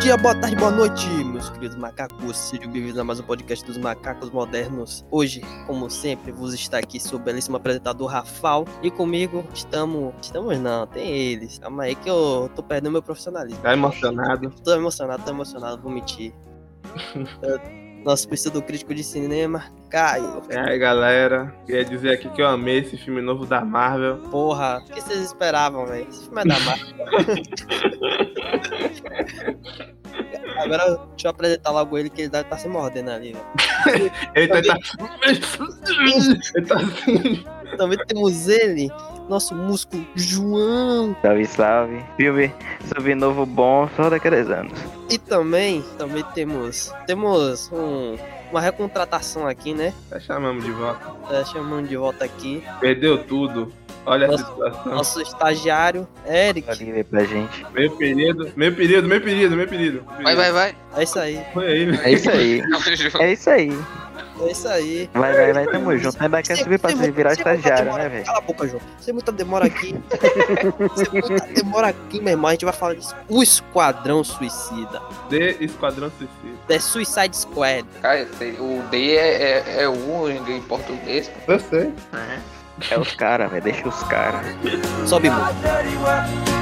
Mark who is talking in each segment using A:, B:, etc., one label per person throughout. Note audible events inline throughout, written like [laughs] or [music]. A: dia, boa tarde, boa noite, meus queridos macacos. Sejam bem-vindos a mais um podcast dos Macacos Modernos. Hoje, como sempre, vos está aqui seu belíssimo apresentador Rafal. E comigo estamos. Estamos não, tem eles. Calma aí que eu tô perdendo meu profissionalismo.
B: Tá emocionado?
A: Tô emocionado, tô emocionado, vou mentir. Eu- Nosso do crítico de cinema, Caio.
B: E É aí, galera? Queria dizer aqui que eu amei esse filme novo da Marvel.
A: Porra, o que vocês esperavam, velho? Esse filme é da Marvel. Agora deixa eu apresentar logo ele que ele deve estar se mordendo ali, velho.
B: Ele tá. Ele tá assim.
A: Também temos ele, nosso músico João.
C: Salve, salve. Filme sobre novo bom só daqui a 10 anos.
A: E também, também temos, temos um- uma recontratação aqui, né?
B: Tá chamando de volta.
A: É, chamando de volta aqui
B: Perdeu tudo. Olha a
A: Nossa.
B: situação.
A: nosso estagiário Eric.
C: Livre pra gente.
B: Meu período, meu período, meu período, meu período.
D: Vai, vai, vai.
A: É isso aí,
B: Foi aí, velho.
C: É isso aí.
D: [laughs] Tamo junto.
C: É isso aí.
A: é isso aí.
C: Vai, vai, vai. Tamo junto. Ainda quer subir pra
A: Sem-
C: virar
A: sem muita
C: estagiário,
A: demora-
C: né, velho?
A: Cala a boca, João. Sem muita demora aqui. [laughs] Sem muita demora aqui, meu irmão. A gente vai falar disso. O Esquadrão Suicida.
B: De Esquadrão Suicida.
A: The Suicide Squad.
D: Cara, o D é, é, é U em português.
B: Eu sei.
C: É os caras, velho. Deixa os caras.
A: Sobe muito.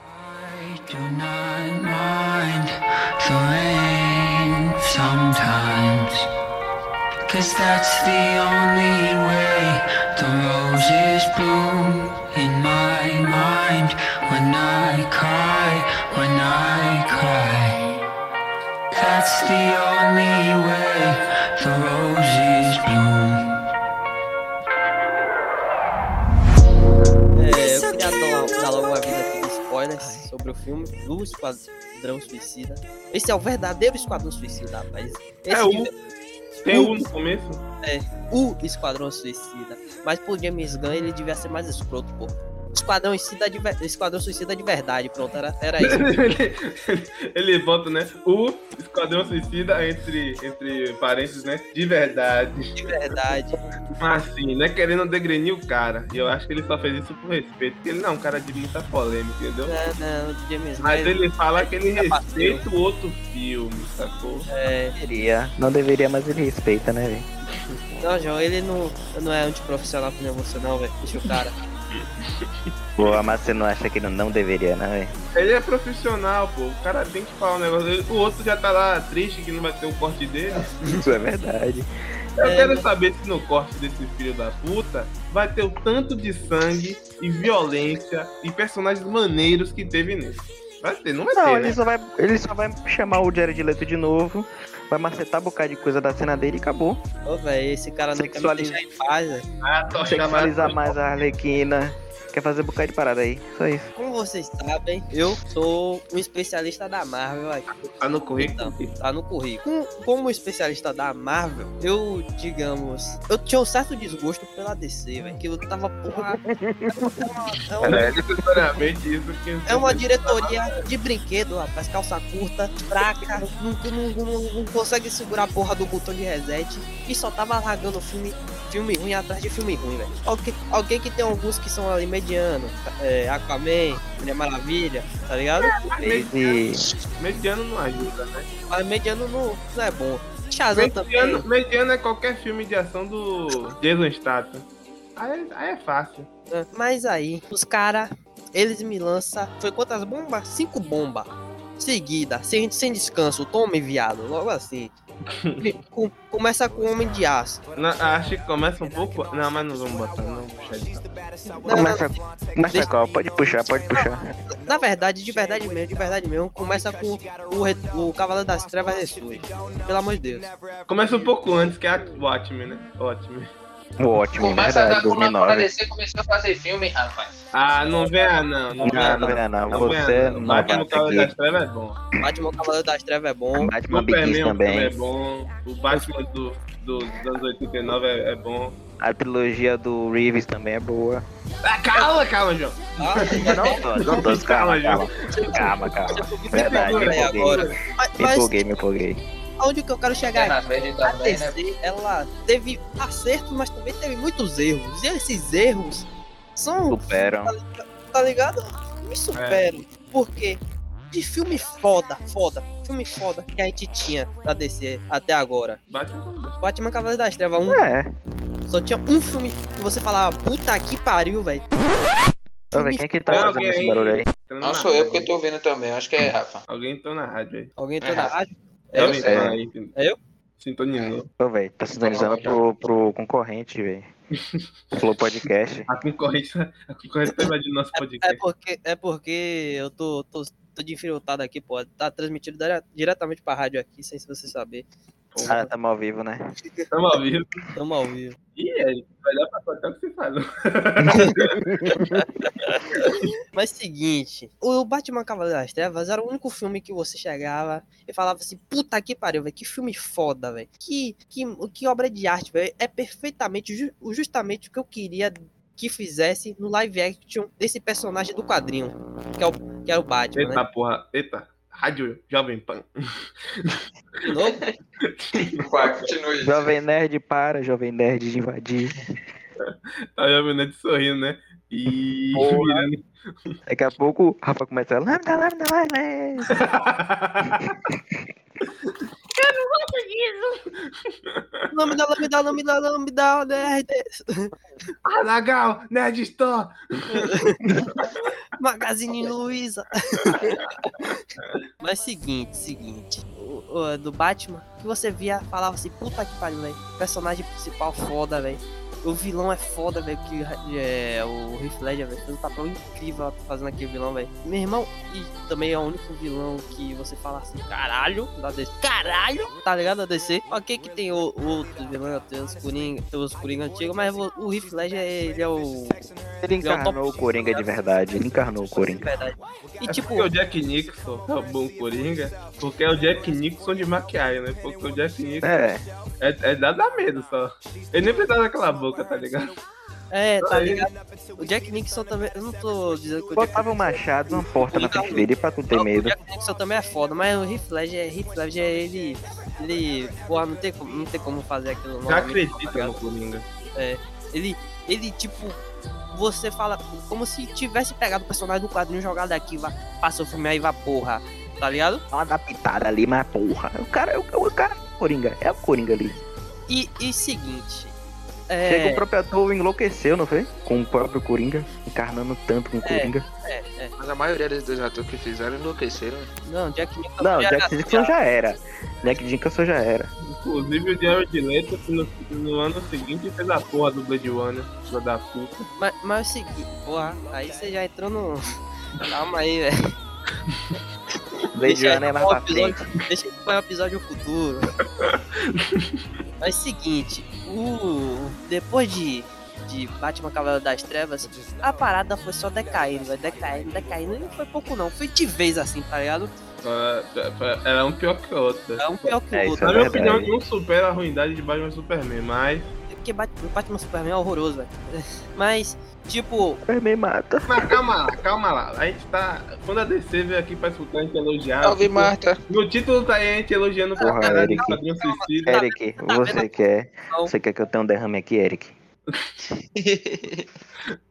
E: I do not mind the rain sometimes. Cause that's the only way the roses bloom in my mind when I cry, when I cry. That's the only way the roses bloom.
A: É, eu queria dar, dar logo um aviso aqui de spoilers sobre o filme do Esquadrão Suicida. Esse é o verdadeiro Esquadrão Suicida, rapaz. Esse
B: É o-
A: filme
B: Tem U no começo? [laughs]
A: o Esquadrão Suicida. Mas pro James Gunn ele devia ser mais escroto, pô. Esquadrão Suicida de, ver- Esquadrão Suicida de verdade, pronto, era, era isso.
B: ele, ele bota, né? O Esquadrão Suicida entre, entre parênteses, né? De verdade.
A: De verdade.
B: Mas assim, não é querendo degrenir o cara. E eu acho que ele só fez isso por respeito. Porque ele não é um cara de muita polêmica, entendeu?
A: Não, não, o James Gunn.
B: Mas ele fala que ele
A: é parceiro.
B: respeita o outro filme, sacou?
A: É,
C: Deveria. Não deveria, mas ele respeita, né, velho?
A: não, João, ele não, não é antiprofissional que nem você, não, velho. Deixa o cara.
C: Boa, mas você não acha que ele não deveria, né, velho?
B: Ele é profissional, pô. O cara tem que falar um negócio dele. O outro já tá lá triste que não vai ter o corte dele.
C: Isso é verdade.
B: Eu
A: É,
B: quero saber se no corte desse filho da puta vai ter o tanto de sangue e violência e personagens maneiros que teve nesse. Vai ter, não vai
C: Não,
B: ter,
C: ele
B: né?
C: só vai, ele só vai chamar o Jared Leto de novo. Vai macetar um bocado de coisa da cena dele e acabou.
A: Ô, velho, esse cara não quer me
C: Sexualiza-
A: deixar em paz, velho.
B: Ah, só
C: Sexualizar mais a Arlequina. Quer fazer um bocado de parada aí. Só isso.
A: Como vocês sabem, eu sou um especialista da Marvel aqui.
B: Tá no currículo.
A: tá no currículo. Com- como especialista da Marvel, eu, digamos, eu tinha um certo desgosto pela DC, velho. Que eu tava, porra. É uma, é uma-
B: É necessariamente isso que.
A: é uma diretoria de brinquedo, rapaz. Calça curta, fraca, não, não- não- não consegue segurar a porra do botão de reset. E só tava largando filme, filme ruim atrás de filme ruim, velho. Alguém, alguém que tem alguns que são ali mediano, é, Aquaman, Mulher Maravilha, tá ligado?
B: É, Mas
C: E.
B: Mediano não ajuda, né?
A: Mas mediano não, não é bom. Shazam também.
B: Mediano, mediano é qualquer filme de ação do Jason Statham. Aí, aí é fácil.
A: né? Mas aí, os caras, eles me lançam. Foi quantas bombas? Cinco bombas. Seguida, sem, sem descanso, tome, viado. Logo assim. Com- começa com Homem de Aço.
B: Na- acho que começa um pouco. Não, mas não vamos botar, não. Puxa de saco.
A: Não, não,
C: Começa, começa qual? Pode puxar, pode puxar.
A: na verdade, de verdade mesmo, de verdade mesmo, começa com o, re- o Cavaleiro das Trevas Ressurge. Pelo amor de Deus.
B: Começa um pouco antes, que é a Watchmen, né? Watchmen.
C: O ótimo,
D: Começa a
C: é verdade,
D: dar com a
C: 2009.
D: DC começou a fazer filme, rapaz.
B: Ah, não vem ah, não. Não vem ah, não.
C: Não, não, não, não.
B: Não vem ah,
C: Você
B: não.
C: não vai
B: Batman Cavaleiro
C: aqui.
B: das Trevas é bom.
A: Batman Cavaleiro das Trevas é bom.
C: Batman Begins
B: Superman também é
C: também.
B: bom. O Batman do, do- dos anos 89 é, é bom.
C: A trilogia do Reeves também é boa.
B: Ah, calma, calma, João.
A: Tá?
C: Não todos, não todos. Calma, calma. Calma, calma. Verdade, me
A: Aí
C: empolguei.
A: agora. Mas,
C: Me
A: mas
C: empolguei, me empolguei.
A: Onde que eu quero chegar?
D: na verde
A: a
D: também, né?
A: DC, ela teve acertos, mas também teve muitos erros. E esses erros são,
C: Superam.
A: tá ligado? Me superam. Porque de filme foda, foda, filme foda que a gente tinha da DC até agora.
B: Batman. é
A: Batman Cavaleiro das Trevas 1,
C: É.
A: só tinha um filme que você falava, puta que pariu, velho.
C: Ô, véi, quem é que tá
B: Tem
C: fazendo esse
B: alguém
C: barulho aí?
B: entrando
D: Não
B: na
D: sou eu
B: rádio.
D: porque eu tô ouvindo também, acho que é Rafa.
B: Alguém entrou na rádio aí.
A: Alguém entrou
D: É,
A: na
D: Rafa.
A: rádio?
D: É
B: Alguém
D: você.
B: entrou na rádio.
A: É eu?
B: Sintonizou.
C: Ô, velho, tá sintonizando pro, pro concorrente, [laughs] velho. Flow Podcast.
B: A concorrência, a concorrência tá invadindo nosso
A: [laughs] É
B: podcast.
A: porque, é porque eu tô, tô, tô de infiltrado aqui, pô. Tá transmitido dire- diretamente pra rádio aqui, sem você saber.
C: Ah, tamo ao vivo, né?
B: Tamo ao vivo.
A: Tamo ao vivo.
B: Ih, é, vai dar pra contar o que você falou.
A: Mas seguinte, o Batman Cavaleiro das Trevas era o único filme que você chegava e falava assim, puta que pariu, velho, que filme foda, velho. Que, que, que obra de arte, velho. É perfeitamente, ju- justamente o que eu queria que fizesse no live action desse personagem do quadrinho, que é o, que é o Batman, né?
B: Eita porra, eita. Rádio Jovem Pan.
A: De novo,
D: Vai, continue.
C: Jovem Nerd para, Jovem Nerd de invadir.
B: Tá Jovem Nerd sorrindo, né? E.
D: Porra.
B: virando.
C: Daqui a pouco o Rafa começa a. Lambda, lambda, lambda.
A: lambda, lambda, lambda, lambda, nerd,
B: Ah, legal! Nerd Store!
A: Magazine Luiza. Mas seguinte, seguinte. O, o- do Batman, que você via, falava assim, puta que pariu, velho. Personagem principal foda, velho. O vilão é foda, velho. Que é, o Heath Ledger, velho, fez um papel incrível fazendo aquele vilão, velho. Meu irmão, e também é o único vilão que você fala assim, caralho, da DC. Caralho! Tá ligado, da DC? Ok que tem o, o outro vilão, tem os Coringa, tem os Coringa antigos, mas o, o Heath Ledger, ele é o...
C: Ele é um encarnou o Coringa de verdade. Ele encarnou o Coringa.
A: Verdade. E
B: É
A: tipo,
B: porque o Jack Nixon é o bom Coringa, porque é o Jack Nixon de maquiagem, né? Porque o Jack Nixon
C: É,
B: é, é dá, dá medo só. Ele nem precisava daquela boca, tá ligado?
A: É, tá
B: Aí.
A: ligado? O Jack Nixon também. Eu não tô dizendo que o Jack
C: botava um machado, uma porta na frente dele pra tu ter medo.
A: O Jack Nixon também é foda, mas o Heath Ledger, Heath Ledger ele. Ele. Porra, não tem como, não tem como fazer aquilo
B: Já
A: novamente, tá
B: acredita
A: ligado?
B: no Coringa.
A: Ele. Ele, tipo. Você fala como se tivesse pegado o personagem do quadrinho jogado aqui, vá, passa o filme aí, vá porra. Tá ligado?
C: Dá uma adaptada ali, mas porra. O cara, o, o cara é o Coringa. É o Coringa ali.
A: E, e seguinte.
C: Chega o
A: É,
C: próprio ator enlouqueceu, não foi? Com o próprio Coringa, encarnando tanto com o Coringa.
A: é, é.
D: Mas a maioria dos dois atores que fizeram enlouqueceram. né?
A: Não, Jack Nixon.
C: Não,
A: já-
C: Jack Nicholson já era. Jack Nicholson já era.
B: Inclusive o Jared Leto que no, no ano seguinte fez a porra do Blade Runner, filho da puta.
A: Mas, mas é o seguinte, porra, aí você já entrou no. [laughs] Calma aí, velho.
C: Blade
A: Deixa
C: Runner é
A: ele
C: mais
A: pra
C: pra
A: um episódio-
C: frente.
A: Deixa ele para o episódio
C: [laughs]
A: futuro. Mas seguinte, o depois de, de Batman Cavaleiro das Trevas, a parada foi só decaindo, vai decaindo, decaindo, e não foi pouco não, foi de vez assim, tá ligado?
B: Ah, ah, Era um pior que o outro.
A: É um pior que
C: É,
A: o
C: isso
A: outro.
B: Na minha
C: verdade.
B: opinião, não supera a ruindade de Batman e Superman, mas.
A: Porque Batman, Batman Superman é horroroso, velho. [laughs] Mas, tipo,
C: Superman mata.
B: Mas calma lá, calma lá. A gente tá. Quando a DC veio aqui pra escutar, a gente elogiar. tipo,
D: Salve, Marta.
B: No título tá aí a gente elogiando pra
C: Porra,
B: caralho
C: Eric.
B: o Esquadrão Suicida.
C: Eric, você quer.
A: Não.
C: Você quer que eu tenha um derrame aqui, Eric?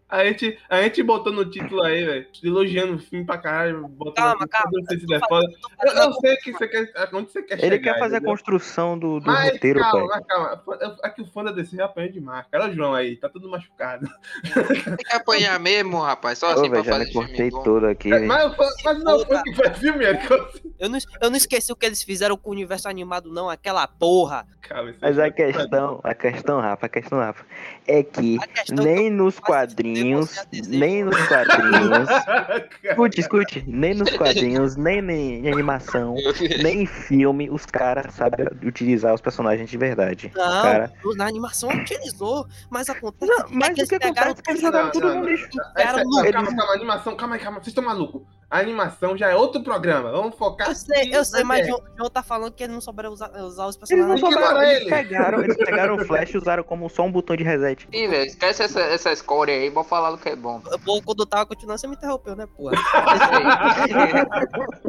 B: A gente, a gente botou no título aí, velho. Elogiando o filme pra caralho. Botando
A: Calma,
B: aqui,
A: calma,
B: Esquadrão Suicida é
A: tô
B: foda. Eu, eu
A: falando-
B: sei que você quer. Onde você quer
C: Ele
B: chegar,
C: quer fazer a
B: entendeu?
C: construção do, do
B: Mas
C: roteiro,
B: calma,
C: pai.
B: mas calma. Eu- Aqui o fã da DC já apanhou demais. Cara, o João aí, tá tudo machucado.
D: Tem que apanhar mesmo, rapaz. Só
C: Ô,
D: assim
C: velho,
D: pra
C: já
D: fazer
C: me
D: filme
C: cortei
D: bom.
C: todo aqui,
B: É,
C: velho.
B: mas, o fã- mas não foi o que faz filme, assim, Eric.
A: eu não, eu não esqueci o que eles fizeram com o universo animado, não, aquela porra.
B: Calma, isso
C: Mas é
B: aí [laughs]
C: a questão, a questão, Rafa, a questão, Rafa, é que
A: A questão
C: nem nos
A: faço
C: quadrinhos,
A: de você a
C: nem nos quadrinhos,
B: Cara,
C: escute, escute, nem nos quadrinhos, nem nem em animação, nem em filme, os caras sabem utilizar os personagens de verdade.
A: Não,
C: Cara.
A: na animação utilizou, mas acontece
C: Não, mas o que
A: pegaram
C: acontece é que eles
A: personagem
B: jogaram
C: jogaram
B: tudo
C: tudo no
B: no
C: lixo.
A: e enfiaram
B: Calma,
A: no
B: calma, calma, animação, calma aí, calma, vocês estão malucos. A animação já é outro programa. Vamos focar.
A: Eu sei, eu
B: aqui
A: sei,
B: na
A: mas
B: guerra.
A: João, João tá falando que eles não souberam usar, usar os
C: né, Eles não
A: personagens.
B: Ignora
C: souberam, eles
B: ele.
C: pegaram, eles pegaram o flash e usaram como só um botão de reset.
D: Ih, velho, esquece essa, essa escória aí, vou falar do que
A: [laughs]
D: é bom.
A: Pô, quando eu tava continuando, você me interrompeu, né, porra?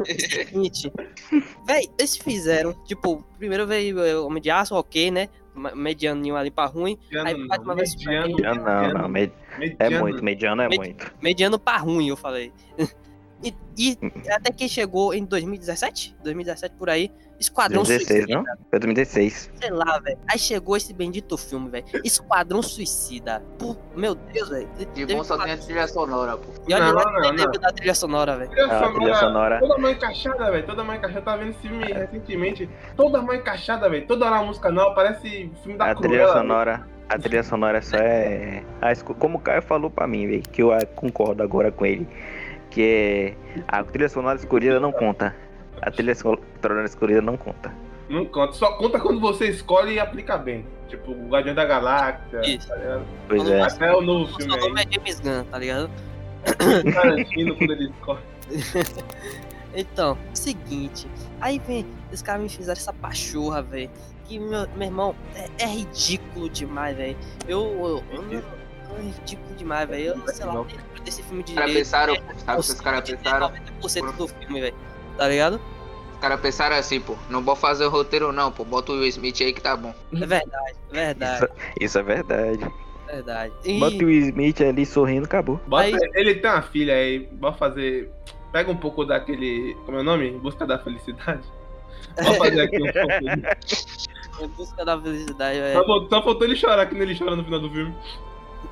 A: Seguinte. Véi, eles fizeram, tipo, primeiro veio é, o Homem de Aço, ok, né? Ma- Medianinho ali pra ruim,
B: Mediano,
A: Aí Batman vs
B: mediano,
A: Superman.
C: Mediano Ah, não, não, med- é
B: mediano.
C: muito, mediano é
A: Med-
C: muito.
A: mediano pra ruim, eu falei. [laughs] E, e
C: Hum.
A: até que chegou em 2017? 2017 por aí, Esquadrão
C: 2016,
A: Suicida.
C: não? Foi 2016.
A: Sei lá, velho. Aí chegou esse bendito filme, velho. Esquadrão Suicida. Pô, meu Deus, velho.
D: De bom só tem a trilha sonora, né? pô.
A: E olha
B: Não,
A: lá,
B: não,
A: nem
B: não.
A: lembro da trilha sonora, velho.
B: Trilha
C: A trilha
B: sonora-
C: sonora.
B: Toda mãe encaixada, velho. Toda mãe encaixada. Eu tava vendo esse filme recentemente. Toda mãe encaixada, velho. Toda hora a música nova parece filme da
C: A trilha
B: Cruella, né? velho.
C: sonora. A trilha sonora só é. a esco- Como o Caio falou pra mim, velho, que eu ah, concordo agora com ele. Que é. A trilha sonora escolhida não conta. A trilha sonora escolhida não conta.
B: Não conta. Só conta quando você escolhe e aplica bem. Tipo, o Guardião da Galáxia.
A: Isso.
B: tá ligado?
C: Pois é.
B: Até o novo
A: O
B: filme
A: seu nome
B: aí.
A: é James Gunn, tá ligado? é?
B: O Tarantino, quando ele escolhe.
A: Então, seguinte. Aí vem, os caras me fizeram essa pachorra, velho. Que, meu, meu irmão, é, é ridículo demais, velho. Eu, eu, eu- é ridículo demais, velho. Eu, sei lá,
B: Não.
A: nem lembro desse filme
D: Os caras
A: direito.
D: pensaram, pô, sabe o que os caras pensaram?
A: 90% do filme, velho. Tá ligado?
D: Os caras pensaram assim, pô, não vou fazer o roteiro não, pô, bota o Will Smith aí que tá bom.
A: É verdade, verdade,
C: Isso, isso é verdade.
A: verdade. E-
C: Bota o Will Smith ali sorrindo, acabou.
B: Bota-
A: Aí-
B: Ele tem uma filha aí, bora fazer. Pega um pouco daquele. Como é o nome? Em Busca da Felicidade. Bora fazer aqui um
A: [laughs]
B: pouco.
A: Em busca da felicidade, velho.
B: Só faltou- Só faltou ele chorar que nem ele chora no final do filme.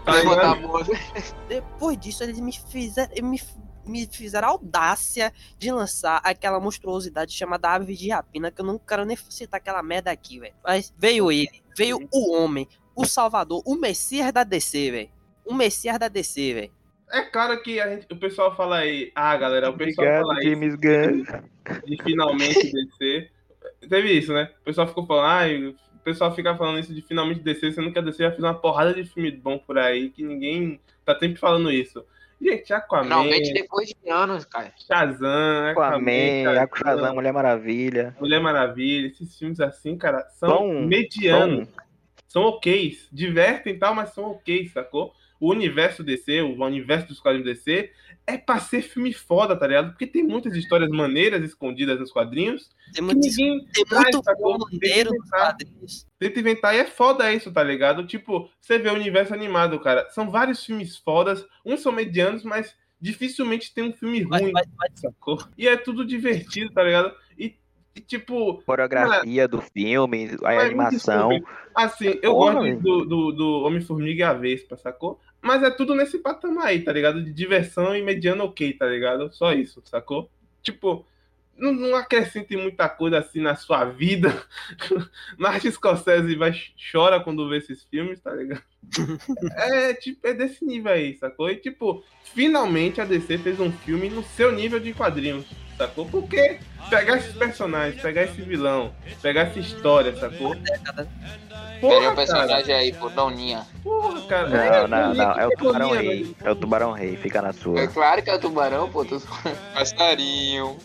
B: Tá
D: Vai botar a
B: ligado?
D: música.
A: Depois disso, eles me fizeram, me, me fizeram a audácia de lançar aquela monstruosidade chamada Ave de Rapina, que eu não quero nem citar aquela merda aqui, velho. Mas veio ele, veio o homem, o salvador, o messias da DC, velho. O messias da DC, velho.
B: É claro que a gente- o pessoal fala aí. Ah, galera, o pessoal fala
C: Obrigado,
B: aí
C: James Gunn.
B: de finalmente descer. Teve isso, né? O pessoal ficou falando, ai, o pessoal fica falando isso de finalmente descer, sendo que a DC já fez uma porrada de filme bom por aí, que ninguém tá sempre falando isso. Gente, Aquaman,
D: Finalmente depois de anos, cara.
B: Shazam,
C: Aquaman, Aquaman, Mulher Maravilha.
B: Mulher Maravilha, esses filmes assim, cara, são
C: Bom,
B: medianos,
C: Então,
B: são ok, divertem e tal, mas são ok, sacou? O universo DC, o universo dos quadrinhos DC, é pra ser filme foda, tá ligado? Porque tem muitas histórias maneiras escondidas nos quadrinhos
A: Tem
B: que
A: muito,
B: ninguém
A: tem
B: traz, tá
A: muito
B: sacou? Tem que
A: maneiro nos
B: inventar,
A: quadrinhos.
B: tenta inventar e é foda isso, tá ligado? Tipo, você vê o universo animado, cara, são vários filmes fodas, uns são medianos, mas dificilmente tem um filme
A: Mas,
B: ruim,
A: mas- mas
B: sacou? E é tudo divertido, tá ligado? E, e tipo,
C: Coreografia do filme, a
B: Mas é me
C: animação.
B: desculpe. Assim, eu
C: Porra,
B: gosto
C: velho.
B: do, do, do Homem-Formiga e a Vespa, sacou? Mas é tudo nesse patamar aí, tá ligado? De diversão e mediano ok, tá ligado? Só isso, sacou? Tipo, não, não acrescente muita coisa assim na sua vida. [laughs] Martin Scorsese vai, chora quando vê esses filmes, tá ligado? É, tipo, é desse nível aí, sacou? E tipo, finalmente a DC fez um filme no seu nível de quadrinhos, sacou? Porque pegar esses personagens, pegar esse vilão, pegar essa história, sacou?
A: década.
D: Seria
B: Porra, cara.
D: um personagem aí, pô, Doninha.
B: Porra, cara.
C: Não, não, não.
B: que
C: É o Tubarão
B: ironia,
C: Rei.
B: velho.
C: É o Tubarão Rei, fica na sua.
D: É claro que é o tubarão, pô. tu- Passarinho.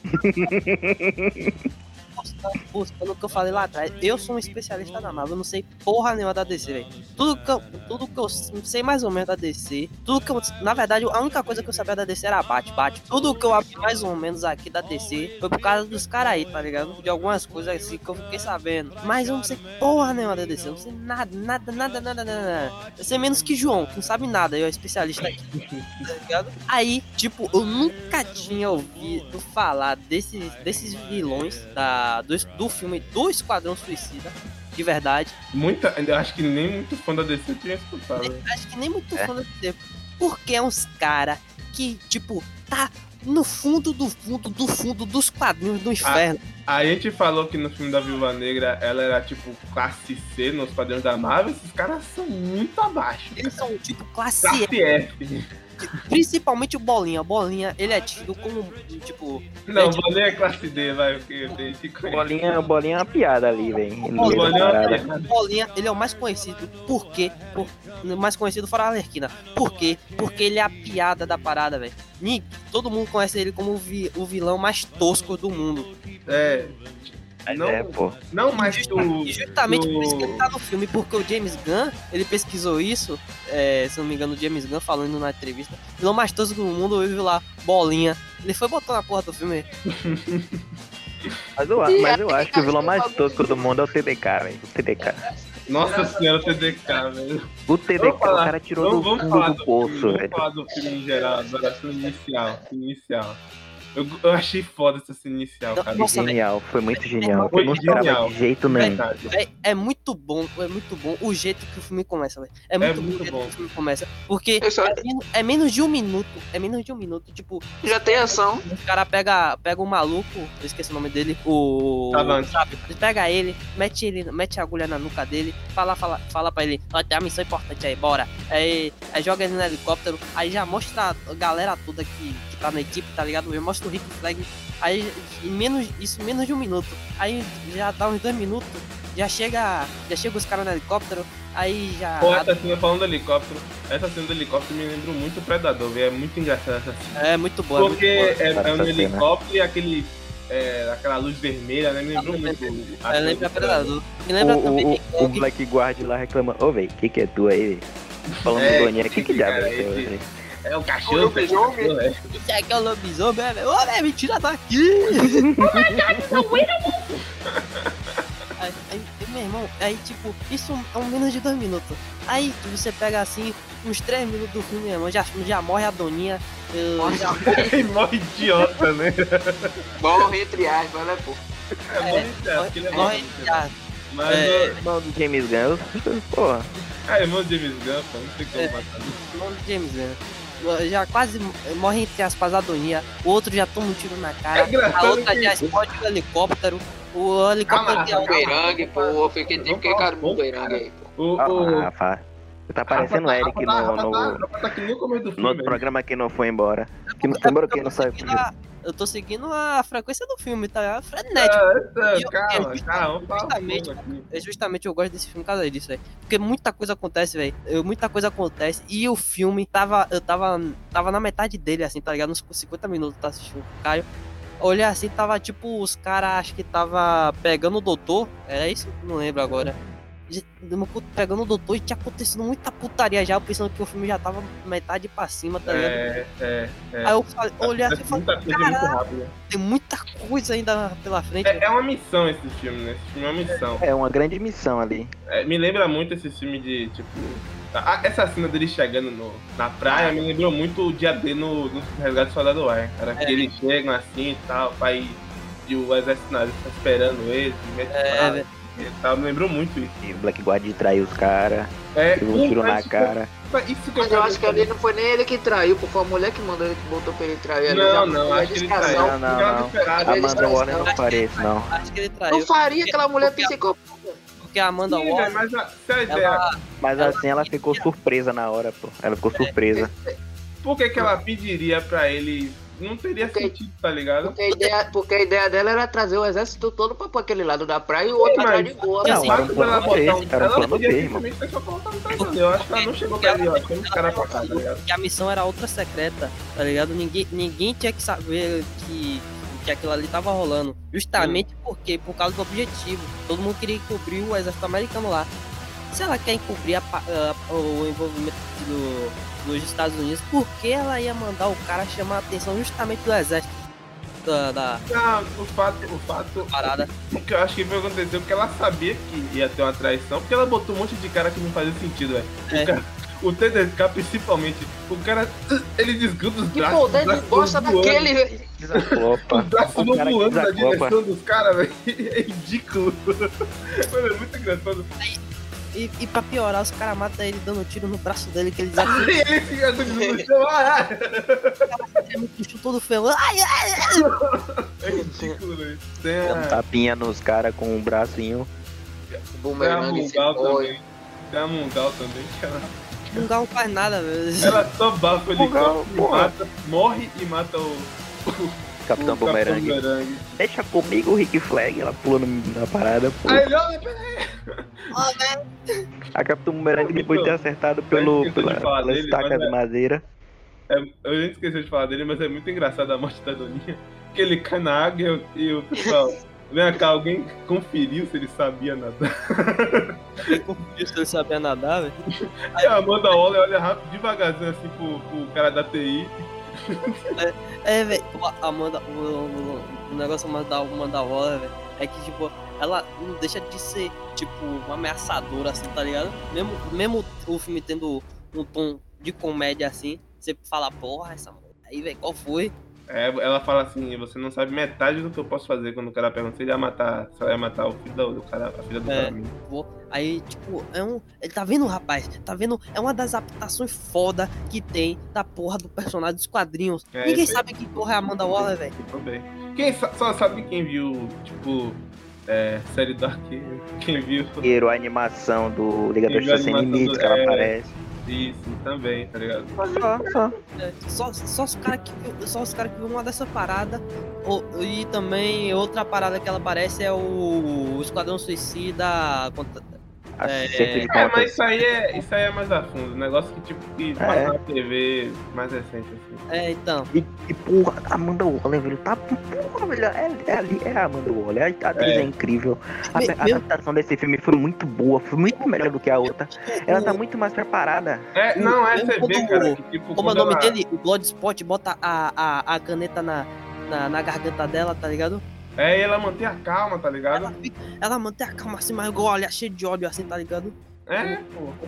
A: Buscando o que eu falei lá atrás, eu sou um especialista da Marvel, eu não sei porra nenhuma da DC, velho. Tudo que eu, tudo que eu sei mais ou menos da DC, tudo que eu, na verdade, a única coisa que eu sabia da DC era bate, bate. Tudo que eu abri mais ou menos aqui da DC foi por causa dos caras aí, tá ligado? De algumas coisas assim que eu fiquei sabendo. Mas eu não sei porra nenhuma da DC, eu não sei nada, nada, nada, nada, nada. nada. Eu sei menos que João, que não sabe nada, eu é especialista aqui, [laughs] tá ligado? Aí, tipo, eu nunca tinha ouvido falar desses, desses vilões da, do, do filme do Esquadrão Suicida, de verdade.
B: Muita, eu acho que nem muito fã da DC tinha escutado. velho.
A: Acho que nem muito
C: É.
A: fã do tempo. Porque é uns cara que, tipo, tá no fundo do fundo do fundo dos quadrinhos do inferno.
B: A gente falou que no filme da Viúva Negra ela era tipo classe C nos padrões da Marvel, esses caras são muito abaixo.
A: Eles são, tipo, classe
B: Classe F.
A: Principalmente o Bolinha. O Bolinha, ele é tido como, tipo...
B: Não,
A: é
B: o
A: tido-
B: Bolinha é classe D, vai, porque tem que conhecer.
C: Bolinha, bolinha é uma piada ali, velho. no meio
B: Bolinha
C: da
B: é uma
C: parada.
B: piada.
A: o Bolinha, ele é o mais conhecido. Por quê? Por- mais conhecido fora a Alerquina. Por quê? Porque ele é a piada da parada, velho. Ni- Todo mundo conhece ele como o, vi- o vilão mais tosco do mundo.
B: É.
C: Mas
B: Não,
C: é, pô.
B: não mais do.
A: E justamente por isso que ele
B: do-
A: tá no filme, porque o James Gunn, ele pesquisou isso, é, se não me engano, o James Gunn falando na entrevista, vilão mais tosco do mundo, eu vi lá, bolinha. Ele foi botar na porra do filme.
C: Mas eu, a- mas eu acho que o vilão mais tosco do mundo é o TDK, velho. O TDK.
B: Nossa senhora, TDK, velho.
C: O TDK, o
B: falar.
C: cara tirou
B: Vamos, vamos
C: do fundo
B: falar
C: do
B: filme,
C: poço,
B: vamos
C: velho.
B: falar do filme em geral, agora, cena inicial, cena inicial. Eu, eu achei foda essa cena inicial,
A: Não,
B: cara.
A: nossa,
C: Genial, foi muito genial.
B: Foi
C: Eu não
B: genial.
C: esperava de jeito nenhum.
B: Verdade.
A: Véi, é muito bom, é muito bom o jeito que o filme começa, velho. É, muito bom o jeito que o filme começa. Porque
D: Eu só-
A: é, men- é menos de um minuto. É menos de um minuto. Tipo,
D: Já tem ação.
A: o cara pega, pega um maluco, eu esqueci o nome dele, o.
B: Savante.
A: Sabe? Ele pega ele, mete ele, mete a agulha na nuca dele, fala, fala, fala pra ele, ó, tem uma missão importante aí, bora. Aí, aí joga ele no helicóptero, aí já mostra a galera toda que, que tá na equipe, tá ligado? Eu mostra o Rick Flag. Aí em menos, isso em menos de um minuto. Aí já dá uns dois minutos, já chega. Já chega os caras no helicóptero, aí já.
B: Pô, essa cena falando do helicóptero. Essa cena do helicóptero me lembra muito o Predador, velho. É muito engraçada essa cena.
A: É muito boa. é muito
B: Porque
A: boa.
B: é,
C: cara,
B: é
C: essa
B: um
C: cena.
B: helicóptero e aquele. é, aquela luz vermelha, né? Me lembrou
A: Ah,
B: muito. a
A: É,
B: cena
A: lembra
B: do
A: Predador. Me
C: O,
A: lembra também
C: o,
A: King
C: o, o
A: Kong.
C: Black Guard lá reclamando. Ô, velho, o que que é tu aí, velho? Falando
B: É,
C: do Boninho, o que que
B: esse
C: diabo
B: cara,
C: é tu,
B: esse-
C: velho?
B: É o cachorro,
D: O jogo,
B: é o cachorro, é. [laughs]
A: Isso aqui é o lobisomem, é, velho. Ô, velho, me tira daqui!
B: Oh
A: aí, aí, meu irmão, aí, tipo, isso é um menos de dois minutos. Aí tu- você pega, assim, uns três minutos do filme, meu irmão, já, já morre a doninha. eu- já morre,
B: Ele morre É idiota, né?
D: Morre entre aspas, né, pô?
B: É, morre idiota, porque ele é
A: morre,
B: maluco, né?
A: já,
B: Mas,
A: É.
B: ó,
C: Irmão do James Gunn, eu- porra.
B: ah, irmão do James Gunn, pô, não tem
A: É.
B: como matar. ele.
A: o nome de James, né? Já quase morre entre aspas a doninha. O outro já toma um tiro na
B: É
A: cara. A
B: engraçado
A: outra já
B: que...
A: explode o helicóptero. O helicóptero
B: Calma,
A: tem um-
D: Bumerangue, pô. Eu fiquei tipo que cara do bumerangue aí, pô.
B: O,
C: Ah,
B: o...
C: Rafa. Você tá parecendo o
B: Rafa
C: Eric
B: tá-
C: no,
B: Rafa tá-
C: no,
B: Rafa tá que nem o começo do
C: no
B: filme,
C: outro
B: velho.
C: programa que não foi embora. Que não
A: É
C: foi
B: tá,
C: embora,
A: porque
C: que
A: eu
C: não
A: tô
C: saiu.
A: seguindo a- Eu tô seguindo a frequência do filme, tá? É frenético.
B: Ah,
A: Eu-
B: essa- Calma,
A: eu-
B: calma, fala um
A: justamente-
B: pouco aqui.
A: É justamente eu gosto desse filme por causa disso, velho. Porque muita coisa acontece, velho. Eu- Muita coisa acontece. E o filme tava. Eu tava. Tava na metade dele, assim, tá ligado? Uns 50 minutos tá assistindo com o Caio. Olhei assim, tava tipo, os caras acho que tava pegando o doutor. Era isso? Não lembro agora. Já- uma puta- Pegando o doutor e tinha acontecido muita putaria já, eu pensando que o filme já tava metade pra cima, tá ligado?
B: É, é.
A: Aí eu falei- olhei assim e
B: Acontece
A: falei,
B: muita coisa muito
A: "Caralho,
B: rápida.
A: tem muita coisa ainda pela frente.
B: É, é uma missão esse filme, né? Esse filme é uma missão.
C: É uma grande missão ali.
B: É, me lembra muito esse filme de, tipo... a- essa cena dele chegando no, na praia me lembrou muito o dia dele no, no Resgate do Soldado Ryan, cara. Que
A: É.
B: eles chegam assim e tal, pai de o exército nazista tá esperando eles, mete
A: É,
D: né?
B: bala e tal. Me lembrou muito isso.
C: E o Black Guard traiu os caras,
B: É,
C: tirou um tiro
B: puta,
C: na
B: isso-
C: cara.
B: Isso que eu
D: Mas eu acho que
B: falei.
D: ali não foi nem ele que traiu, pô. Foi a mulher que mandou ele, que botou pra ele trair ali. Já
B: Não, não,
D: foi né?
B: acho que ele
D: descasal.
B: traiu.
C: Não, não,
B: Ela
C: não.
B: desesperada, ele
C: Amanda
D: traiu,
C: Warner não
A: não.
C: faria isso, não.
A: Acho que ele traiu.
D: Não faria aquela mulher
A: Porque-
D: psicopata.
A: Porque a Amanda
B: Sim,
A: Waller,
B: mas a- se a ideia.
A: ela,
C: Mas
A: Ela-
C: assim, ela ficou surpresa na hora, pô. Ela
B: É,
C: ficou surpresa.
B: Por que, que ela pediria pra ele? Não teria
D: Porque-
B: sentido, tá ligado?
D: Porque a, ideia, porque a ideia dela era trazer o exército todo pra, pra aquele lado da praia e o outro
B: Mas-
D: atrás de boa.
A: Não,
B: O
A: assim,
B: fato
C: era um plano
B: dela botar
C: B, era um
B: ela
C: plano
B: podia
C: B,
B: simplesmente ter só colocado um traidor. Eu acho que ela não chegou pra ele, ó. Tem uns caras pra cá, tá ligado?
A: que a missão era outra secreta, tá ligado? Ninguém, ninguém tinha que saber que, que aquilo ali tava rolando. Justamente
B: Hum.
A: porque, por causa do objetivo. Todo mundo queria encobrir o exército americano lá. Se ela quer encobrir a pa- a- o envolvimento do- dos Estados Unidos, por que ela ia mandar o cara chamar a atenção justamente do exército? Da, da
B: Não, Ah, o fato, o fato,
A: parada.
B: o [laughs] que eu acho que foi aconteceu porque ela sabia que ia ter uma traição, porque ela botou um monte de cara que não fazia sentido, velho.
A: É.
B: O cara, o TDK principalmente, o cara, [clears throat] ele desgruda os
D: Que
B: braços.
D: pô,
B: os
D: ele
B: braços
D: gosta
B: voando.
D: daquele.
B: Os
C: Desacopa.
B: braços
C: O
B: vão
C: cara que
B: voando na
C: desacopa.
B: direção dos caras, [laughs] velho. É ridículo. Mano, é muito engraçado.
A: E, e pra piorar, os caras matam ele dando tiro no braço dele, que ele desafia
B: Aí ele fica [laughs] com no chão. ah, ah.
A: muito bicho todo feio. Ai, ai,
B: É ridículo, velho. Tem
C: Dá Um
B: a,
C: tapinha nos caras com um bracinho.
B: tem a É,
D: Bumerangue se
B: Mungal
D: foi.
B: também. Tem a Mungal também. que ela-
A: Um gal faz nada, [laughs] velho.
B: Ela só bafa o
C: Porra,
B: helicóptero, e
C: porra.
B: mata, morre e mata o. o-
C: Capitão
B: o
C: Boomerang.
B: Boomerang.
C: Deixa comigo o Rick Flag, ela pulando na parada. pô.
B: Aí ele olha, peraí,
A: Ah, né?
C: A Capitão Boomerang depois de ter acertado
B: então,
C: pelo,
B: esqueci de
C: pela,
B: falar
C: pela
B: dele,
C: estaca
B: mas
C: de
B: é-
C: madeira.
B: É, eu gente esqueci de falar dele, mas é muito engraçado a morte da Doninha. Que ele cai na água e o- e o pessoal. Vem cá, alguém conferiu se ele sabia nadar.
A: Isso ele sabia nadar, velho.
B: Aí a Amanda olha, olha rápido, devagarzinho assim pro, pro cara da TI.
A: É, velho, a- a Amanda, o, o- o negócio da Amanda Waller, velho, é que, tipo, ela não deixa de ser, tipo, uma ameaçadora, assim, tá ligado? Mesmo, mesmo o filme tendo um tom de comédia, assim, você fala, porra, essa mulher aí, velho, qual foi?
B: É, ela fala assim, você não sabe metade do que eu posso fazer quando o cara pergunta se ele ia matar, se ela ia matar o filho do, do cara, a filha do
A: É.
B: cara. mesmo.
A: Aí, tipo, é um. Ele tá vendo, rapaz? Tá vendo? É uma das adaptações foda que tem da porra do personagem dos quadrinhos.
B: É,
A: Ninguém
B: isso aí.
A: sabe que porra é a Amanda Waller, velho.
B: Eu também. Quem sa- só sabe quem viu, tipo, é, série do Arqueiro, [laughs] quem viu
C: Primeiro, a animação do Ligador
B: Primeiro, a
C: Sem
B: animação
C: Limites,
B: do-
C: que ela
B: é.
C: aparece.
B: isso também, tá ligado?
C: Só, só.
A: É, Só, só os caras que viu, só os cara que viu uma dessa parada. O- e também outra parada que ela aparece é o, o Esquadrão Suicida. contra-
C: Acerto de
B: É, mas
C: contas.
B: isso aí é, isso aí é mais a fundo, um negócio que tipo
C: É.
B: que passa na TV mais recente assim.
A: É, então.
C: E, e porra, a Amanda Waller, velho, tá porra, velho, é, é ali, é a Amanda Waller, a atriz é,
B: É.
C: incrível, a,
A: Me-
C: a
A: meu-
C: adaptação desse filme foi muito boa, foi muito melhor do que a outra, ela tá muito mais preparada,
B: É, não, é
A: Eu-
B: você vê,
A: como-
B: cara, que tipo
A: Como é o
B: quando
A: nome
B: ela-
A: dele? O Bloodspot bota a, a, a caneta na, na, na garganta dela, tá ligado?
B: É, ela mantém a calma, tá
A: Ela,
B: ligado?
A: fica- ela mantém a calma assim, mas igual olha, cheio de ódio assim, tá ligado?
B: É.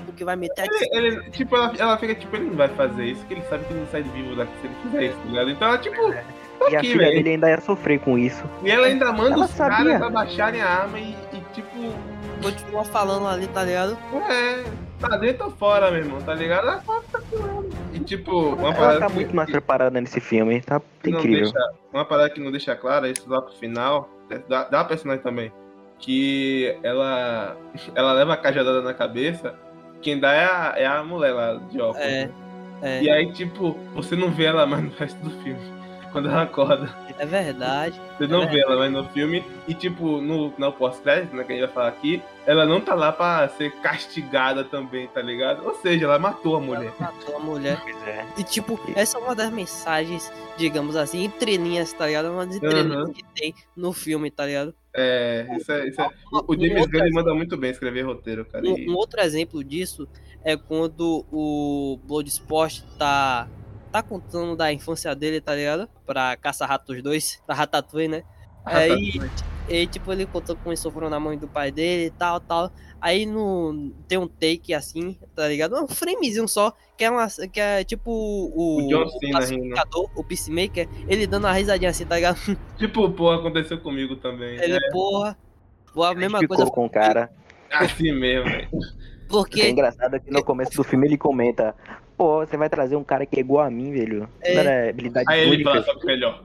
A: O que vai meter aqui.
C: É,
B: Ele, ele- tipo, ela, ela fica tipo, ele não vai fazer isso, que ele sabe que ele não sai vivo daqui se ele fizer isso, tá ligado? Então ela tipo, tá
C: É. e a
B: aqui,
C: filha
B: velho.
C: dele ainda ia sofrer com isso.
B: E ela ainda manda
C: Ela
B: os
C: sabia.
B: caras abaixarem a arma e, e, tipo,
C: é.
A: Continua falando ali, tá ligado?
B: é, tá dentro ou fora, meu irmão, tá ligado? Ela fala, tá com ela. E tipo, uma
C: Ela
B: parada
C: tá
B: que-
C: muito mais
B: que
C: preparada nesse filme, tá
B: não
C: incrível.
B: deixa- uma parada que não deixa clara, isso lá pro final, é, da, da personagem também, que ela, [laughs] ela leva a cajadada na cabeça, quem dá é a, é a mulher lá de óculos. né?
A: É. É,
B: E aí, tipo, você não vê ela mais no resto do filme. [laughs] Quando ela acorda,
A: é verdade.
B: você não vê ela mais né, no filme. E, tipo, no, no pós-crédito, né, que a gente vai falar aqui, ela não tá lá pra ser castigada também, tá ligado? Ou seja, ela matou a mulher.
A: Ela matou a mulher.
C: Pois é.
A: E tipo, essa é uma das mensagens, digamos assim, entrelinhas, tá ligado? Uma das entrelinhas
B: Aham.
A: que tem no filme, tá ligado?
B: É, isso é. Isso é. O,
A: Um
B: o James
A: outro
B: Gunn ele manda muito bem escrever roteiro, cara.
A: Um,
B: [laughs] E-
A: um outro exemplo disso é quando o Bloodsport tá, tá contando da infância dele, tá ligado? Pra Caça-Ratos 2, da Ratatouille, né? Aí, e, tipo, ele contou como ele sofreu na mão do pai dele e tal, tal. Aí no, tem um take assim, tá ligado? Um framezinho só, que é, uma, que é tipo o,
B: O John Cena rindo.
A: pacificador, o Peacemaker, ele dando uma risadinha assim, tá ligado?
B: Tipo, pô, aconteceu comigo também.
A: Ele,
B: É
A: porra, pô, a mesma
C: Ficou
A: coisa,
C: com o cara.
B: assim mesmo, velho.
C: É
A: porque
C: engraçado
A: é-
C: que no começo do filme ele comenta: Pô, você vai trazer um cara que é igual a mim, velho.
A: É.
C: Não era habilidade
B: Aí ele
C: única.
B: fala só que melhor.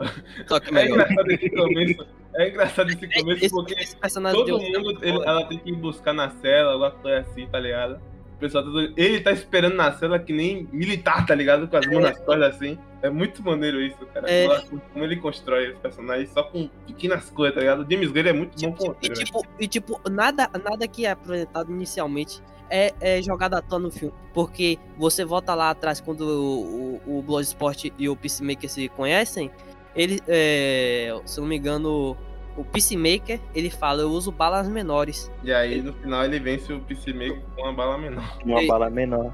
A: só que
B: É
A: melhor.
B: engraçado esse começo. É engraçado esse
A: [laughs]
B: começo
A: Esse,
B: porque
A: esse personagem
B: todo
A: deu um-
B: mundo ele- tá ela tem que ir buscar na cela, alguma coisa assim, tá ligado? O pessoal tá todo- Ele tá esperando na cela que nem militar, tá ligado? Com as mãos nas costas assim. É muito maneiro isso, cara.
A: É.
B: Como- Como ele constrói os personagens só com pequenas coisas, tá ligado? O James Gunn ele é muito bom com
A: E
B: roteiro, velho.
A: tipo, e, tipo, nada, nada que é apresentado inicialmente é, é jogado à toa no filme. Porque você volta lá atrás quando o, o, o Bloodsport e o Peacemaker se conhecem. Ele, é, se eu não me engano, o Peacemaker, ele fala, eu uso balas menores.
B: E aí no final ele vence o Peacemaker com uma bala menor. [laughs]
C: Uma
A: Ei.
C: bala menor.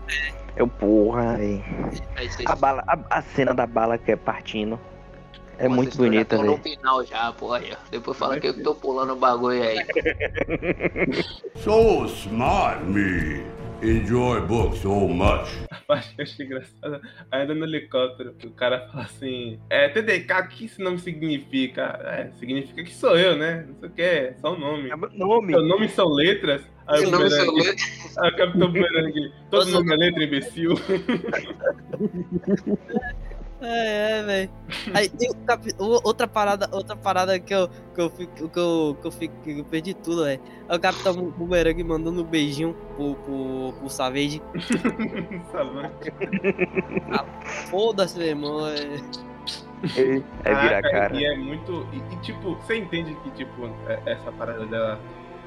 C: Eu, porra, velho.
D: Aí vocês
C: A, bala, a, a cena da bala que é partindo é
D: Vocês
C: muito
D: estão já
C: bonita,
D: tão No
C: velho.
D: final já, pô. aí, ó. Depois fala que eu que tô pulando o bagulho aí.
F: So smart, me. Enjoy books so much.
B: A parte que eu achei engraçada. Ainda no helicóptero, que o cara fala assim: É, TDK, o que esse nome significa? É, significa que sou eu, né? Não sei o que, é só o nome.
C: Nome.
B: Seu nome são letras? Aí
D: Meu
B: o
D: nome é
B: Bumerangue-
D: Solano.
B: Aí o Capitão Bumerangue, todo
A: Nossa.
B: nome é letra, imbecil.
A: É, é, velho. Aí tem um capi- o- outra parada, outra parada que eu, que eu, fico, que eu, que eu, fico, que eu perdi tudo, velho. É o Capitão Bu- Boomerang mandando um beijinho pro, pro, pro Savage.
B: Savante.
A: Foda-se, meu irmão. é.
C: Ele é virar
B: Caraca,
C: cara.
B: E é muito. E, e, tipo, você entende que, tipo, é- essa parada da,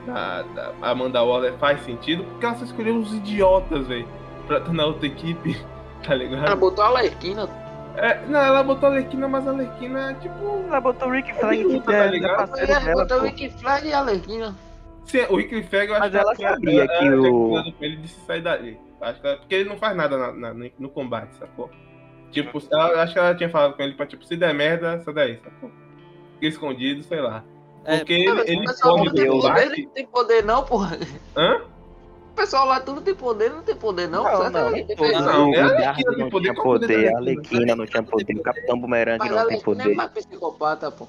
B: da, da Amanda Waller faz sentido? Porque ela só escolheu uns idiotas, velho, pra estar na outra equipe, [laughs] tá
D: Ela
B: ligado?
D: botou a Lerquina.
B: É, não, ela botou a Alequina, mas a Alequina, tipo.
C: Ela botou o Rick Flag
B: Minuta,
C: que
B: tá
C: é,
B: ligado?
C: é parceiro dela,
D: botou o
C: pô.
D: Rick Flag e a Lerquina.
B: se- o Rick Flag, eu acho
C: Mas
B: que
C: ela
B: tinha-
C: sabia que
B: tinha
C: o-
B: falado pra ele de se sair dali. Acho que ela- porque ele não faz nada na- na- no, no combate, sacou? Tipo, ela, acho que ela tinha falado com ele pra, tipo, se der merda, sai daí, sacou? Fica escondido, sei lá.
A: É,
B: Porque ele, ele
D: o pessoal
B: corre
D: não tem
B: do
D: poder,
B: combate.
D: não
C: né?
D: tem poder não, porra.
B: Hã?
D: O pessoal lá tudo tem poder, não tem poder não. tá
C: Não,
D: Sai
C: não,
D: daí,
C: não,
D: defesa.
B: Não,
C: O
B: é a Alequina
C: Garden
B: tem
C: não
B: poder,
C: tinha
B: qual o poder da
C: poder, a né?
B: Alequina?
C: Alequina não tinha poder, o Capitão Boomerang
D: Mas
C: não
D: ela
C: tem
D: é
C: poder.
D: mais psicopata, pô.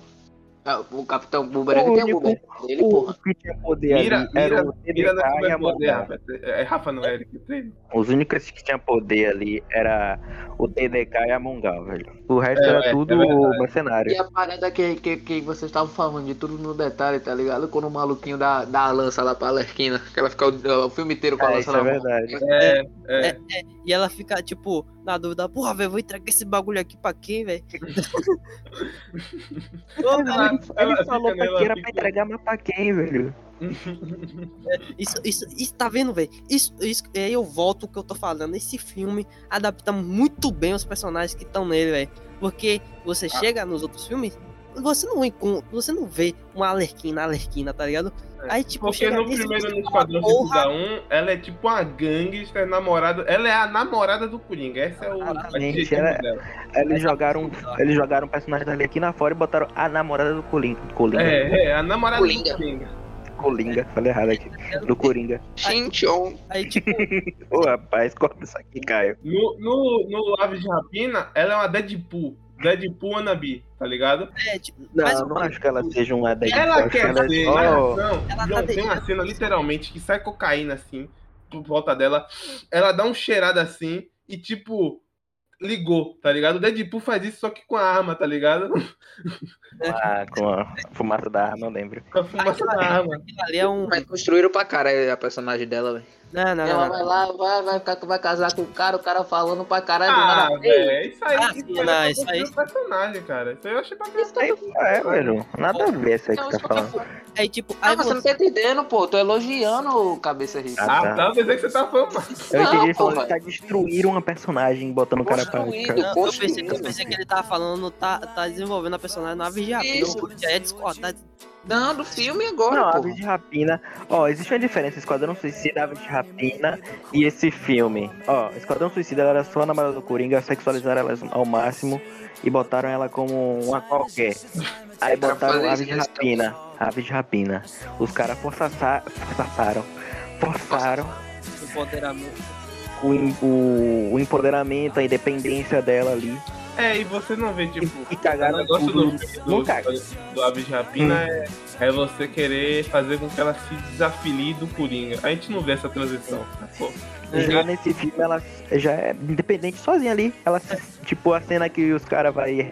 D: Ah, O Capitão Boomerang
C: O
D: tem
C: único-
D: o Boomerang dele,
C: O
D: porra.
C: que tinha poder
B: Mira,
C: ali
B: mira,
C: era o
B: mira não é
C: TDK e a
B: superpoder,
C: Mandala.
B: Rafa. É, é Rafa, não é Eric Treino?
C: Os únicos que tinham poder ali era o TDK e a Mongal, velho. O resto
B: É,
C: era
B: é,
C: tudo
B: é verdade.
C: mercenário.
D: E a parada que, que, que vocês estavam falando de tudo no detalhe, tá ligado? Quando o maluquinho dá, dá a lança lá pra Lerquina, que ela fica o, o filme inteiro com a
C: É,
D: lança
C: isso é
D: na mão.
C: verdade.
B: É, é.
A: E ela fica, tipo, na dúvida, porra, velho, vou entregar esse bagulho aqui pra quem,
B: [laughs]
A: velho? Ô, velho,
B: Ela- ela
C: Ele
B: fica assim
C: falou
B: nela,
C: pra
B: tipo,
C: que era pra
B: fica-
C: entregar, mas pra quem, velho?
A: Isso, isso, isso, tá vendo, velho? Isso, isso, e aí eu volto o que eu tô falando. Esse filme adapta muito bem os personagens que estão nele, velho. Porque você
B: Ah.
A: chega nos outros filmes, você não encontra, você não vê uma alerquina, alerquina, tá ligado?
B: É,
A: Aí, tipo,
B: Porque
A: chega
B: no
A: nesse
B: primeiro
A: filme,
B: no Esquadrão
A: porra,
B: Suicida 1, ela é tipo uma gangster namorada. Ela é a namorada do Coringa. Essa é o
C: Exatamente,
B: adjetivo
C: Ah, ela-
B: dela.
C: Eles
B: um
C: jogaram, um eles jogaram o personagem da Alequina fora e botaram a namorada do Colinga. Colinga.
B: É, é, a namorada
D: Coringa.
B: do Coringa.
C: Colinga. Falei errado aqui. Do Coringa.
D: Xinchon.
A: Aí, tipo,
B: [laughs]
C: Ô, rapaz, corta isso aqui, Caio.
B: No, no, no Aves de Rapina, ela é uma Deadpool. Deadpool Anabi, tá ligado?
A: é, tipo,
C: Não,
A: Mas-
C: eu não acho que ela seja uma daí.
B: Ela quer né?
C: ela
B: ser,
C: é
B: mas
C: só...
B: não.
A: Ela tá
B: João, tem uma
A: deitada.
B: cena, literalmente, que sai cocaína, assim, por volta dela. Ela dá um cheirada, assim, e, tipo, ligou, tá ligado? O Deadpool faz isso só que com a arma, tá ligado? [laughs]
C: Ah, com a fumaça da arma, não lembro.
B: Com a fumaça da arma.
A: aquilo ali é um.
D: Mas construíram pra caralho a personagem dela, velho.
A: Não, não,
D: Ela
A: não.
C: Ah.
D: vai
A: não.
D: lá, vai, vai, ficar- vai casar com o cara, o cara falando pra caralho. né? do
B: Ah,
D: nada,
B: velho, é isso aí.
A: Ah,
B: isso
A: sim,
B: aí
A: não,
B: é
A: isso aí-
B: construir o personagem, cara. Isso aí eu achei pra
D: Isso
C: Aí,
D: que eu tô-
C: é, velho. Nada a ver isso aí que você
D: Não, isso
C: tá
D: que eu tô
C: falando.
D: falando.
A: Aí, tipo, aí
D: Não, você
A: você.
D: não tá entendendo, pô. Tô elogiando o cabeça rica.
C: Ah,
B: Ah,
C: tá.
B: tá. Eu pensei que você tá falando.
C: Eu
D: Não,
C: entendi ele
D: pô,
C: falando que tá destruindo uma personagem, botando o cara pra.
D: Construído.
C: cara.
A: Não, eu, pensei, eu pensei que ele tava falando, tá, tá desenvolvendo a personagem na vigiatura.
D: Isso.
A: Já é discordar.
D: Não, do filme agora,
C: Não,
D: pô.
C: Aves de Rapina. Ó, existe uma diferença: Esquadrão Suicida, Aves de Rapina e esse filme. Ó, Esquadrão Suicida ela era só a namorada do Coringa, sexualizaram ela ao máximo e botaram ela como uma qualquer. Aí
D: Pra
C: botaram
D: fazer
C: Aves de
D: isso,
C: Rapina. Aves de Rapina. Os caras forçaça- forçaram. Forçaram
A: Empoderamento.
C: o, em- o- o empoderamento, a independência dela ali.
B: É, e você não vê, tipo.
C: E
B: o
C: cagaram
B: negócio
C: tudo.
B: do, do,
C: Não caga.
B: do, do Aves de Rapina é, é você querer fazer com que ela se desafilie do Coringa. A gente não vê essa transição. Pô,
C: Já nesse filme ela já é independente sozinha ali. Ela tipo a cena que os caras vai re-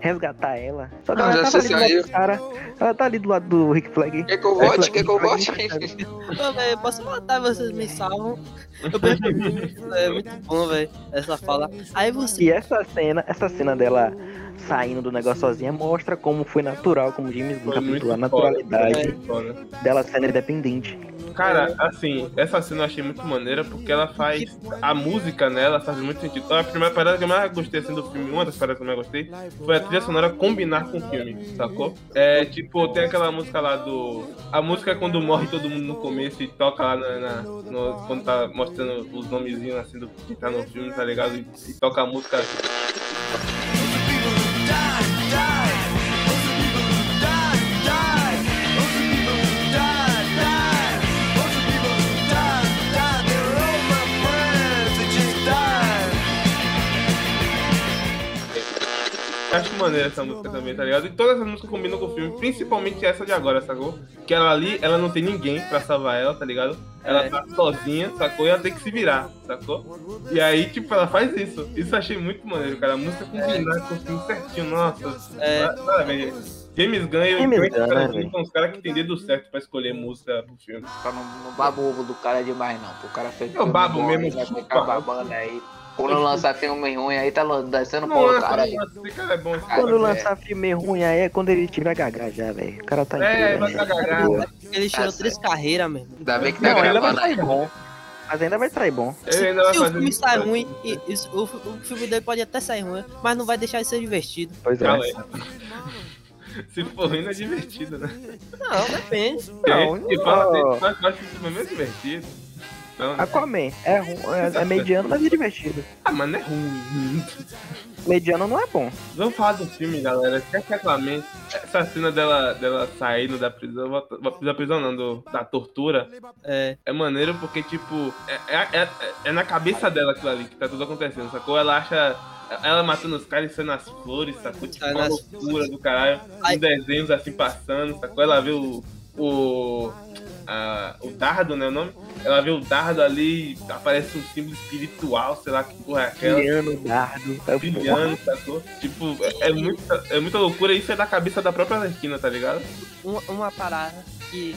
C: resgatar ela. Só que
D: Ah,
C: ela
D: já
C: tava ali
D: sei
C: do lado
D: saiu.
C: do cara. Ela tá ali do lado do Rick Flag.
D: Quer que eu
C: Aí
D: vote?
C: Flag-
D: Quer que eu
C: Flag-
D: vote? [laughs]
A: Ô, velho, posso matar vocês, me salvam. Eu
B: [laughs]
A: prefiro- é muito bom, velho, essa fala. Aí você.
C: E essa cena, essa cena dela saindo do negócio sozinha mostra como foi natural, como James Gunn
B: foi muito
C: capítulo, a
B: foda, né?
C: naturalidade
B: foi muito foda.
C: dela sendo independente.
B: Cara, assim, essa cena eu achei muito maneira porque ela faz. A música nela faz muito sentido. Então, a primeira parada que eu mais gostei assim, do filme, uma das paradas que eu mais gostei, foi a trilha sonora combinar com o filme, sacou? É tipo, tem aquela música lá do. A música é quando morre todo mundo no começo e toca lá na. na- no- quando tá mostrando os nomezinhos assim do que tá no filme, tá ligado? E, e toca a música. Acho maneira essa música também, tá ligado? E todas as músicas combinam com o filme, principalmente essa de agora, sacou? Que ela ali, ela não tem ninguém pra salvar ela, tá ligado? Ela
A: É.
B: tá sozinha, sacou? E ela tem que se virar, sacou? E aí, tipo, ela faz isso. Isso eu achei muito maneiro, cara. A música combinada com o filme certinho, nossa.
A: É.
B: Parabéns. James Gunn e
C: James
B: Quentin
C: Gunn, né,
B: Tarantino
C: velho?
B: são os caras que tem dedo certo pra escolher música pro filme.
D: Pra não, não baba o ovo do cara é demais, não. pô. É O cara fez
B: Eu babo
D: bom,
B: mesmo,
D: ele vai
B: chupa.
D: ficar babando aí. Quando lançar filme ruim aí, tá lan- descendo o
B: Não,
D: pau do
B: lança,
D: cara
B: não
D: aí.
B: lança. Esse cara é bom. esse
D: Ah,
B: cara é
C: Quando
B: bom.
C: lançar filme ruim aí é quando ele tiver gagar já, velho. O cara tá
B: É, vai
C: incrível, né?
B: cagar.
A: Ele tirou
D: certo.
A: três carreiras, meu irmão.
D: Ainda bem que tá
C: Não, ainda vai
D: gravando aí.
C: sair bom. Mas ainda vai sair bom.
B: Ele
A: Se,
B: ainda vai
A: se o
B: fazer
A: filme
B: isso. né?
A: sai ruim, e- e se- o, fi- o filme dele pode até sair ruim, mas não vai deixar de ser divertido.
C: Pois é.
B: Calma aí. [laughs] Se for ruim, não é divertido, né?
A: Não, depende.
C: Não,
B: Gente, que
C: não.
B: fala dele, mas eu acho que isso não é meio divertido. Não, né?
C: Aquaman é, ru- é, é mediano, mas é divertido.
B: Ah, mas não é ruim.
C: Mediano não é bom.
B: Vamos falar do filme, galera. Quer que reclame? Essa cena dela, dela saindo da prisão, volta- da prisão não, do- da tortura,
A: É,
B: é maneiro porque, tipo, é, é- é- é na cabeça dela aquilo ali que tá tudo acontecendo, sacou? Ela acha. Ela matando os caras e saindo nas flores, sacou? Tipo,
A: Sai
B: uma
A: nas
B: loucura do caralho.
A: Ai.
B: Uns desenhos assim passando, sacou? Ela vê o. o. a- o dardo, né? O nome? Ela vê o dardo ali, aparece um símbolo espiritual, sei lá que porra é aquela
C: Mediano, dardo. É bom.
B: brilhando, sacou? Tipo, é, é muita, é muita loucura. Isso é da cabeça da própria Arlequina, tá ligado?
A: uma, uma parada que,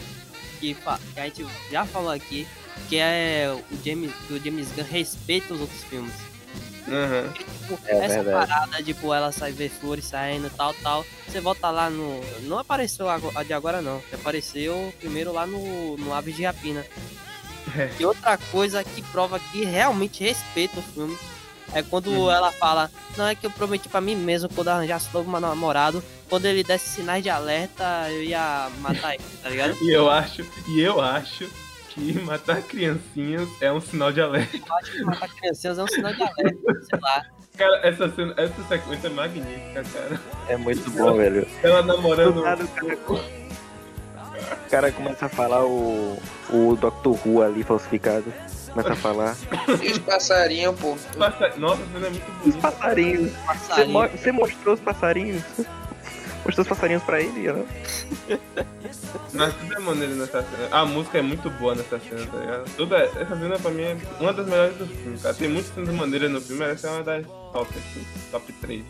A: que, fa- que a gente já falou aqui, que é o James, que o James Gunn respeita os outros filmes.
B: Aham.
A: Tipo,
C: É
A: essa
C: verdade.
A: parada, tipo, ela sai ver flores saindo, tal, tal. Você volta lá no. Não apareceu ago- a de agora, não. Que Apareceu primeiro lá no, no Aves de Rapina.
B: É.
A: E outra coisa que prova que realmente respeita o filme é quando
B: Uhum.
A: ela fala: Não é que eu prometi pra mim mesmo quando eu arranjasse logo um namorado. Quando ele desse sinais de alerta, eu ia matar ele, tá ligado?
B: E eu acho, e eu acho que matar criancinhas é um sinal de alerta.
A: Eu acho que matar criancinhas é um sinal de alerta, sei lá. é
B: Cara, essa, cena, essa sequência é magnífica, cara.
C: É muito bom, velho.
B: Ela
C: Do
B: namorando.
C: nada o cara, o cara começa a falar o, o Dr. Who ali falsificado. Começa a falar.
D: E os passarinhos, pô.
B: Passa- Nossa, essa cena é muito
C: Os
B: bonita.
C: passarinhos. Você,
A: Passarinho.
C: mo- você mostrou os passarinhos? [laughs] Mostrou os passarinhos pra ele, né?
B: Mas tudo é maneiro nessa cena. A música é muito boa nessa cena, tá ligado? Toda, essa cena pra mim é uma das melhores do filme, cara. Tem muitas cenas maneiras no filme, mas essa é uma das top, assim, top 3.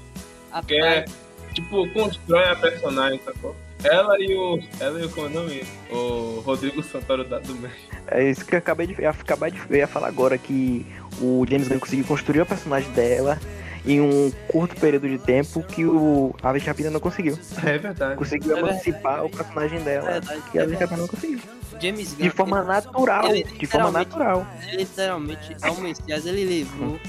A: A
B: que é, tipo, constrói a personagem, sacou? Ela e o. Ela e o como é o nome? O Rodrigo Santoro da do México.
C: É isso que eu acabei de, eu acabei de eu ia falar agora, que o James Gunn conseguiu construir a personagem dela em um curto período de tempo que o Aves de Rapina não conseguiu.
B: É verdade.
C: Conseguiu
A: É
C: emancipar o personagem dela.
A: verdade,
C: que a Aves de
A: é
C: Rapina não conseguiu.
A: verdade. James Gunn.
C: De forma natural.
A: Ele-
C: De forma
A: literalmente-
C: natural.
A: Ele literalmente é um Messias, ele livrou.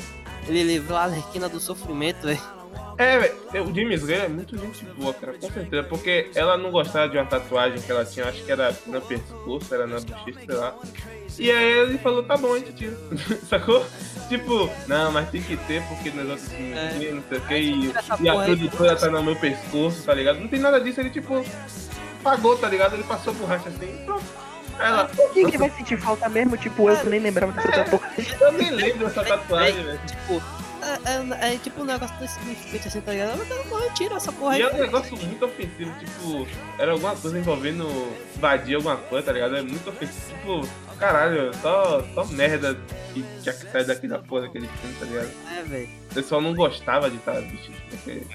A: Ele livrou a Arlequina do sofrimento, velho.
B: É, velho, o James Gunn é muito gente boa, cara, com certeza. Porque ela não gostava de uma tatuagem que ela tinha, acho que era no pescoço, era na bochecha, sei lá. E aí ele falou, tá bom, a gente tira. [laughs] Sacou? Tipo, não, mas tem que ter, porque nós outros filmes
A: É.
B: aqui, não sei o que, e,
A: Essa
B: e a
A: porra aí.
B: produtora tá no meu pescoço, tá ligado? Não tem nada disso, ele tipo, pagou, tá ligado? Ele passou borracha assim, pronto. Aí ela,
C: Quem que vai sentir falta mesmo? Tipo, eu que nem lembrava dessa tatuagem.
B: Eu nem lembro dessa tatuagem, velho.
A: Tipo, é, é- é tipo um negócio tão significante assim, tá ligado? Eu quero morrer, tira essa porra
B: E
A: aí.
B: é um negócio muito ofensivo, tipo, era alguma coisa envolvendo invadir alguma coisa, tá ligado? É muito ofensivo, tipo, caralho, só, só merda que tinha que sair daqui da porra daquele filme, tá ligado?
A: É, velho.
B: O pessoal não gostava de estar vestido com aquele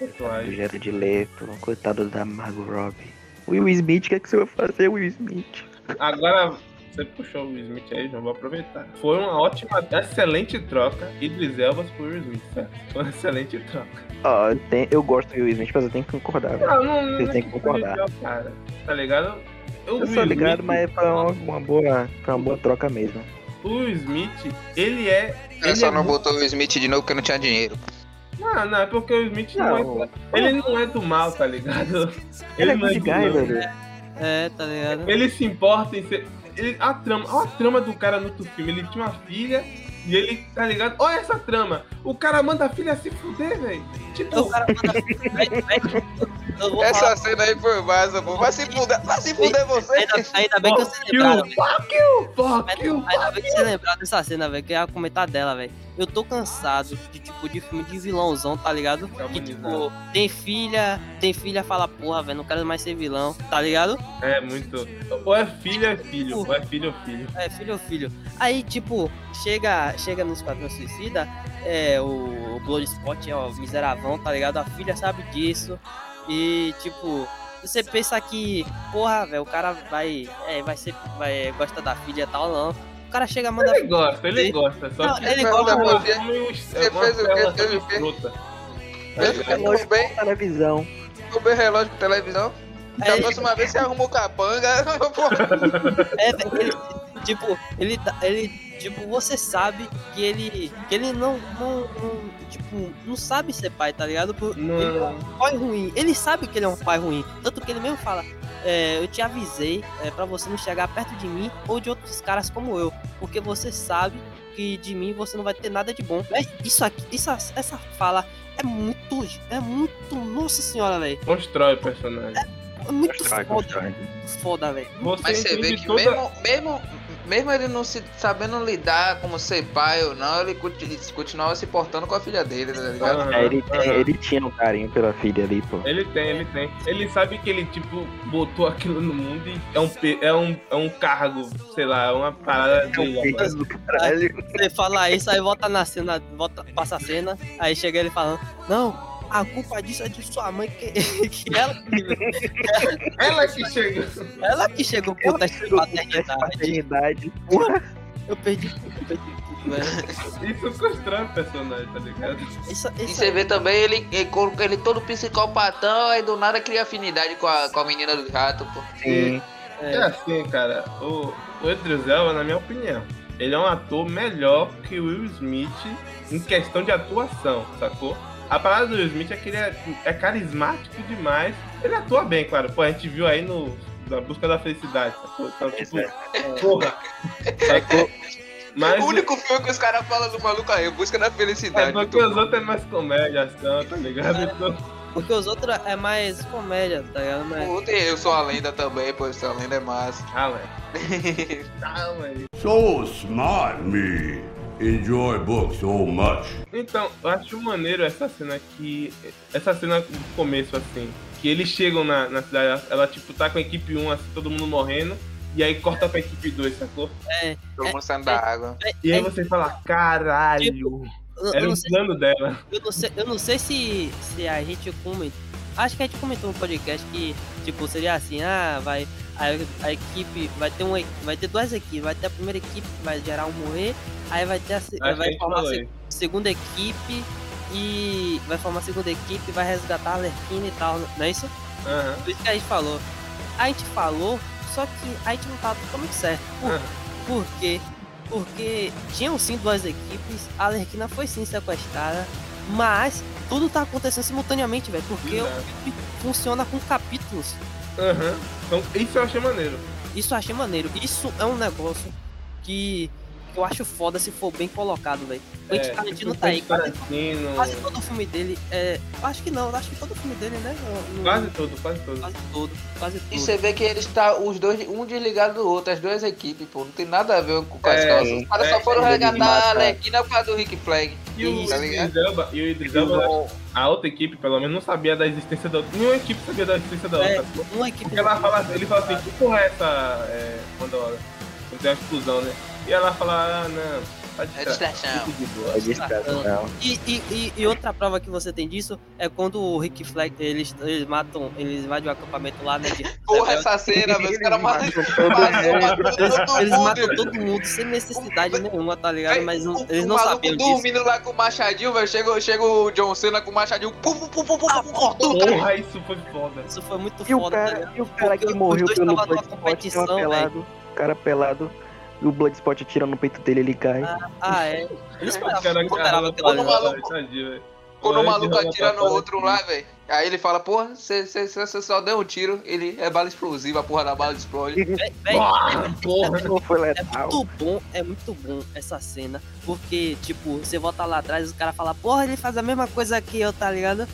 C: Do
B: tatuagem.
C: Jared Leto, coitado da Margot Robbie. Will Smith, o que, é que você vai fazer, Will Smith?
B: Agora, você puxou o Will Smith aí, João, vou aproveitar. Foi uma ótima, excelente troca, Idris Elba por Will Smith, tá? Foi uma excelente troca.
C: Ó, eu tenho- eu gosto do Will Smith, mas eu tenho que concordar, velho.
B: Ah, não, não
C: Vocês têm que concordar.
B: Cara, tá ligado?
C: Eu sou ligado, mas foi uma, uma boa, foi uma boa troca mesmo.
B: O Will Smith, ele é.
D: Eu
B: Ele
D: só
B: é
D: não
B: muito-
D: botou o Smith de novo porque não tinha dinheiro.
B: Não, não, é porque o Smith não,
C: Não,
B: é. Ele não é do mal, tá ligado?
C: ele é
B: não
C: good
B: do
C: guy,
B: mal.
C: velho.
A: É, tá ligado?
B: Ele se importa em ser. Ele, a trama, olha a trama do cara no outro filme. Ele tinha uma filha e ele, tá ligado? Olha essa trama. O cara manda a filha se fuder, velho. Tipo,
A: O cara manda. Véi, véi, Eu vou
D: Essa
A: falar.
D: cena aí foi massa, pô. Vai se fuder, vai se fuder você.
A: Ainda, ainda bem que você
B: fuck you,
A: lembrou.
B: fuck you, fuck you.
A: Ainda, ainda bem que você lembrou dessa cena, velho, que eu ia comentar dela, velho. Eu tô cansado de, tipo, de filme de vilãozão, tá ligado?
B: Tá
A: Que,
B: bonitão.
A: tipo, tem filha, tem filha, fala, porra, velho, não quero mais ser vilão, tá ligado?
B: É muito. Ou é filho, é filho. Ou é filho, é filho.
A: É, filho ou filho. Aí, tipo, chega, chega no Esquadrão Suicida, é, o, o Bloodspot é o miseravão, tá ligado? A filha sabe disso. E, tipo, você pensa que, porra, velho, o cara vai, é, vai ser, vai, gosta da filha e tal, não. O cara chega, manda...
B: Ele gosta, ele gosta. Só
A: Não,
B: que
A: ele
B: é
A: gosta
B: uma
D: muito.
B: forma e uns-
D: Você
B: é uma
D: fez o quê?
B: tela
D: Fez o quê?
B: escrota.
D: Vê se
B: ligado?
D: Ficou bem,
C: tá Televisão.
D: ficou bem relógio com televisão. Da
A: É,
D: próxima vez você arruma o capanga. [laughs]
A: É, velho, ele, tipo, ele, dá- ele, tipo, você sabe que ele, que ele não, não, não, tipo, não sabe ser pai, tá ligado? Por-
B: Não.
A: Ele é um pai ruim. Ele sabe que ele é um pai ruim, tanto que ele mesmo fala, é, eu te avisei é, para você não chegar perto de mim ou de outros caras como eu, porque você sabe que de mim você não vai ter nada de bom. Mas isso aqui, isso, essa fala é muito, é muito, nossa senhora, velho,
B: Constrói o personagem.
A: é muito
C: Constrói,
A: foda,
C: constrói.
A: foda, velho.
B: Você
D: Mas você vê
B: entende
D: que
B: toda-
D: mesmo, mesmo, mesmo ele não se sabendo lidar como ser pai ou não, ele conti- ele continuava se portando com a filha dele, tá ligado?
B: Aham,
C: É, ele,
B: aham.
C: ele tinha um carinho pela filha ali, pô.
B: Ele tem, ele tem. Ele sabe que ele, tipo, botou aquilo no mundo e é um, pe- é um, é um cargo, sei lá, é uma parada dele.
C: Filho do caralho.
A: Você fala isso, aí volta na cena, volta, passa a cena, aí chega ele falando, não, a culpa disso é de sua mãe, que, que [laughs] ela, que-
B: Ela que chegou.
A: ela que chegou pro teste de paternidade.
C: Paternidade.
A: Eu perdi tudo, eu perdi tudo, velho.
B: Isso constrói o personagem, tá ligado?
A: Isso,
D: E
A: É isso
D: você vê também ele, ele, colo- ele todo psicopatão, aí do nada cria afinidade com a, com a menina do rato, pô.
C: Sim.
B: É assim, cara. O, o Idris Elba, na minha opinião, ele é um ator melhor que o Will Smith em questão de atuação, sacou? A parada do Will Smith é que ele é, é carismático demais. Ele atua bem, claro. Pô, a gente viu aí no na busca da felicidade, sacou? Então, tipo, porra.
D: [laughs]
B: Sacou? Mas
D: É o único filme que os caras falam do maluco aí, Busca da Felicidade.
B: é, porque
D: tu.
B: os outros é mais comédia, ação, tá
D: É.
B: ligado? Então,
A: porque os outros é mais comédia, tá ligado? Mas,
D: Pô, tem Eu Sou a Lenda também, pô, Eu Sou a Lenda é massa.
B: calma aí, calma aí.
F: So smart, me. Enjoy books so much.
B: Então, eu acho maneiro essa cena que. Essa cena do começo, assim. Que eles chegam na, na cidade, ela, ela, tipo, tá com a equipe 1, assim, todo mundo morrendo. E aí corta pra equipe 2, sacou?
D: Todo mundo saindo da água.
B: E aí
A: É.
B: você fala, caralho,
A: eu, eu
B: era um
A: não
B: o
A: sei,
B: plano dela.
A: eu não sei, eu não sei se, se a gente comentou. Acho que a gente comentou no podcast que, tipo, seria assim, ah, vai. A, a equipe vai ter um, vai ter duas equipes, vai ter a primeira equipe que vai gerar um morrer, aí vai ter a, se-
B: Acho que
A: vai
B: a
A: assim.
B: gente
A: formar a
B: falou
A: se-
B: aí.
A: segunda equipe e vai formar a segunda equipe, vai resgatar a Lerquina e tal, não é isso?
B: Aham.
A: Por isso que a gente falou. A gente falou, só que a gente não tava totalmente certo. Por,
B: Ah.
A: por quê? Porque tinham sim duas equipes, a Lerquina foi sim sequestrada, mas tudo tá acontecendo simultaneamente, velho, porque o
B: Exato.
A: filme funciona com capítulos.
B: Aham. Então, isso eu achei maneiro.
A: Isso eu achei maneiro. Isso é um negócio que eu acho foda se for bem colocado, velho. O
B: É,
A: Quentin
B: tipo,
A: Tarantino tá aí, cara.
B: Tarantino,
A: Quase todo o filme dele é. Acho que não, acho que todo o filme dele, né? no- no-
B: Quase todo, quase todo.
A: Quase todo, quase todo.
D: E você vê que eles tá os dois, um desligado do outro, as duas equipes, pô. Não tem nada a ver com com as
B: É,
D: calças. Os caras só
B: é,
D: foram
C: é,
D: resgatar a
C: mata.
D: Alequina por causa do Rick Flag.
B: E o
A: Isso, tá
B: Idris Elba, e o Idris
D: Uhum.
B: Elba, a outra equipe, pelo menos, não sabia da existência da outra. Nenhuma equipe sabia da existência da outra.
A: É,
B: sacou?
A: uma equipe.
B: Porque ela fala, ele fala assim, que porra é essa é, quando ela- quando tem uma explosão, né? E ela fala, ah, não, tá
D: É
B: distraída.
D: distração.
B: Fica de boa.
C: É distração.
A: E, e, e, e outra prova que você tem disso é quando o Rick Flag, eles, eles matam, eles invadem o acampamento lá, né? de-
D: [laughs] Porra, essa cena, velho. Os caras matam
A: é
D: matou
A: Eles, eles
D: todo
A: matam
D: mundo.
A: todo mundo sem necessidade nenhuma, tá ligado?
D: Aí,
A: Mas não-
D: o-
A: eles
D: o
A: não
D: maluco
A: sabiam disso.
D: dormindo lá com o Machadinho, velho. Chega, chega o John Cena com o Machadinho. Pum, pum, pum, pum,
A: Ah,
D: pum, pum, cortou.
B: Porra, isso foi foda.
A: Isso foi muito
C: E o
A: foda, tá
C: cara,
A: ligado?
C: e o cara
A: Porque
C: que
A: os
C: morreu
A: dois tava
C: pelo
A: numa
C: Bloodspot,
A: competição,
C: tava
A: velho.
C: pelado. O cara pelado. E o Bloodspot atirando no peito dele, ele cai.
A: Ah, é. Eles
B: Os caras
A: esperavam- esperavam aquilo ali.
D: Quando o maluco-
B: Tadinho, velho.
D: Quando o
B: Olha,
D: maluco
B: joga
D: atira
B: pra
D: no
B: fora,
D: outro
B: assim.
D: lá, velho. Aí ele fala, porra, você só deu um tiro, ele é bala explosiva, a porra da bala explode.
A: Véi,
B: Ah, porra.
C: Não foi
A: É
C: letal.
A: muito bom, é muito bom essa cena, porque, tipo, você volta lá atrás e o cara fala, porra, ele faz a mesma coisa que eu, tá ligado?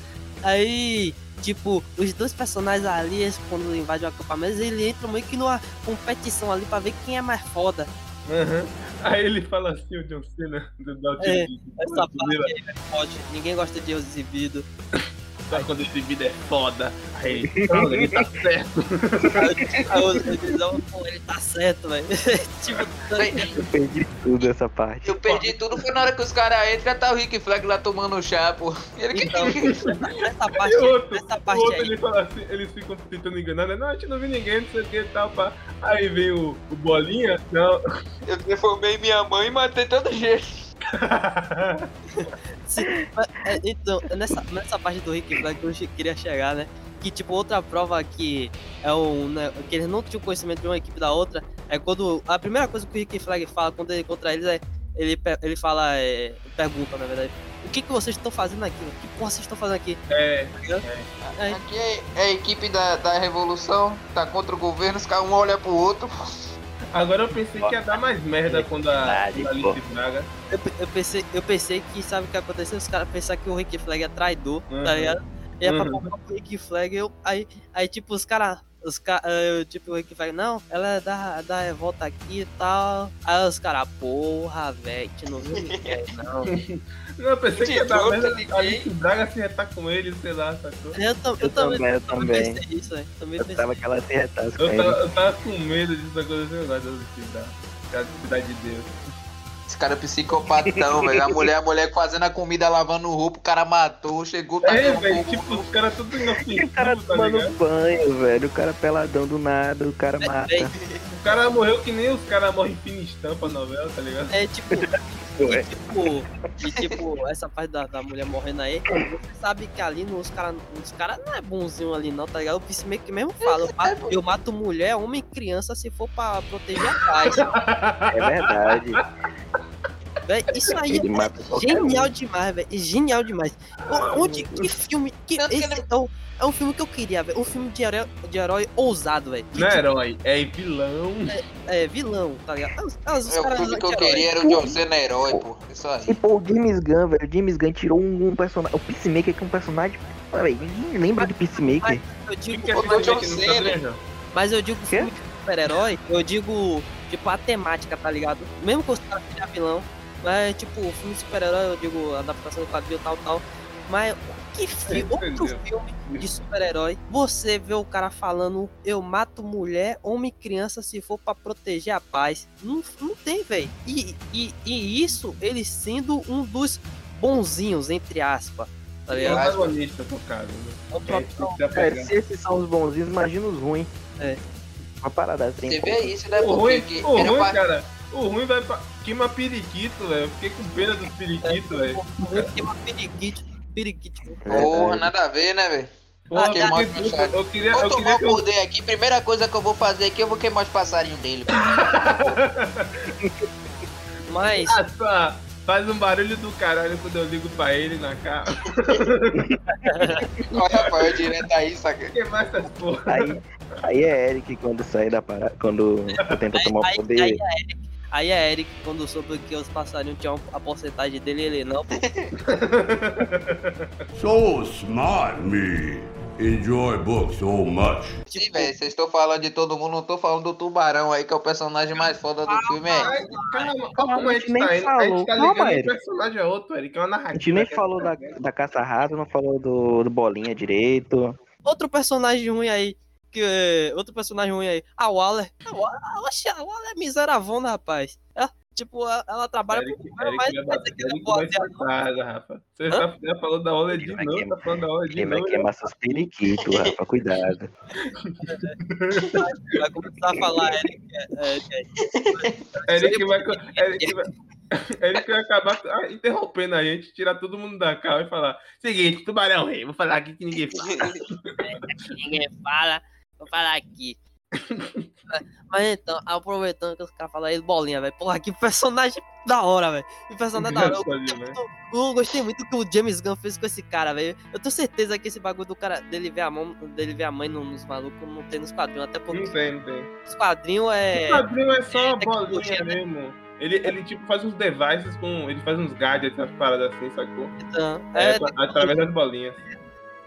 A: Aí, tipo, os dois personagens ali, eles, quando invadem o acampamento, eles entram meio que numa competição ali pra ver quem é mais foda.
B: Aham. Aí ele fala assim, o John Cena, do Dalton.
A: É, Essa
B: Godzilla,
A: parte aí, velho, pode. Ninguém gosta de exibido.
B: Sabe quando esse vídeo é foda? Aí
A: [laughs]
B: ele fala, ele tá certo.
A: Aí o Zebizão, pô, ele tá certo, velho. [laughs] tipo, tá-
C: Eu perdi tudo essa parte.
D: Eu perdi tudo, foi na hora que os caras entram, tá o Rick Flag lá tomando um chá, pô. E ele, que
A: então,
D: que
A: essa
B: E
A: parte
B: o
A: aí,
B: outro,
A: essa
B: o
A: parte
B: outro
A: aí.
B: ele fala assim, eles ficam tentando enganar, né? Não, a gente não viu ninguém, não sei o que e tal, pá. Aí vem o, o Bolinha, não.
D: [laughs]
B: [laughs]
D: Eu deformei minha mãe e matei todo jeito.
A: Sim, mas, é, então, nessa, nessa parte do Rick Flag que eu che- queria chegar, né? Que, tipo, outra prova que é um. né, que eles não tinham conhecimento de uma equipe da outra. É quando. A primeira coisa que o Rick Flag fala quando ele contra eles é. Ele, pe- ele fala. é, pergunta, na verdade. O que, que vocês estão fazendo aqui? O que porra vocês estão fazendo aqui?
B: É,
A: Aí-
D: Aqui é, é a equipe da, da revolução, tá contra o governo, os caras um olha pro outro.
B: agora eu pensei que ia dar mais merda quando a, quando a Alice Braga.
A: Eu, pe- eu pensei, eu pensei que, sabe o que aconteceu? Os caras pensaram que o Rick Flag é traidor,
B: Uhum.
A: tá ligado? E é pra
B: Uhum.
A: comprar o Rick Flag. Eu, aí, aí, tipo, os caras. Os ca... eh, eu, tipo, o Rick Flag, não, ela é da, da revolta aqui e tal. Aí os caras, porra, velho, que não viu ninguém, não.
B: Não, eu pensei que ia dar
D: Idiota,
B: merda.
D: ninguém.
B: A Alice Braga se retar com ele, sei lá, sacou?
A: Eu, tam- eu
C: Eu
A: também,
C: também, eu também.
A: pensei isso, velho. Também
C: Eu
A: pensei.
C: tava aquela terretaça com
B: Eu tava,
C: ele.
B: eu tava com medo disso acontecer agora da cidade, da cidade de Deus.
D: Esse cara é psicopatão, velho. A mulher, a mulher fazendo a comida, lavando roupa, o cara matou, chegou, tá
B: É, velho, tipo, os caras tudo
C: O
B: inofensivos, tá
C: cara
B: ligado?
C: tomando banho, velho. O cara peladão do nada, o cara
A: É
C: mata.
A: Véi,
B: O cara morreu que nem os caras morrem em fina estampa na novela, tá ligado?
A: É tipo.
C: [laughs] Ué.
A: e, tipo, e, tipo, essa parte da, da mulher morrendo aí, você sabe que ali nos caras os cara não é bonzinho ali não, tá ligado? O Vince meio que mesmo
D: É,
A: fala, eu mato, eu mato mulher, homem e criança se for pra proteger a
C: [laughs]
A: paz.
C: É verdade.
A: [laughs] Véi, isso aí
C: Ele mata
A: é
C: qualquer um.
A: genial demais, velho. Genial demais. O- Onde que filme. Que
D: Tanto que
A: esse
D: ele-
A: é, um, é um filme que eu queria, velho. Um filme de herói, de herói ousado, velho. Que,
C: Né?
A: tipo,
B: Não é herói, é vilão.
A: É, vilão, tá ligado? Ah, os- ah, os
D: É, o
A: caras
D: filme que eu
A: anti-herói.
D: queria era o John Cena herói, pô. Isso aí.
C: E pô, o James Gunn, velho. O James Gunn tirou um, um personagem. O Peacemaker que é um personagem. Ah, velho, ninguém lembra do Peacemaker.
A: Eu
B: O que
A: digo,
B: que é
D: Ô,
B: esse
D: John
B: aqui no
D: Cena.
B: quadrinho?
A: Mas eu digo
C: Quê?
A: filme de super-herói, eu digo, tipo, a temática, tá ligado? Mesmo que os caras sejam vilão, mas, tipo, filme de super-herói, eu digo, adaptação do quadril, tal, tal. Mas que filme, outro
B: Entendeu.
A: filme de super-herói, você vê o cara falando, eu mato mulher, homem e criança se for pra proteger a paz. Não, não tem, velho. E, e, e isso, ele sendo um dos bonzinhos, entre aspas. Tá
B: É
A: ligado?
B: antagonista, pô, cara. né?
A: É o
B: É,
A: próprio-
B: tem que se
C: Velho,
B: apegar.
C: se esses são os bonzinhos, imagina os ruins.
A: É.
C: Uma parada assim.
D: Você
C: pô.
D: vê isso, né?
B: O ruim,
D: Porque
B: o
D: era
B: ruim, é
D: pra-
B: cara. O ruim vai pra. Queima periquito, velho. Eu fiquei com pena dos periquitos, velho.
D: Ah,
A: Eu tenho é uma periquite, periquite.
D: Porra, nada a ver, né, velho?
B: Porra,
D: queimar
B: eu
D: o
B: fiquei puto.
D: chat.
B: Eu queria,
D: Vou
B: eu
D: tomar
B: queria
D: o
B: que eu.
D: poder aqui, primeira coisa que eu vou fazer aqui, eu vou queimar os passarinhos
B: [laughs]
D: dele. pô.
A: Mas.
B: Ah, tá. Faz um barulho do caralho quando eu ligo pra ele na cara.
D: Olha, rapaz, eu direto aí, saca?
B: Queimar essas porra.
C: Aí, aí é Eric quando sai da parada. Quando tenta tomar o
A: Aí, é
C: poder.
A: aí a Eric, aí a Eric, quando soube que os passarinhos tinham a porcentagem dele, ele não. pô,
F: So smart me. Enjoy books so much.
D: Sim, velho, vocês estão falando de todo mundo, não tô falando do tubarão aí, que é o personagem mais foda do filme, é.
B: Ai, Calma, calma, a gente
C: nem
B: tá indo. A gente
C: falou.
B: tá
C: Calma,
B: ligando um
C: Eric.
B: personagem a outro, Eric. É uma narrativa.
C: A gente nem
B: que é-
C: falou da, da caça-rato, não falou do, do bolinha direito.
A: Outro personagem ruim aí. Que, é, outro personagem ruim aí. A Waller. A Waller, a Waller- a Waller é miseravona, rapaz. Ela, tipo, ela, ela trabalha
B: Eric,
A: com
B: Eric
A: mas
B: vai
A: mas
B: bater,
A: é que ela é
B: Eric
A: boa
B: vai
A: dela.
B: chutar, Rafa. Você
A: Hã?
B: tá já falou da aula de
C: Ele vai
B: não,
C: queimar.
B: tá falando da aula de
C: Ele vai
B: não.
C: queimar seus periquitos, Rafa. Cuidado.
A: Vai começar a falar, Eric. é, é, é.
B: Eric vai, Eric vai, [laughs] Eric vai acabar ah, interrompendo a gente, tirar todo mundo da calma e falar: seguinte, tubarão rei, vou falar aqui que ninguém fala.
A: Ninguém fala. Vou falar
B: [laughs]
A: aqui. Mas então, aproveitando que os caras falaram aí, bolinha, velho. Porra, que personagem da hora, velho. Que personagem da hora. Eu-
B: Engraçado demais.
A: Eu gostei muito do que o James Gunn fez com esse cara, velho. Eu tenho certeza que esse bagulho do cara dele ver a mão, dele ver a mãe no- nos malucos não tem nos quadrinhos, até porque
B: Não tem, não tem.
A: os quadrinhos é.
B: O quadrinho é só uma
A: é tecnologia,
B: bolinha mesmo. Ele, ele tipo faz uns devices com. Ele faz uns gadgets, umas paradas assim, sacou?
A: Então,
B: É,
A: é,
B: através das bolinhas.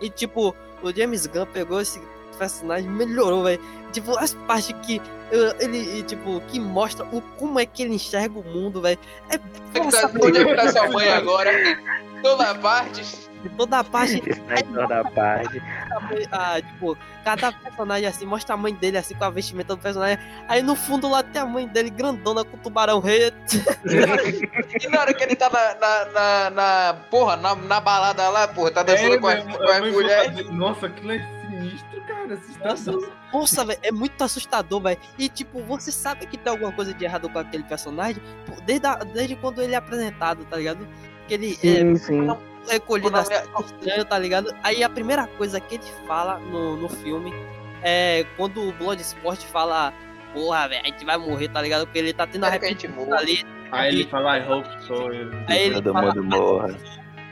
A: e tipo, o James Gunn pegou esse personagem melhorou, velho. Tipo, as partes que eh, ele, tipo, que mostra o, como é que ele enxerga o mundo, velho. É
D: Tem que
A: nossa,
D: tá tudo pra
A: [laughs]
D: sua mãe agora. Toda parte.
A: toda a parte
C: Isso não é toda parte.
A: a mãe- ah, tipo, cada personagem assim, mostra a mãe dele assim com a vestimenta do personagem. Aí no fundo lá tem a mãe dele grandona com o tubarão rei.
D: E na hora que ele tá na. na, na, na- porra, na, na balada lá, porra, tá dançando
B: É,
D: com as,
B: meu,
D: com as
B: eu vou
D: mulheres.
B: fazer- Nossa, aquilo é sinistro, cara. Assustador.
A: Nossa, velho, é muito assustador, velho. E tipo, você sabe que tem alguma coisa de errado com aquele personagem pô, desde, a- desde quando ele é apresentado, tá ligado? Que ele
C: [laughs] Sim, sim.
A: é recolhido
D: Quando a
A: assim,
D: mulher-
A: estranho, tá ligado? Aí a primeira coisa que ele fala no, no filme é quando o Bloodsport fala, porra, velho, a gente vai morrer, tá ligado? Porque ele tá tendo
D: Na época a
A: arrependimento
D: gente morre.
A: ali,
B: Aí ele fala, I hope so. eu-
A: Aí ele
C: Todo
A: fala-
C: mundo morra.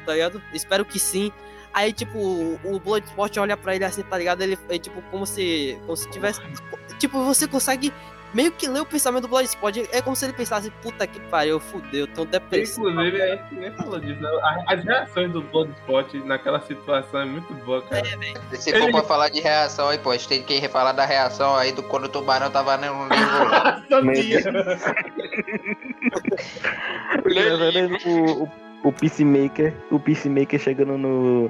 A: tá ligado? Espero que sim. Aí, tipo, o Bloodsport olha pra ele assim, tá ligado? Ele é tipo como se. Como se tivesse. Tipo, você consegue meio que ler o pensamento do Bloodsport. É como se ele pensasse, puta que pariu, fudeu, tão depressivo.
B: Inclusive, a gente nem falou disso. né? A- As reações do Bloodspot naquela situação é muito boa, cara.
D: Se for pra falar de reação aí, pô, a gente tem que falar da reação aí do quando o tubarão tava no [laughs] no nível.
C: [laughs]
B: Sabia.
C: O, o, o Peacemaker, o Peacemaker chegando no.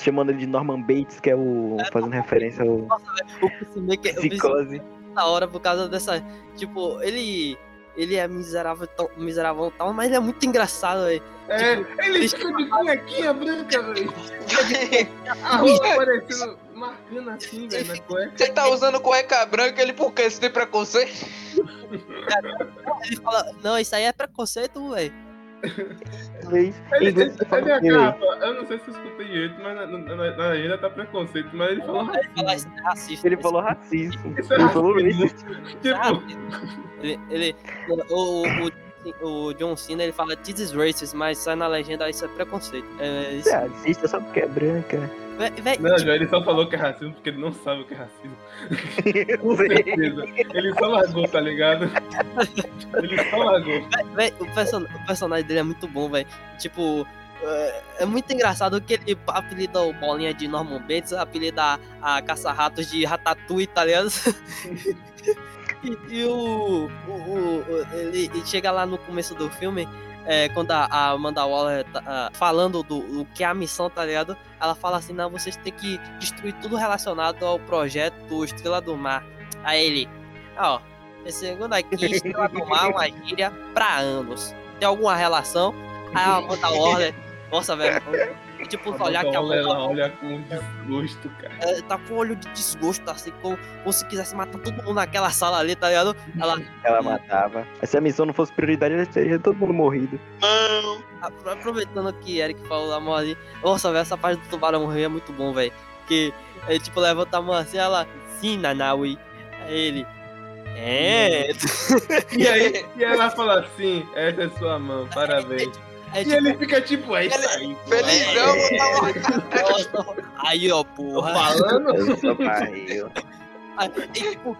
C: chamando ele de Norman Bates, que é o. fazendo referência ao
A: O Peacemaker- o Peacemaker
C: psicose.
A: da hora por causa dessa. Tipo, ele. Ele é miserável, tão, miserável e tal, mas ele é muito engraçado, velho.
B: É, ele fica de cuequinha branca, velho. A roupa parecendo, marcando assim, velho, na cueca.
D: Você tá usando cueca branca, ele por quê? Você tem preconceito?
A: Ele fala, não, isso aí é preconceito, velho.
C: Talvez.
B: Ele, ele,
C: Inclusive, você
B: ele
C: falou que-
B: acaba, eu não sei se eu escutei direito, mas na, na, na- na legenda tá preconceito, mas ele falou
A: Ele fala, isso é racista.
C: Ele
A: isso
C: falou racismo.
B: Isso é
C: Ele falou
B: racismo.
C: racist.
B: [laughs] tipo,
A: Ele, ele- o, o, o John Cena ele fala This is racist, mas sai na legenda isso é preconceito. É, isso,
C: Você é racista só porque é branca.
A: Vé- véi,
B: não,
A: tipo,
B: João, ele só falou que é racismo porque ele não sabe o que é racismo. Com
C: Eu sei.
B: certeza. Ele só largou, tá ligado? Ele só largou.
A: véi, o, person- o personagem dele é muito bom, velho. Tipo, é, é muito engraçado que ele apelida o Bolinha de Norman Bates, apelida a, a Caça-Ratos de Ratatouille, tá ligado? [laughs] e, e o, o- o- o- ele, ele chega lá no começo do filme, é, quando a, a Amanda Waller tá ah, falando do, do que é a missão, tá ligado? Ela fala assim, não, vocês têm que destruir tudo relacionado ao projeto Estrela do Mar. Aí ele, ó, esse segundo aqui, Estrela do Mar é uma gíria pra anos. Tem alguma relação? Aí a Amanda Waller, nossa, velho, tipo,
B: Tá
A: olhar que a
B: Olha
A: Amanda
B: lá, olha com desgosto,
A: [laughs]
B: cara.
A: ela tá com um olho de desgosto, assim, como, como se quisesse matar todo mundo naquela sala ali, tá ligado? Ela,
C: Ela matava. Se a missão não fosse prioridade, ela teria todo mundo morrido.
A: apro- aproveitando que Eric falou da mão ali, nossa, velho, essa parte do tubarão morrer é muito bom, velho. Porque ele, tipo, levanta a mão assim, ela, sim, Nanaui. Aí ele, é.
B: E aí, e aí ela fala assim: essa é sua mão, parabéns.
A: é
B: E
A: tipo,
B: ele fica tipo, é isso aí. pô,
D: Felizão,
B: é isso aí.
D: tá
A: nossa, aí, ó, porra.
B: Falando.
C: Eu sou pariu.
A: Aí, e, tipo,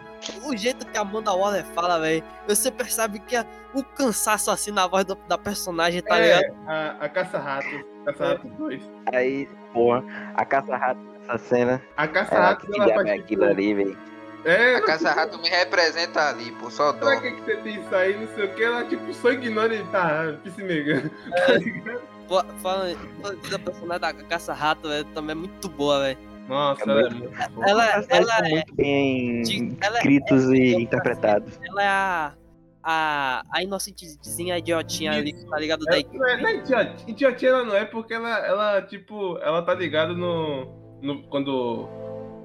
A: o jeito que a Amanda Waller fala, velho, você percebe que é o cansaço, assim, na voz do- da personagem, tá ligado?
B: É, a, a Caça-Ratos. Caça-Ratos 2.
C: Aí, porra, a caça-rato nessa cena.
B: A
C: Ela
B: Caça-Ratos,
C: que
B: ela
C: diabo é
B: faz
C: aquilo
B: tipo,
C: ali, velho.
B: É,
D: A caça-rato me representa ali, pô, só dó.
B: pra que, que você tem isso aí, não sei o que. Ela tipo sanguinona e tá, piscinega.
A: Pô, Falando falando da personagem da caça-rato, velho, também é muito boa, velho.
B: [laughs] Nossa,
C: É
B: ela é
C: muito-
B: muito boa.
A: Ela,
C: As cenas
A: ela,
C: são
A: é,
C: muito
B: Uhum.
C: bem
A: de- ela,
C: escritos e
A: é-
C: interpretados.
A: ela é a, a, a inocentezinha idiotinha ali, tá ligado? Da
B: Ela não é, não é idioti- idiotinha ela não é, porque ela, ela tipo, ela tá ligada no, no- Quando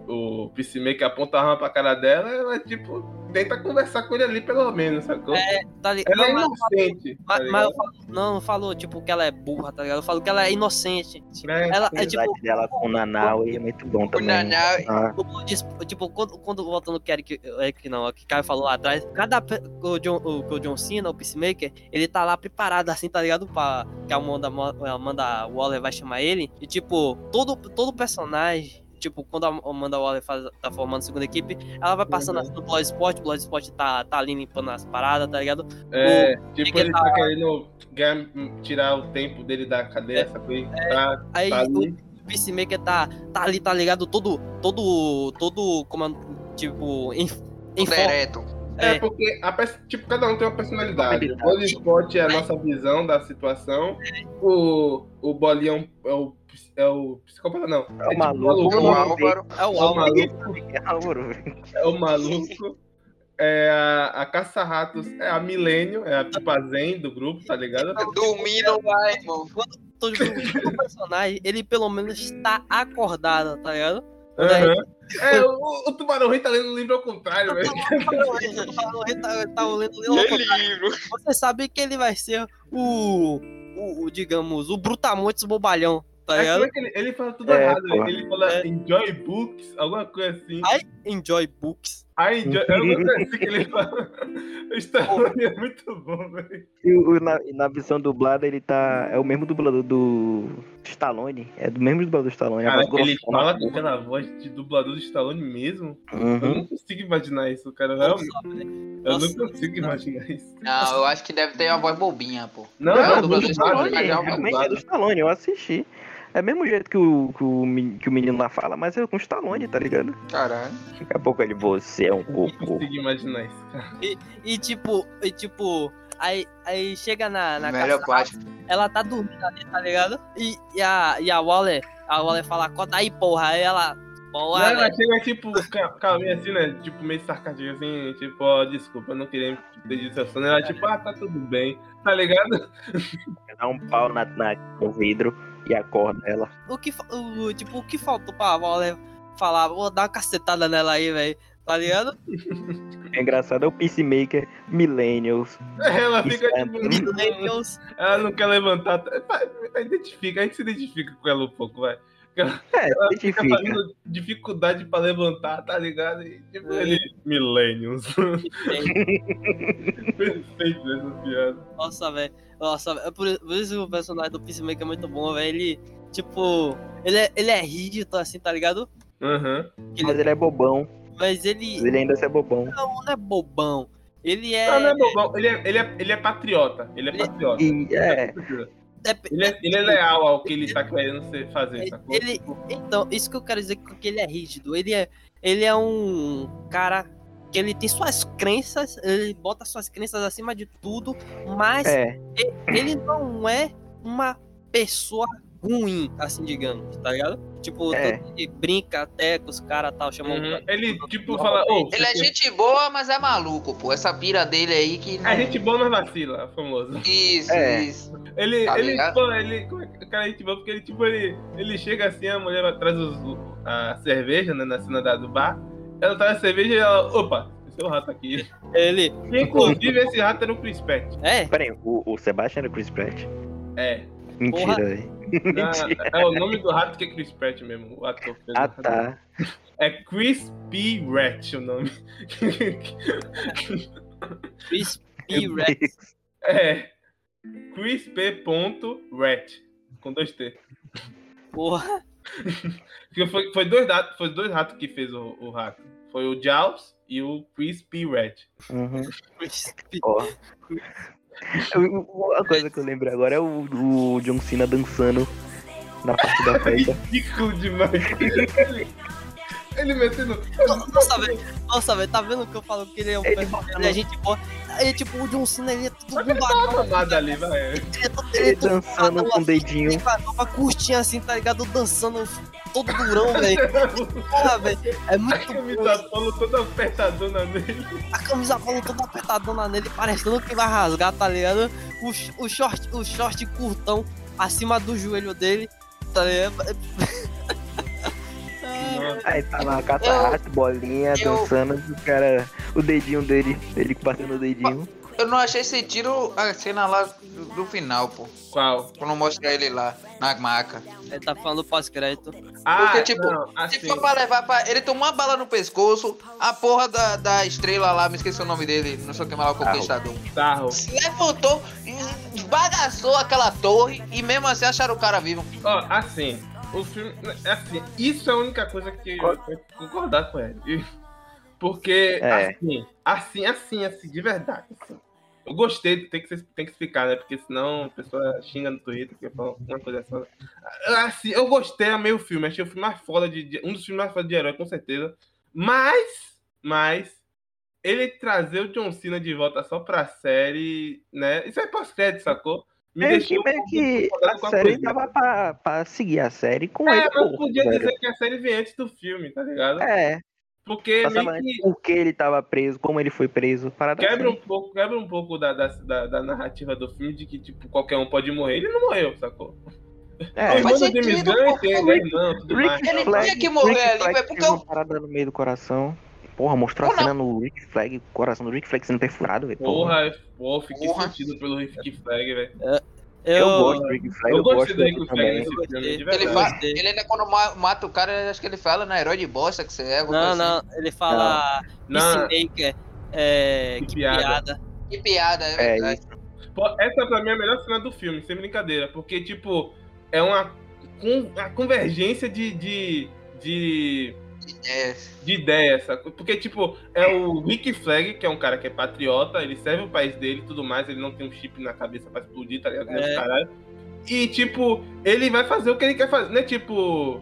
B: o Peacemaker aponta a arma pra cara dela, ela, tipo, tenta conversar com ele ali, pelo menos, sacou?
A: tá li-
B: ela é
A: não, mas-
B: inocente. tá
A: mas, mas
B: ligado?
A: eu falo, não, não falo, tipo, que ela é burra, tá ligado? Eu falo que ela é inocente. Tipo,
B: É,
A: ela
C: a
A: é tipo.
C: amizade dela com o Nanau é muito bom
D: O
C: também.
D: Naná,
C: Ah,
A: o Bloodsport- Tipo, quando, quando voltando que Eric, Eric não, o que Caio falou lá atrás, cada pe- o John, o, que o John Cena, o Peacemaker, ele tá lá preparado assim, tá ligado? Pra, que a Amanda, Mo- a Amanda Waller vai chamar ele. E tipo, todo, todo personagem, tipo, quando a Amanda Waller faz, tá formando a segunda equipe, ela vai passando
B: Uhum.
A: assim no Bloodsport, o Bloodsport tá, tá ali limpando as paradas, tá ligado?
B: É, tipo,
A: que
B: ele
A: tá- É,
B: tá querendo ganhar- tirar o tempo dele da cadeia, sacou? Ele tá,
A: Aí
B: tá
A: o,
B: ali.
A: Peacemaker tá, tá ali, tá ligado? Todo. Todo. Todo. Como é, tipo. Em, em forma.
D: Direto.
B: É,
A: É.
B: porque a pers- tipo, cada um tem uma personalidade. O Body Spot é a nossa visão da situação. O, o Bolinha é um- é o, é o psicopata, não.
C: É o
B: tipo maluco.
C: maluco.
D: O Álvaro.
A: É o
B: É o
A: Álvaro.
B: maluco.
C: É o Álvaro, velho.
B: É o maluco. É a, a Caça-Ratos, é a Milênio, é a tipo a Zen do grupo, tá ligado?
D: Dormindo lá, irmão.
A: Todo todo personagem, ele pelo menos está acordado, tá ligado?
B: [laughs] Aham. É, o, o Tubarão Rei tá lendo o livro ao contrário, velho. tá
A: Eu tava- eu tava- eu tava tá, lendo- lendo-
D: livro.
A: Você sabe que ele vai ser o. o, o, digamos, o Brutamontes bobalhão, tá
B: É, como
A: ligado?
B: é que ele, ele fala tudo
C: É,
B: errado, velho.
C: porra.
B: Ele fala
A: É.
B: enjoy books, alguma coisa assim.
A: Ai. Enjoy books.
B: I enjoy. É uma coisa assim que ele fala. O Star Wars é muito bom, velho.
C: E o- na, e na versão dublada ele tá. É o mesmo dublador do Stallone. É do mesmo dublador do Stallone. é a
B: Cara,
C: voz
B: ele
C: grossona.
B: fala com aquela voz de dublador de Stallone mesmo? Eu
C: Uhum.
B: não consigo imaginar isso, cara. Realmente,
A: Nossa, velho.
B: eu não
A: Nossa,
B: consigo
A: cara.
B: imaginar isso.
D: Não, eu acho que deve ter uma voz bobinha, pô.
B: Não, é
D: Não,
B: não,
D: dublador de
B: muito
D: Stallone,
B: dublado,
C: é Stallone,
D: mas é
B: muito
D: uma
C: realmente é
B: dublado.
C: do Stallone, eu assisti. É o mesmo jeito que o, que o, men- que o menino lá fala, mas é com o Stallone, tá ligado?
D: Caralho.
C: Daqui a pouco ele, você é um
B: Eu Não
C: cocô.
B: consigo imaginar isso, cara.
A: E tipo, e tipo, aí, aí chega na, na
D: Melhor
A: caça-
D: parte.
A: ela tá dormindo ali, tá ligado? E, e a, e a Waller, a Waller fala, acorda aí, porra. Aí ela,
B: Não,
A: porra,
B: ela chega tipo, ca- calminha assim, né? Tipo, meio sarcástica assim, tipo, ó, desculpa, eu não queria me ter distração. Ela tipo, ah, tá tudo bem, tá ligado? [laughs]
C: Dá um pau na, na- no vidro e acorda ela.
A: o que, fa- o, tipo, o que faltou pra Waller falar? Vou dar uma cacetada nela aí, velho. Tá ligado?
C: É engraçado, é o Peacemaker, Millennials.
B: Ela fica
C: Isso é
B: tipo,
C: tudo.
A: Millennials.
B: ela não quer levantar. tá- Identifica, a gente se identifica com ela um pouco, vai.
C: É,
B: Ela fica
C: identifica.
B: fazendo dificuldade pra levantar, tá ligado? E, tipo, ele. Millennials. Perfeito essa piada.
A: Nossa, velho. Nossa, véi. por, por isso que o personagem do Peacemaker é muito bom, velho. Ele, tipo, ele é, ele é rígido, assim, tá ligado?
B: Aham.
C: Mas ele é bobão.
A: Mas ele
C: Ele ainda é bobão.
A: não é bobão. Ele
B: Não, não
A: é.
B: é bobão. Ele é, ele, é, ele é patriota. Ele é
A: Ele-
B: patriota.
C: E é,
A: é-
B: Ele é, ele é leal ao que ele tá querendo ser, fazer,
D: é
B: sacou?
D: um
A: Ele, então, isso que eu quero dizer com que ele é rígido. Ele é, ele é um cara que ele tem suas crenças, ele bota suas crenças acima de tudo, mas
C: é.
A: ele não é uma pessoa ruim, assim, digamos, tá ligado? Tipo,
C: É.
A: tanto que ele brinca até com os caras tal, um chamam
B: Uhum.
A: o-
B: Ele, tipo, fala. "Ô,
D: Ele é gente boa, mas é maluco, pô. Essa pira dele aí que. não-
B: É gente boa, mas vacila, famoso.
D: Isso,
C: É.
D: isso.
B: Ele,
D: Tá
B: ele,
D: ligado?
B: pô, ele, como é que o cara é gente boa? Porque ele, tipo, ele, ele chega assim, a mulher traz os, a cerveja, né, na cena da- do bar. Ela traz a cerveja e ela, opa, seu rato aqui.
A: Ele
B: Inclusive, esse rato era o Chris Pratt.
A: é,
C: Pera aí, o, o Sebastian era Chris Pratt?
B: É.
C: Mentira,
A: Porra.
C: velho.
B: Na- é o nome do rato que é Chris Pratt mesmo, o ator. que fez o
C: Ah,
B: rato.
C: tá.
B: É Chris P. Ratch o nome. [laughs]
A: Chris P. Rex.
B: é. Chris P. ponto Ratch, com dois T.
A: Porra,
B: Porque foi, foi dois ratos, foi dois ratos que fez o, o rato. Foi o Jaws e o Chris P. Ratch.
C: Uhum.
A: Chris P.
C: [laughs] Ó. Eu- Uma coisa que eu lembro agora é o, o John Cena dançando na parte
B: [laughs]
C: da festa.
B: Ridículo demais. [laughs] Ele- Ele metendo.
A: Nossa, velho, nossa, velho, tá vendo que eu falo que ele é um
C: Ele
A: personagem, ele é gente boa. Ele, tipo, o John Cena, ele é tudo
B: Tá
A: bombadão.
B: mamada ali, vai. [laughs]
A: Ele é todo- ele é
C: Ele
A: todo
C: dançando
A: bombadão,
C: com o
A: assim,
C: dedinho.
A: Ele vai nova curtinha assim, tá ligado? Dançando todo durão, velho. Porra, velho. É
B: A
A: muito bom.
B: camisa polo toda apertadona nele.
A: A camisa polo toda apertadona nele, parecendo que vai rasgar, tá ligado? O, sh- o, short, o short curtão acima do joelho dele, tá ligado? [laughs] Ah,
C: Aí tá lá, catarata, bolinha,
D: eu-
C: dançando, o cara, o dedinho dele, ele batendo o dedinho.
D: Eu não achei esse tiro a cena lá do, do final, pô.
B: Qual?
D: Quando mostra ele lá, na maca.
A: Ele tá falando pós-crédito.
B: Ah,
D: Porque, tipo,
B: não,
D: Se
B: assim,
D: for pra levar pra. Ele tomou uma bala no pescoço, a porra da, da estrela lá, me esqueci o nome dele, não sei o que mais lá, o conquistador.
B: sarro.
D: Se levantou, esbagaçou aquela torre e mesmo assim acharam o cara vivo.
B: Ó, assim, o filme. Assim, isso é a única coisa que eu tenho que concordar com ele. Porque,
C: É.
B: assim, assim, assim, assim, de verdade. assim, Eu gostei, tem que, ser- tem que explicar, né? Porque senão a pessoa xinga no Twitter, que fala uma coisa só. Ah, Assim, eu gostei, amei o filme, achei o filme mais foda de. de- Um dos filmes mais foda de herói, com certeza. Mas, mas, ele trazer o John Cena de volta só pra série, né? Isso é pós-crédito, sacou? Me
C: Meio que,
B: deixou
C: meio
B: um pouco
C: que
B: incomodado com
C: a série
B: coisa.
C: tava pra, pra seguir a série com
B: É,
C: ele.
B: mas
C: pô,
B: podia
C: velho.
B: dizer que a série vem antes do filme, tá ligado?
C: É,
B: Porque
C: passava
B: meio que.
C: antes por que ele tava preso, como ele foi preso, parada
B: Quebra
C: assim.
B: um pouco, quebra um pouco da, da, da, da narrativa do filme de que, tipo, qualquer um pode morrer. Ele não morreu, sacou?
C: É,
B: o irmão do
G: faz
B: James
G: sentido,
B: Gunn
G: porque
B: entende, é irmão, tudo mais.
C: Rick
G: Ele
C: Flag,
G: tinha que morrer
C: Rick
G: ali,
C: Flag
G: velho, porque
C: teve
G: eu-
C: uma parada no meio do coração. Porra, mostrou
G: Ou
C: a cena no Rick Flag, o coração do Rick Flag sendo perfurado, velho. Porra.
B: Porra, pô, fiquei
G: Porra.
B: sentido pelo
C: É.
B: Rick Flag, velho.
A: Eu,
C: Eu gosto do Rick Flag,
B: Eu,
C: eu
B: gostei
C: gosto
B: do
C: dele
B: Rick Flag
C: também.
B: nesse filme, de
G: Ele,
A: Verdade.
G: fala,
B: verdade.
A: Gostei.
G: ele ainda quando ma- mata o cara, acho que ele fala, né? Herói de bosta que você é. alguma
A: Não,
G: coisa assim.
A: não, ele fala
B: Não,
A: Peacemaker, é,
B: Que
A: que piada.
G: Que piada, é
C: É,
G: verdade.
B: pô, essa pra mim é a melhor cena do filme, sem brincadeira. Porque, tipo, é uma, con- uma convergência de- de, de
G: É,
B: de ideia, sacou? Porque, tipo, é o Rick Flag, que é um cara que é patriota, ele serve o país dele e tudo mais, ele não tem um chip na cabeça pra explodir, tá ligado? Que nem os
A: É.
B: caralho. E, tipo, ele vai fazer o que ele quer fazer, né? Tipo,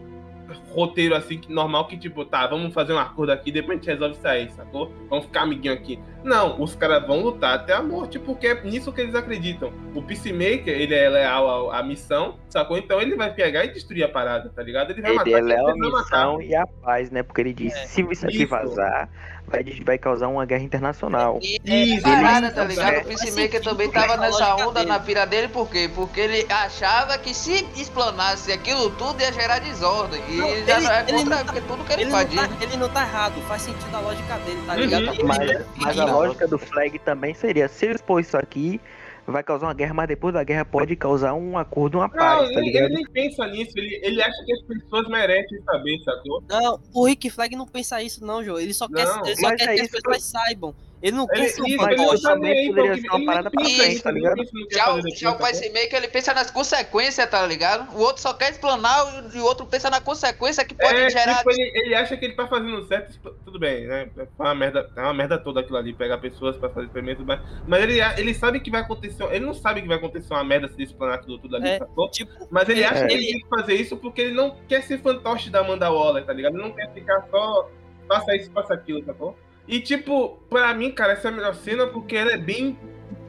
B: roteiro assim, que- normal, que tipo, tá, vamos fazer um acordo aqui, depois a gente resolve sair, sacou? Vamos ficar amiguinho aqui. Não, os caras vão lutar até a morte, porque é nisso que eles acreditam. O Peacemaker, ele é leal ao- à missão, sacou? Então ele vai pegar e destruir a parada, tá ligado? Ele vai matar
C: Ele é
B: quem
C: leal à
B: precisar matar. É.
C: missão e à paz, né? Porque ele disse, se isso aqui
B: Isso.
C: vazar, vai, vai causar uma guerra internacional.
G: e
B: Isso,
G: é parada,
C: ele-
G: tá ligado?
C: é.
G: O Peacemaker
A: Faz
G: também
A: sentido,
G: tava
A: né? A
G: nessa
A: lógica
G: onda
A: dele.
G: na pira dele, por quê? Porque ele achava que se explanasse aquilo tudo ia gerar desordem. E
A: Não,
G: ele já
A: ele-
G: não é
A: ele
G: contra
A: não tá-
G: porque tudo que ele,
A: Ele não,
G: faz.
A: tá, ele não tá errado, faz sentido a lógica dele, tá
B: Uhum.
A: ligado? Ele-
C: Mas,
A: ele-
C: mas a
A: ele-
C: lógica do flag também seria, se eu expor isso aqui, vai causar uma guerra, mas depois da guerra pode causar um acordo, uma
B: Não,
C: paz, tá
B: ele, ele
C: ligado?
B: nem pensa nisso, ele, ele acha que as pessoas merecem saber, sacou?
A: Não, o Rick Flag não pensa isso, não, João. Ele só quer,
B: Não,
A: ele só
C: mas
A: quer
C: é
A: que as
C: isso.
A: pessoas saibam. Ele não
B: Ele,
A: quer ser um
B: isso, ele não
A: fanboy.
C: fanboy
B: tá nem aí
C: também
B: pra o que-
C: poderia ser né?
B: ele
C: uma
B: nem
C: parada pra
B: pensa
G: frente,
B: nisso,
C: tá
B: ele
C: ligado?
B: pensa no que
G: Já,
B: fazer
G: o- já o
B: depois, sacou?
G: Peacemaker ele pensa nas consequências, tá ligado? O outro só quer explanar e o outro pensa na consequência que pode
B: É,
G: gerar.
B: tipo, ele, ele acha que ele tá fazendo certo, tipo, tudo bem, né? É uma merda, é uma merda toda aquilo ali, pegar pessoas pra fazer experimentos, mas, mas ele, ele sabe que vai acontecer, ele não sabe que vai acontecer uma merda se ele explanar aquilo tudo ali,
A: É.
B: sacou?
A: Tipo,
B: Mas ele
A: É.
B: acha que ele tem que fazer isso porque ele não quer ser fantoche da Amanda Waller, tá ligado? Ele não quer ficar só faça isso, faça aquilo, tá bom? E tipo, pra mim, cara, essa é a melhor cena porque ela é bem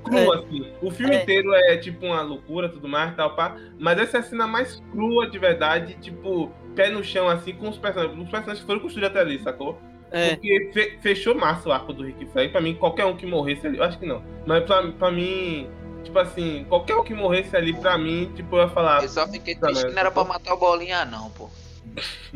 B: crua, assim. O filme
A: É.
B: inteiro é tipo uma loucura, tudo mais, tal, pá. Mas essa é a cena mais crua de verdade, tipo, pé no chão, assim, com os personagens. Os personagens que foram construídos até ali, sacou?
A: é,
B: Porque fe- fechou massa o arco do Rick Flag. Pra mim, qualquer um que morresse ali, eu acho que não. Mas pra, pra mim, tipo assim, qualquer um que morresse ali, pra mim, tipo, eu ia falar.
G: Eu só fiquei
B: Tá
G: triste que
B: mesmo,
G: não era pra
B: pô.
G: matar o Bolinha, não, pô.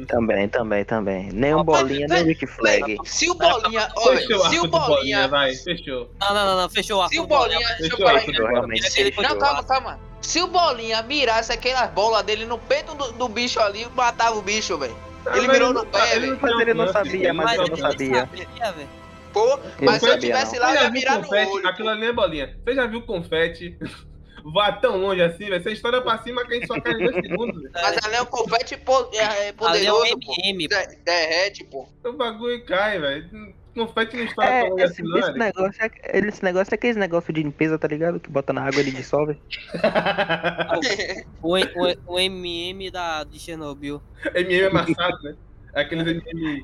C: Também, também, também. Nem um bolinha, nem um Rick Flag.
G: Se o Bolinha,
B: Fechou o
G: olha, se
B: arco
G: o
B: do Bolinha,
G: Bolinha,
B: vai, fechou.
A: não, não, não, não, fechou o arco.
G: se o
A: do Bolinha.
G: Bolinha, deixa eu
B: Fechou o
G: falar
B: arco
G: aí.
B: do
C: Eu realmente
A: Ele- ele foi
G: Não,
A: Fechou.
G: calma, calma. Se o Bolinha mirasse aquelas bolas dele no peito do, do bicho ali, matava o bicho, velho. Ele mirou no pé, velho.
C: Mas ele não sabia, mas
A: Mas
C: eu
A: ele
C: não
A: nem
C: sabia.
A: sabia, velho.
G: Pô,
C: Eu
G: mas se eu
C: sabia, não.
G: tivesse lá,
B: Você
G: eu
B: já
G: ia
B: viu
G: mirar no
B: confete?
G: olho.
B: Aquilo ali é bolinha. Você já viu confete? [laughs] Vá tão longe assim, velho. Você estoura pra cima, cai em sua cara em dois segundos. velho.
G: Mas ali é um confete po- é- é
A: Ali é o
G: poderoso, pô.
A: MM, pô.
G: De- derrete, [laughs] pô.
B: O bagulho cai, velho. Confete não estoura
C: É,
B: tão longe
C: esse,
B: assim, não.
C: esse
B: Eric.
C: negócio é, ele- esse negócio é aquele negócio de limpeza, tá ligado? Que bota na água e ele dissolve. Tá
A: O, o, o MM da, de Chernobyl.
C: é.
B: MM amassado, né? Aqueles MM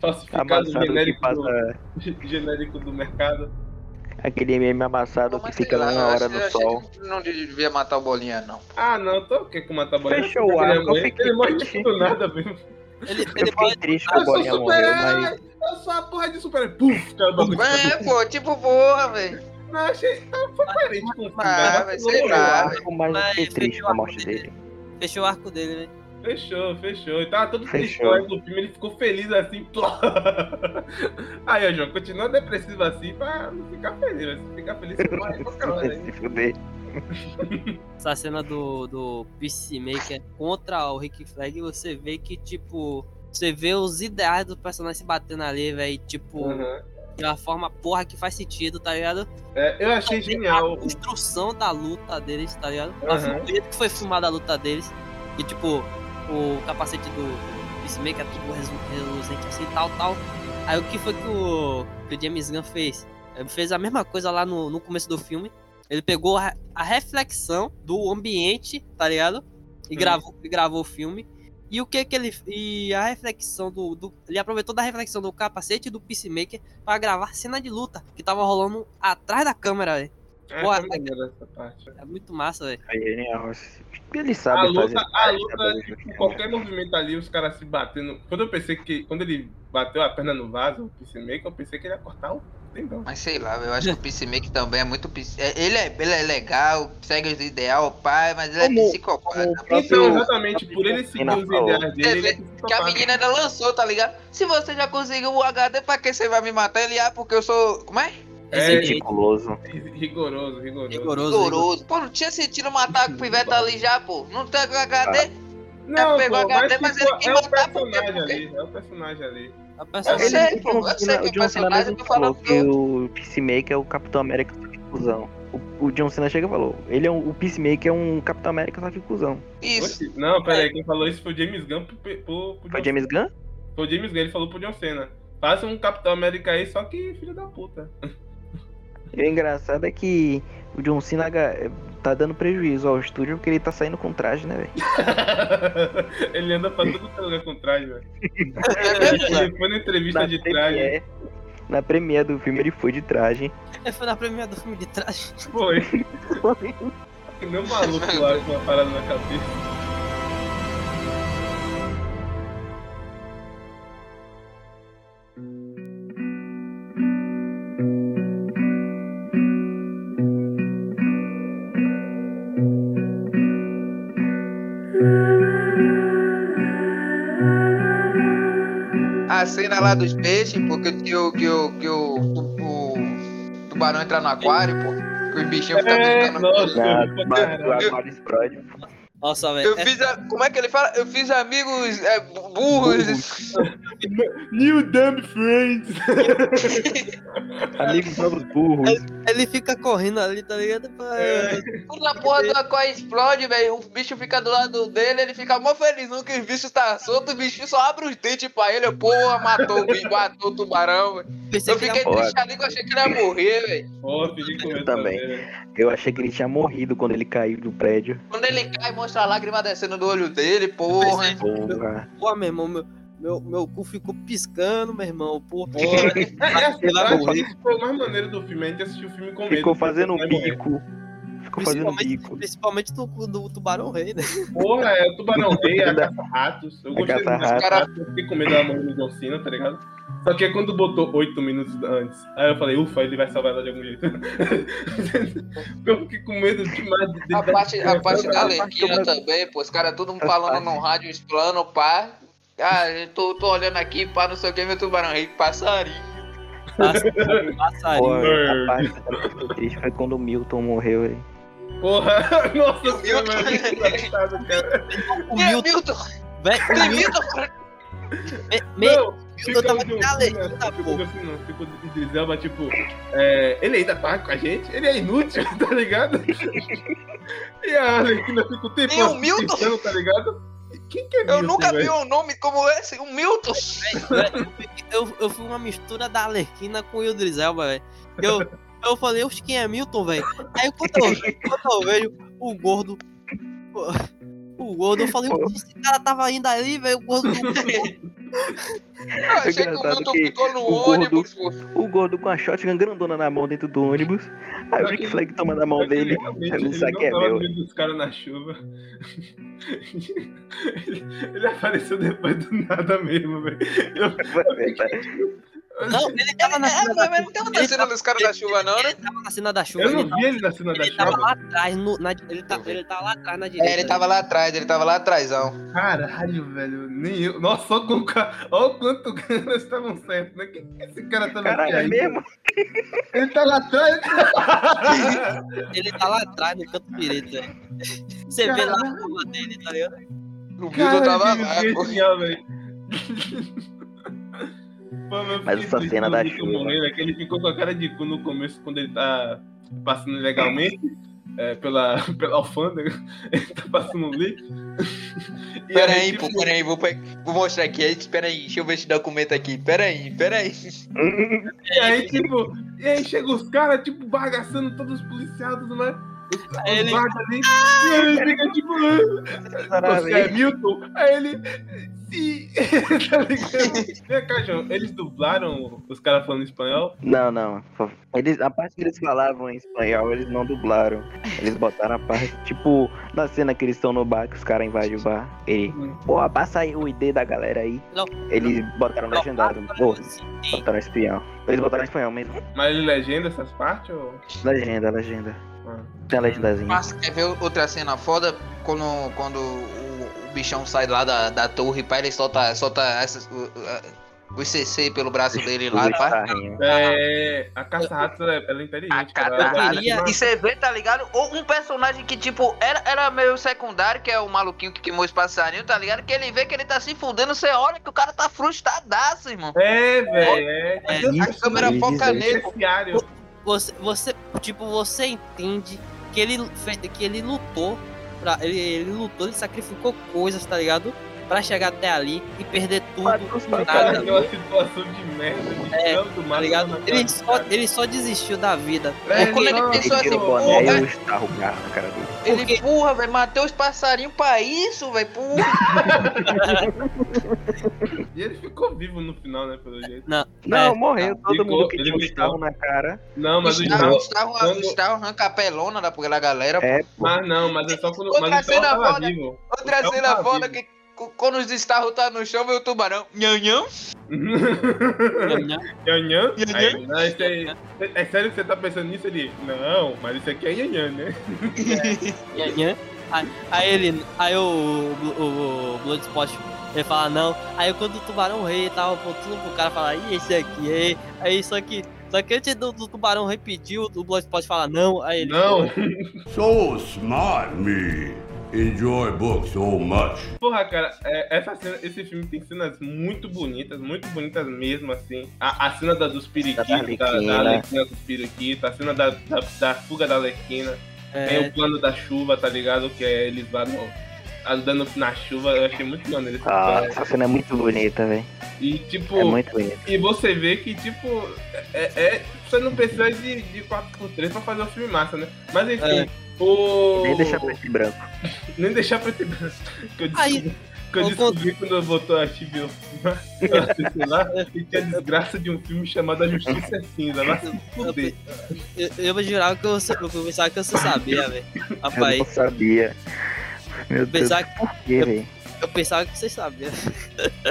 B: falsificados
C: Amassado que
B: genérico, do- [laughs]
C: passa
B: genérico do mercado.
C: aquele MM amassado
G: Mas
D: é
C: que
G: sei
C: fica lá
G: lá,
C: uma
G: eu
C: hora
G: achei-
C: no
G: eu achei
C: sol.
G: que Não devia matar o Bolinha, não.
B: Ah, não, tô aqui com uma tabuleira.
C: Fechou o
B: Ele
C: arco, eu
B: morre-
C: fiquei
B: Ele morre
C: triste.
B: tipo do nada, velho.
A: Ele,
C: Eu
A: ele
C: fiquei
A: pode.
C: triste que
B: Eu
C: o
G: é
B: sou
C: bolinha morreu,
B: super-herói!
C: mas.
B: Eu sou a porra de super-herói! Puf, cara, o bagulho.
G: É, pô, tipo, boa, velho.
B: Não, achei. Não, foi coerente com o filme,
G: Ah,
B: velho.
G: vai ser
B: Vacilou,
C: Eu
G: nada.
C: acho, mas eu
A: Mas
C: fiquei triste
A: fechou
C: com
A: a
C: a morte
A: conta dele.
C: dele.
A: Fechou o arco dele, né?
B: Fechou, fechou. Ele tava todo
C: Fechou.
B: feliz do filme, ele ficou feliz assim. plá. [laughs] Aí, ó, João, continua depressivo assim pra não ficar feliz. Mas se ficar feliz, você morre qualquer hora. hein?
C: Se fuder.
A: Essa cena do, do Peacemaker contra o Rick Flag, você vê que, tipo. Você vê os ideais do personagem se batendo ali, velho. Tipo,
B: Uhum.
A: de uma forma porra que faz sentido, tá ligado?
B: É, eu achei
A: A
B: genial.
A: construção da luta deles, tá ligado?
B: Aham.
A: Do jeito que foi filmada a luta deles. E tipo, o capacete do do tipo, Peacemaker é tudo resu- reluzente assim, tal, tal. Aí o que foi que o, que o James Gunn fez? Ele fez a mesma coisa lá no, no começo do filme. Ele pegou a, a reflexão do ambiente, tá ligado? E
B: Hum.
D: Uhum.
A: gravou, e gravou o filme. E o que que ele. E a reflexão do, do- Ele aproveitou da reflexão do capacete e do Peacemaker pra gravar cena de luta que tava rolando atrás da câmera, velho.
B: É,
A: Boa,
B: tá maneiro essa parte.
A: É muito massa, velho.
C: É genial. Ele
B: A
C: sabe fazer.
B: luta, a luta
C: sabe fazer
B: Tipo,
C: genial.
B: qualquer movimento ali, os caras se batendo. Quando eu pensei que. Quando ele bateu a perna no vaso, o Peacemaker, eu pensei que ele ia cortar o tendão.
D: Mas sei lá, eu acho que o Peacemaker também é muito. pis- é- Ele é, ele é legal, segue os ideal, pai, mas ele é
C: Como-
D: psicopata.
C: como o
B: Então,
C: próprio-
B: exatamente, por ele seguir os
C: Menina
B: ideais dele, ele é
D: Que a
B: psicopata.
D: menina ainda lançou, tá ligado? Se você já conseguiu o HD, pra que você vai me matar? Ele, ah, porque eu sou. Como é?
B: É,
A: Exigente,
C: Meticuloso.
B: rigoroso, rigoroso.
A: é rigoroso.
D: Rigoroso. Pô, não tinha sentido matar com o Piveta ali já, pô. Não tem o HD?
B: Não,
D: pegou
B: pô,
D: a
B: mas,
D: gata, mas
B: tipo,
D: ele quis
B: é o
D: matar porque-
B: personagem ali, é o personagem ali.
A: A
D: Eu
A: personagem-
D: sei,
C: Ele-
D: pô, eu sei que
C: John
D: o
C: Cena
D: personagem
C: mesmo
D: não
C: falou
D: falou
C: que o Peacemaker é o Capitão América só que cuzão. O, o John Cena chega e falou, ele é um, o Peacemaker é um Capitão América só que cuzão.
D: Isso. É.
B: Oxi, não, pera aí, quem falou isso foi o James Gunn pro, pro, pro
C: Foi
B: John,
C: James Gunn?
B: foi o James Gunn, ele falou pro John Cena. Faça um Capitão América aí, só que filho da puta. [laughs]
C: E o engraçado é que o John Cena ga- tá dando prejuízo ao estúdio porque ele tá saindo com traje, né, velho?
B: ele anda pra todo quanto é lugar com traje, velho.
D: É mesmo, Zé?
B: Ele foi na entrevista
C: Na
B: de traje,
C: premiere- Na premiere do filme ele foi de traje.
A: Foi na primeira do filme de trás.
B: foi. Não maluco lá com uma parada na cabeça.
D: A cena lá dos peixes, pô, que, que, o- que, o- que o, o, o tubarão entra no aquário, pô. Que os bichinhos ficam
B: É,
D: brincando.
B: nossa,
C: Na,
B: eu-
C: na, do Aquarius Pride.
A: Nossa, velho.
D: Eu
A: é-
D: fiz. A, como é que ele fala? Eu fiz amigos é, bu- burros.
B: New Dumb Friends!
C: Amigos novos burros.
A: É, Ele fica correndo ali, tá ligado? Pra-
B: É.
D: Quando a porra do aquário explode, velho, o bicho fica do lado dele, ele fica mó felizão que os bichos tá solto, o bichinho só abre os dentes pra ele, eu, porra, matou o bicho, matou o tubarão, velho.
A: Pensei
D: Eu
A: que ele
D: fiquei
A: ia-
C: Olha.
D: triste ali que eu achei que ele ia morrer, velho.
B: Ó, pedi com
C: Eu também.
B: velho.
C: Eu achei que ele tinha morrido quando ele caiu do prédio.
D: Quando ele cai, mostra a lágrima descendo do olho dele, porra.
C: Porra.
A: Pô, meu irmão, meu, meu, meu cu ficou piscando, meu irmão. Pô,
B: Pô, [laughs] é, é assim,
A: Ele vai
B: eu acho
A: morrer.
B: que isso foi o mais maneiro do filme, a gente assistiu o filme com medo.
C: Ficou fazendo
B: Vai
C: um
B: morrer.
C: bico. Ficou fazendo um bico.
A: principalmente, principalmente do, do Tubarão Rei,
B: [laughs]
A: né?
B: Porra, é o Tubarão
C: [laughs]
B: Rei, a Caça-Ratos. Eu gostei
C: A
B: muito da
C: Caça-Ratos.
B: Caça-Ratos, eu fiquei com medo dela morrer no John Cena, tá ligado? Só que quando botou oito minutos antes, aí eu falei, ufa, ele vai salvar ela de algum jeito. [laughs] eu fiquei com medo demais de
D: A parte, a parte da
C: parte
D: Alequina
C: do-
D: também, pô, os caras todo mundo
C: As
D: falando
C: partes.
D: no rádio, os plano, pá. Ah, eu tô, tô olhando aqui, pá, não sei o que, meu tubarão rei, passarinho.
A: Passarinho,
C: Pô,
A: passarinho.
B: Nerd.
C: a parte que eu fiquei triste foi quando o Milton morreu. velho.
B: Porra, [laughs] nossa
D: Eu vi
B: senhora,
D: outro-
B: mano, que engraçado, cara.
A: O
D: Ih, é
A: Milton,
D: Milton,
A: velho.
D: tem
A: O Milton,
D: Milton,
A: me- me-
B: Não,
A: Milton tava tá
B: o John
A: na
B: Cena,
A: legenda,
B: Ficou
A: pô.
B: o John Cena, ficou o Idris Elba, tipo, é, ele ainda tá com a gente, ele é inútil, [laughs] tá ligado? E a Alequina fica o tempo
D: Tem o
B: assim,
D: Milton?
B: pensando, tá ligado? Quem que é Milton,
D: eu nunca vi
B: velho?
D: um nome como esse, o Milton.
A: Eu, eu fui uma mistura da Alerquina com o Idris Elba, velho. Eu, eu falei, oxe, quem é Milton, velho? Aí quando eu, quando eu vejo o gordo. o- O gordo, eu falei,
C: Pô.
A: esse cara tava ainda ali, velho. O gordo
D: Eu achei que o
C: engraçado
D: Milton
C: que
D: ficou no
C: o gordo-
D: ônibus, pô.
C: O gordo com a shotgun grandona na mão dentro do ônibus. Aí o Rick Flag toma na mão dele.
B: Realmente,
C: Ele
B: ele
C: sabe que é
B: não tava
C: meu.
B: no meio dos caras na chuva. [laughs] ele, ele apareceu depois do nada mesmo, velho.
C: tá?
A: Não, ele tava na
D: É,
A: cena
D: mas
A: da
D: mas não tava na cena dos caras da chuva, não, né?
A: Ele tava na cena da chuva.
B: Eu
A: Ele,
B: não vi ele na cena da
A: ele tava
B: chuva.
A: lá atrás, no, na, ele, tá, ele tava lá atrás na direita.
D: É, ele tava lá atrás, ele tava lá atrásão.
B: Caralho, velho. Nem eu. Nossa, olha o ca- olha o quanto caras estavam certos, né? Que que esse cara tá
C: Caralho, é
B: aí?
C: mesmo?
B: Ele tá lá atrás.
A: Ele tá lá atrás, no canto direito. velho. Você vê lá a curva dele, tá ligado?
D: O Milton
B: Caralho,
D: tava
B: que
D: lá, pô.
B: genial, velho. Pô, meu, eu
C: Mas
B: fiquei
C: essa
B: triste
C: cena
B: quando
C: da
B: o Milton
C: chuva.
B: morreu, é que ele ficou com a cara de cu no começo, quando ele tá passando [laughs] ilegalmente. é, pela, pela alfândega, ele tá passando ali. E
D: Pera
B: aí,
D: aí, pô, pera aí, vou, pe- vou mostrar aqui. aí, Pera aí, deixa eu ver esse documento aqui. Pera aí, pera aí.
B: [laughs] E aí, tipo, e aí chega os caras, tipo, bagaçando todos os policiais, tudo mais. Os- os
A: Aí ele-
B: guardas ali, e ele fica tipo, "Ah, você é Milton? Aí ele, sim, [laughs] tá ligado? Vem cá, João, eles dublaram os caras falando espanhol?
C: Não, não. Eles, a parte que eles falavam em espanhol, eles não dublaram. Eles botaram a parte, tipo, na cena que eles estão no bar, que os caras invadem o bar. Ele, porra, passa aí o ID da galera aí.
A: Não.
C: Eles botaram legendado. Porra, botaram espanhol. Eles botaram espanhol mesmo.
B: Mas ele legenda essas partes? Ou...
C: Legenda, legenda.
B: Ah.
C: Tem a legendazinha.
D: Mas quer ver outra cena foda? Quando, quando o, o bichão sai lá da, da torre, pá, ele solta, solta essas, o, o- os CC pelo braço dele lá, tá.
C: Os
D: pá.
C: sarrinhos.
B: É, a caça-rato ela, é- ela é inteligente.
D: A
B: cara.
D: cada-
B: Ela- ela-
A: queria-
B: ela-
D: E você vê, tá ligado? Ou um personagem que, tipo, era, era meio secundário, que é o maluquinho que queimou os passarinhos, tá ligado? Que ele vê que ele tá se fudendo, você olha que o cara tá frustradaço, irmão.
B: É, velho, é.
D: a câmera
C: isso,
D: foca
C: isso.
D: nele.
B: Beneficiário.
A: Você, você, tipo, você entende que ele, fe- que ele lutou, pra, ele, ele lutou, ele sacrificou coisas, tá ligado? Pra chegar até ali e perder tudo,
C: Matou os
A: nada,
B: Cara,
C: passarinhos.
B: aquela situação de merda, de
A: É,
B: tanto
A: tá
B: mal.
A: ligado? Ele só, ele só desistiu da vida.
B: É,
D: Quando ele
B: não,
D: pensou
C: Ele
D: assim,
C: tira o
D: porra,
C: boné e eu estarro o carro na cara dele.
D: ele, porra, velho, matei os passarinhos pra isso, velho, porra.
B: E ele ficou vivo no final, né, pelo jeito.
A: é.
C: Não, morreu todo
B: ficou-
C: mundo que
B: ele
C: tinha um
B: ficou.
C: estarro na cara.
B: Não, mas o
D: Gustavo,
B: Gustavo...
D: Gustavo,
B: quando-
D: Gustavo arranca a pelona da, da galera.
C: É, pô.
B: Mas não, mas é só quando...
D: Outra
B: Mas o Gustavo
D: cena
B: tava
D: foda.
B: vivo.
D: Outra
B: Gustavo
C: então,
D: cena
B: tá
D: foda
B: vivo.
D: que cu- quando os estarros tá no chão, vem o tubarão. Nham, nham.
A: Não,
B: Yanhan?
D: Yanhan?
B: Aí, não, isso aí- É sério que você tá pensando nisso? Ele... Não, mas isso aqui é Yanhan, né?
A: né? Aí- Aí ele. Aí o, o, o Bloodspot ele fala não. Aí quando o tubarão rei tava apontando pro cara falar, e esse aqui, é. Aí só que. Só que antes do, do tubarão repetir, o o Bloodspot fala não. Aí ele.
B: Não.
F: [laughs] So smart me. Enjoy books so much.
B: [laughs] Porra, cara, é, essa cena- esse filme tem cenas muito bonitas, muito bonitas mesmo, assim. A, a cena da, dos periquitos, da, da
C: Arlequina.
B: Arlequina dos periquitos, a cena da, da, da fuga da Arlequina, tem o
A: É,
B: plano da chuva, tá ligado? Que é eles lá no- andando na chuva, eu achei muito maneiro esse
C: Ah,
B: plano.
C: essa cena é muito bonita, velho.
B: E tipo,
C: É muito bonita.
B: e você vê que, tipo, é, é- você não precisa de, de 4x3 pra fazer um filme massa, né? Mas enfim, o.
C: É. Nem deixar preto e branco.
B: Nem deixar preto e branco. Que eu
A: Aí,
B: descobri, que eu
A: eu
B: descobri quando eu botou a TV lá, e tinha a desgraça de um filme chamado A Justiça é Cinza. Vai se fuder.
A: eu, eu jurava que eu, eu pensava que você sabia, velho.
C: Eu não
A: Rapaz,
C: sabia. Meu
A: eu
C: Deus,
A: pensava,
C: por que, velho?
A: eu pensava que você sabia. [laughs]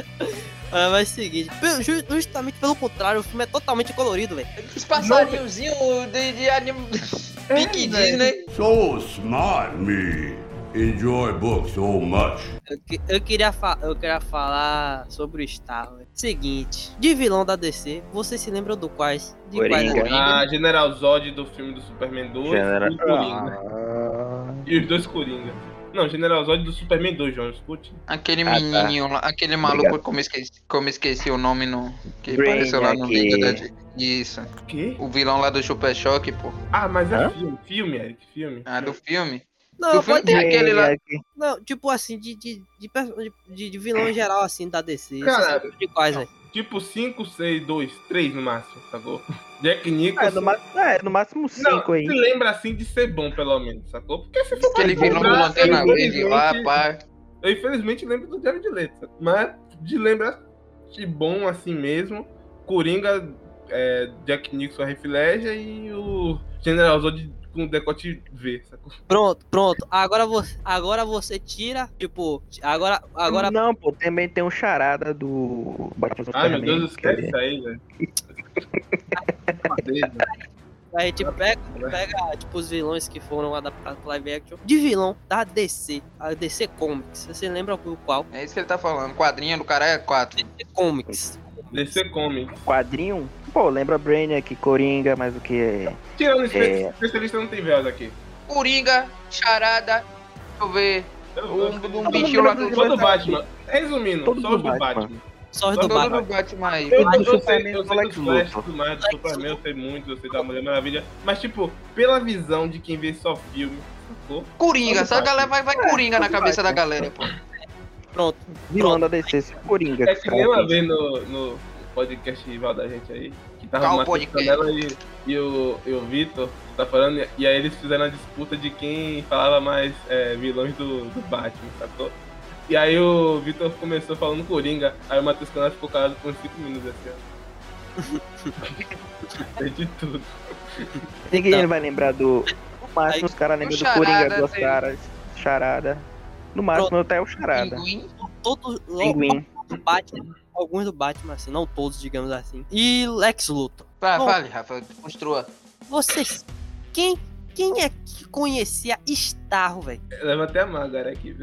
A: Ah, Mas é o seguinte, pelo- ju- justamente pelo contrário, o filme é totalmente colorido, velho.
D: Os passarinhozinhos de, de anime. [laughs]
C: É,
D: Pink Disney.
F: So smart me. Enjoy books so much.
A: Eu, que- eu queria fa- eu queria falar sobre o Star, velho. Seguinte, de vilão da DC, vocês se lembram do quais? De quais?
C: Coringa.
B: A General Zod do filme do Superman 2
C: É. General-
B: e o Coringa.
C: Ah.
B: E os dois Coringa. Não, General Zod do Superman 2, João, escute.
D: Aquele
C: Ah, tá.
D: menininho lá, aquele maluco,
C: Obrigado.
D: como eu esqueci, como eu esqueci o nome no. Que
C: Brainiac.
D: apareceu lá no vídeo da. Isso.
B: O quê?
D: O vilão lá do Super Choque, pô.
B: Ah, mas é
C: Hã?
B: filme, filme, Eric, filme.
D: Ah, do filme.
A: Não,
D: Tu foi-
A: pode ter.
D: Tem aquele lá-
C: Brainiac.
A: Não, tipo assim, de, de, de, perso- de, de vilão em geral, assim, da DC.
B: Cara,
A: vocês lembram de quais, né? velho?
B: Tipo 5, 6, 2, 3 no máximo, sacou? Jack
C: Ah,
B: Nicholson.
C: no máximo, é, no máximo
B: Não,
C: cinco
B: se
C: aí.
B: lembra assim de ser bom, pelo menos, sacou? Porque se for pra
D: Aquele vilão do
B: lembrar,
D: Lanterna Verde lá,
B: infelizmente-
D: pá.
B: Eu infelizmente lembro do Jared Leto, mas de lembrar de bom assim mesmo, Coringa, é, Jack Nixon, a Refileja e o General Zod com decote V, sacou?
A: Pronto, pronto. Agora você, agora você tira, tipo, agora, agora
C: Não, pô, também tem um charada do Batman
B: Ai meu
C: Superman,
B: Deus,
C: que é
B: esquece isso aí, velho.
A: a gente pega, pega, tipo, os vilões que foram adaptados pro live action. De vilão da DC, a DC Comics. Você lembra do qual?
D: É isso que ele tá falando. Quadrinho do cara é 4.
A: DC Comics.
B: DC Comics.
C: Quadrinho. Pô, lembra Brainiac, Coringa, mas o que é...
B: Tirando o
C: É.
B: especialista não tem véus aqui.
D: Coringa, charada. Deixa eu ver.
B: Eu- eu-
D: Um, um bichinho lá do
B: Só do Batman. Resumindo,
C: Todo
B: só
C: do
B: do Batman.
C: Batman.
A: Só os do
B: Todo é
A: Batman.
D: Todo do é Batman aí.
B: Eu,
C: Mas
B: eu,
C: do
B: eu sei,
C: Superman
B: eu
C: do
B: sei
C: Lex
B: do Flash,
C: Luthor.
B: do Mar- do
A: Lex
B: Superman, eu sei muito, eu sei da Mulher Maravilha, mas tipo, pela visão de quem vê só filme, sacou?
D: Coringa,
B: Todo
D: só a
B: Batman.
C: É,
D: galera vai, vai Coringa na cabeça da galera, pô.
A: Pronto.
C: Vilão da DC, se Coringa.
B: É que nem uma
C: cara,
B: vez no, no podcast rival da gente aí, que tava
G: Qual
B: o Matheus
G: podcast?
B: Canela e, e o, e o Vitor, tá falando, e aí eles fizeram a disputa de quem falava mais é, vilões do, do Batman, sacou? E aí o Vitor começou falando Coringa, aí o Matheus Canela ficou calado por uns 5 minutos assim,
G: [laughs]
B: ó. Perdi tudo.
C: Ninguém
A: Tá.
C: vai lembrar do. No máximo, os caras lembram
G: o
C: do
G: Charada
C: Coringa, duas
G: tem-
C: caras, charada. No máximo, até o charada.
G: Pinguim.
A: Todos,
C: Pinguim.
A: do Batman, alguns do Batman, assim, não todos, digamos assim. E Lex Luthor.
G: Tá,
A: Bom.
G: fale, Rafael, construa.
A: Vocês. Quem, quem é que conhecia Starro, velho?
B: Leva até a Magara aqui.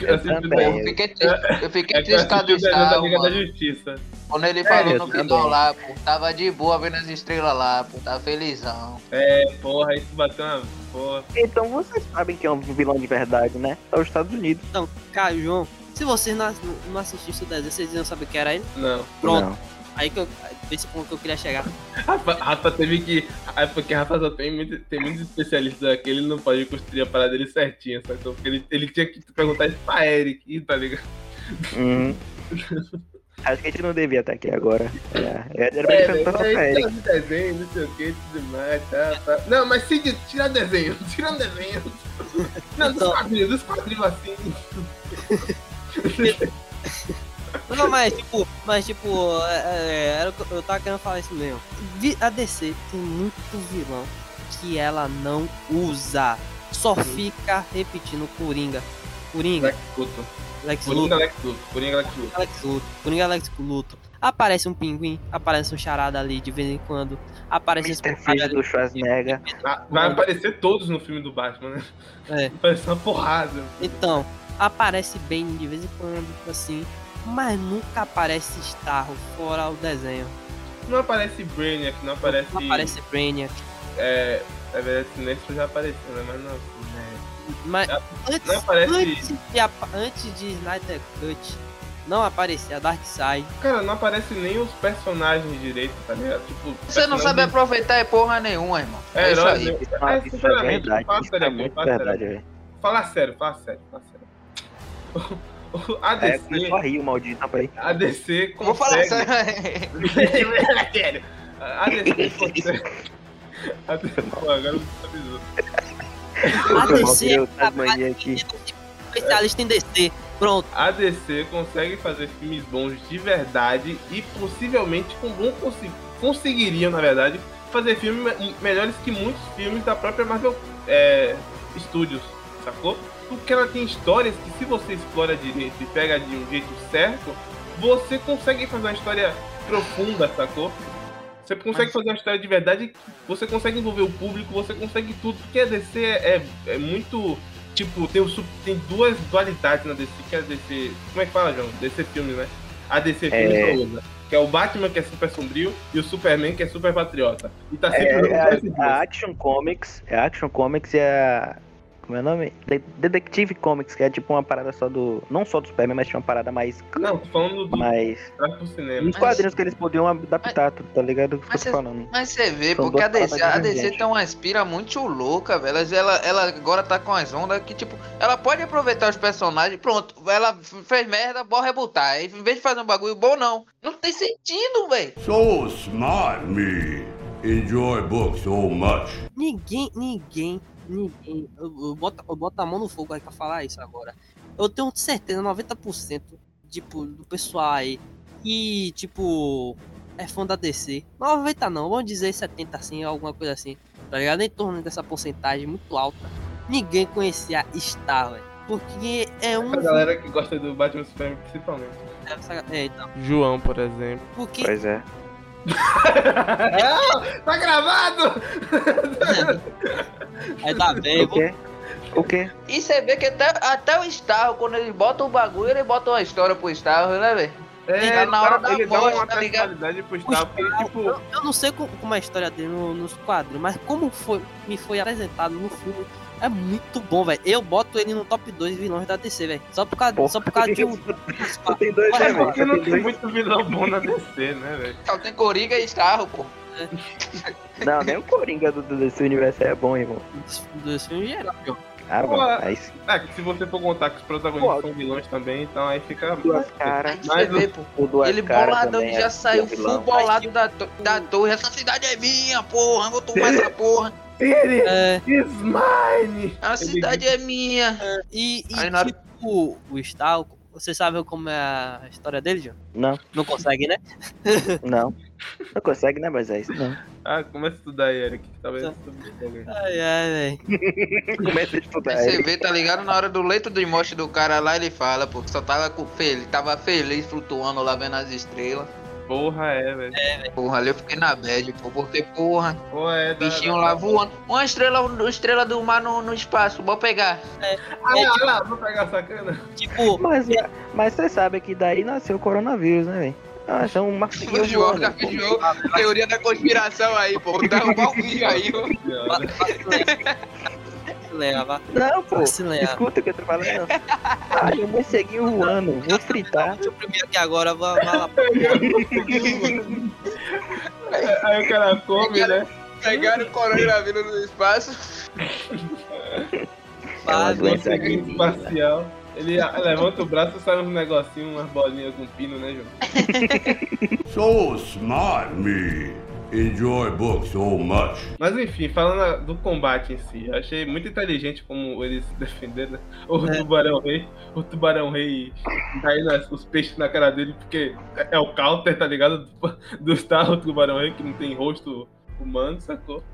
C: Eu também.
G: Eu fiquei triste, eu fiquei
B: É que eu
G: triste com a
B: assisti
G: do
B: o desenho da
G: Sal,
B: Liga da
G: mano.
B: Justiça.
G: Quando ele falou
C: É, eu
G: no
C: também.
G: final lá, pô, tava de boa vendo as estrelas lá, pô, tava felizão.
B: É, porra, isso bateu uma porra.
C: Então vocês sabem que é um vilão de verdade, né? É os Estados Unidos.
A: Então, Caio João, se vocês não, ass- não assistissem o desenho, vocês iam saber que era ele.
B: Não.
A: Pronto.
C: Não.
A: Aí que eu. Esse ponto que eu queria chegar.
B: Rafa, Rafa teve que. É porque Rafa só tem muito, tem muitos especialistas aqui, ele não pode construir a parada dele certinha, sacou? Porque ele, ele tinha que perguntar isso pra Eric, ih, tá ligado?
C: Hum. Acho que a gente não devia estar aqui agora. É, era pra
B: É,
C: ele
B: velho,
C: perguntar só pra
B: mas
C: Eric.
B: tá no desenho, não sei o que, tudo mais, tá, tá. Não, mas se de- tira desenho, [laughs] tira um desenho. Não, dos
A: Então.
B: quadrinhos, dos quadrinhos assim.
A: Não, mas tipo, mas tipo, é, é, era o que eu eu tava querendo falar isso mesmo. Vi- A DC tem muito vilão que ela não usa. Só fica repetindo Coringa. Coringa,
B: Lex Luthor.
A: Lex
B: Coringa
A: Luthor,
B: Lex Luthor. Coringa Lex Luthor.
A: Lex Luthor, Coringa, Lex Luthor. Aparece um pinguim, aparece um charada ali de vez em quando. Aparece esse
C: Mr.
A: porrada
C: Fish
A: ali.
C: é do Schwarzenegger.
B: Ah, Vai aparecer todos no filme do Batman, né? [laughs]
A: É.
B: Vai aparecer uma porrada.
A: Então, aparece Bane de vez em quando, assim. Mas nunca aparece Starro, fora o desenho.
B: Não aparece Brainiac, não aparece.
A: Não aparece Brainiac.
B: É, na verdade, Sinestro já apareceu, né? Mas não,
G: É.
B: né?
A: Mas
B: Não
A: antes,
B: não aparece-
A: antes, de, apa- antes de Snyder Cut não aparecer a Darkseid,
B: Cara, não aparece nem os personagens direito, tá ligado? Tipo,
G: Você não sabe
B: personagem-
G: aproveitar é porra nenhuma, irmão. É isso
B: Herói,
G: aí.
B: né?
C: Isso é uma-
B: É,
C: Isso é
B: sinceramente,
C: verdade.
B: fala
C: Isso é
B: sério,
C: muito
B: fala sério.
C: verdade, velho.
B: Fala sério, fala sério, fala sério. [laughs] O- o- A
C: É,
B: DC,
C: começou a rir o maldito, rapaz.
B: a DC consegue...
G: Vou falar [laughs] sério.
B: sério. [laughs] a DC
G: [laughs]
B: consegue... [laughs] A DC... Pô, agora tá eu avisou.
A: a
C: Eu mal
A: DC é tipo,
B: tá
C: criei outras manias aqui.
A: especialista em DC. Pronto,
B: A DC consegue fazer filmes bons de verdade e possivelmente com bom consi- conseguiriam, na verdade, fazer filmes me- melhores que muitos filmes da própria Marvel é, Studios, sacou? Porque ela tem histórias que se você explora direito e pega de um jeito certo, você consegue fazer uma história profunda, sacou? Você consegue fazer uma história de verdade, você consegue envolver o público, você consegue tudo, porque a DC é- é muito tipo, tem, o, su- tem duas dualidades na DC, que é a DC. Como é que fala, João? DC filme, né? A DC filme
C: É.
B: é... usa. Que é o Batman que é super sombrio e o Superman que é super patriota. E tá sempre
C: É,
B: jogando
C: a-
B: com esses dois.
C: a Action Comics, a Action Comics é a. Como é o nome? De- Detective Comics, que é tipo uma parada só do. Não só do Superman, mas tinha uma parada mais.
B: Não, tô falando do
C: mais.
B: traz pro cinema.
C: Uns quadrinhos que eles podiam adaptar, tu tá ligado? O que eu
G: mas é
C: tô
G: vocês-
C: falando.
G: Mas você vê,
C: São
G: porque a
C: duas
G: DC, a
C: paradas
G: DC
C: divergentes.
G: tem uma aspira muito louca, velho. Ela, ela agora tá com as ondas que, tipo, ela pode aproveitar os personagens. Pronto, ela f- fez merda, bora rebutar. Aí, Em vez de fazer um bagulho bom, não. Não tem sentido, velho.
F: So smart me enjoy books so much.
A: ninguém, ninguém, ninguém. Eu, eu boto, eu boto a mão no fogo aí pra falar isso agora. Eu tenho certeza, 90% tipo, do pessoal aí que, tipo, é fã da DC. 90 não, vamos dizer 70 assim, alguma coisa assim. Tá ligado? Em torno dessa porcentagem muito alta. Ninguém conhecia Star, velho. Porque é um.
B: A galera que gosta do Batman e Superman principalmente.
A: É, então.
B: João, por exemplo.
A: Porque
C: Pois é.
B: tá gravado!
A: Aí tá bem,
C: [laughs]
A: eu
C: O
A: vou...
C: quê? O quê?
G: E você vê que até, até o Starro, quando ele bota o bagulho, ele bota uma história pro Starro, né, velho?
B: É,
G: Tá na hora
B: ele dá-
G: da
B: ele dá
G: voz,
B: uma
G: tá ligado?
B: personalidade pro Star, porque ele, tipo,
A: eu não sei co- como é a história dele no- nos quadros, mas como foi, me foi apresentado no filme, é muito bom, velho. Eu boto ele no top 2 vilões da DC, velho. Só por causa,
C: Porra.
A: só por
C: [laughs]
A: causa de um.
C: Só tem dois,
A: Ué,
C: né,
B: é
C: velho?
B: porque
C: Só
B: não
C: tem
B: tem
C: dois.
B: muito vilão bom na DC, né, velho?
G: Só tem Coringa e Starro, pô.
C: Não, nem o Coringa do, do, desse universo aí é bom, irmão.
A: Dos filmes em geral,
C: Ah,
B: Pô,
C: mano, aí sim.
B: Ah, que se você for contar que os protagonistas
C: Pô,
B: são vilões também, então aí fica.
C: Duas caras.
G: Aí você
B: Mas
G: vê, pô.
C: O duas
G: Ele
C: caras
G: boladão
C: também
G: ele
C: é
G: já saiu full
C: vilão.
G: bolado da, to- da torre. Essa cidade é minha, porra. Eu vou tomar essa porra.
B: Ele
A: É,
B: is mine!
G: A cidade é minha.
A: e, e
G: Aí na hora-
A: tipo, o Stalco, vocês sabem como é a história dele, João?
C: Não,
A: Não consegue, né?
C: não. Não consegue, né, mas é isso. Não.
B: Ah, começa a estudar, Eric. que Talvez.
A: Tá.
B: estude.
A: Ai, ai, velho.
C: Começa a estudar.
G: Aí você
C: ele.
G: vê, tá ligado? Na hora do leito de morte do cara lá, ele fala, pô, que só tava com feliz, tava feliz flutuando lá vendo as estrelas.
B: Porra, é, velho.
G: Porra, ali eu fiquei na bad, pô, porque, porra,
B: Porra, é. da-
G: bichinho
B: da-
G: lá voando. Uma estrela, uma estrela do mar no, no espaço, bora pegar.
B: Ah lá, ah lá, vou pegar a sacana.
A: Tipo,
C: Mas, mas você sabe que daí nasceu o coronavírus, né, velho? Ah, são uma
G: Fio de ouro, tá fio de ouro. Teoria da conspiração aí, pô, derrubar o vídeo aí, ó.
A: leva,
C: Não, pô.
A: se leva.
C: Escuta o que eu tô falando. Ah, eu vou seguir voando, vou fritar.
A: O primeiro que agora vai vai lá.
B: Aí o cara come, né?
G: Pegaram o coronavírus no espaço.
C: É uma
A: Ah,
C: doença
B: Conseguiu
C: alienígena.
B: espacial. Ele ah, levanta o braço e sai uns negocinhos, umas bolinhas com pino, né, João?
F: So smart, me. Enjoy books so much.
B: Mas enfim, falando a- do combate em si, eu achei muito inteligente como eles [laughs] defenderam né? o
C: É.
B: Tubarão Rei, o Tubarão Rei caindo as- os peixes na cara dele, porque é- é o counter, tá ligado? Do, do Star, o Tubarão Rei, que não tem rosto humano, sacou?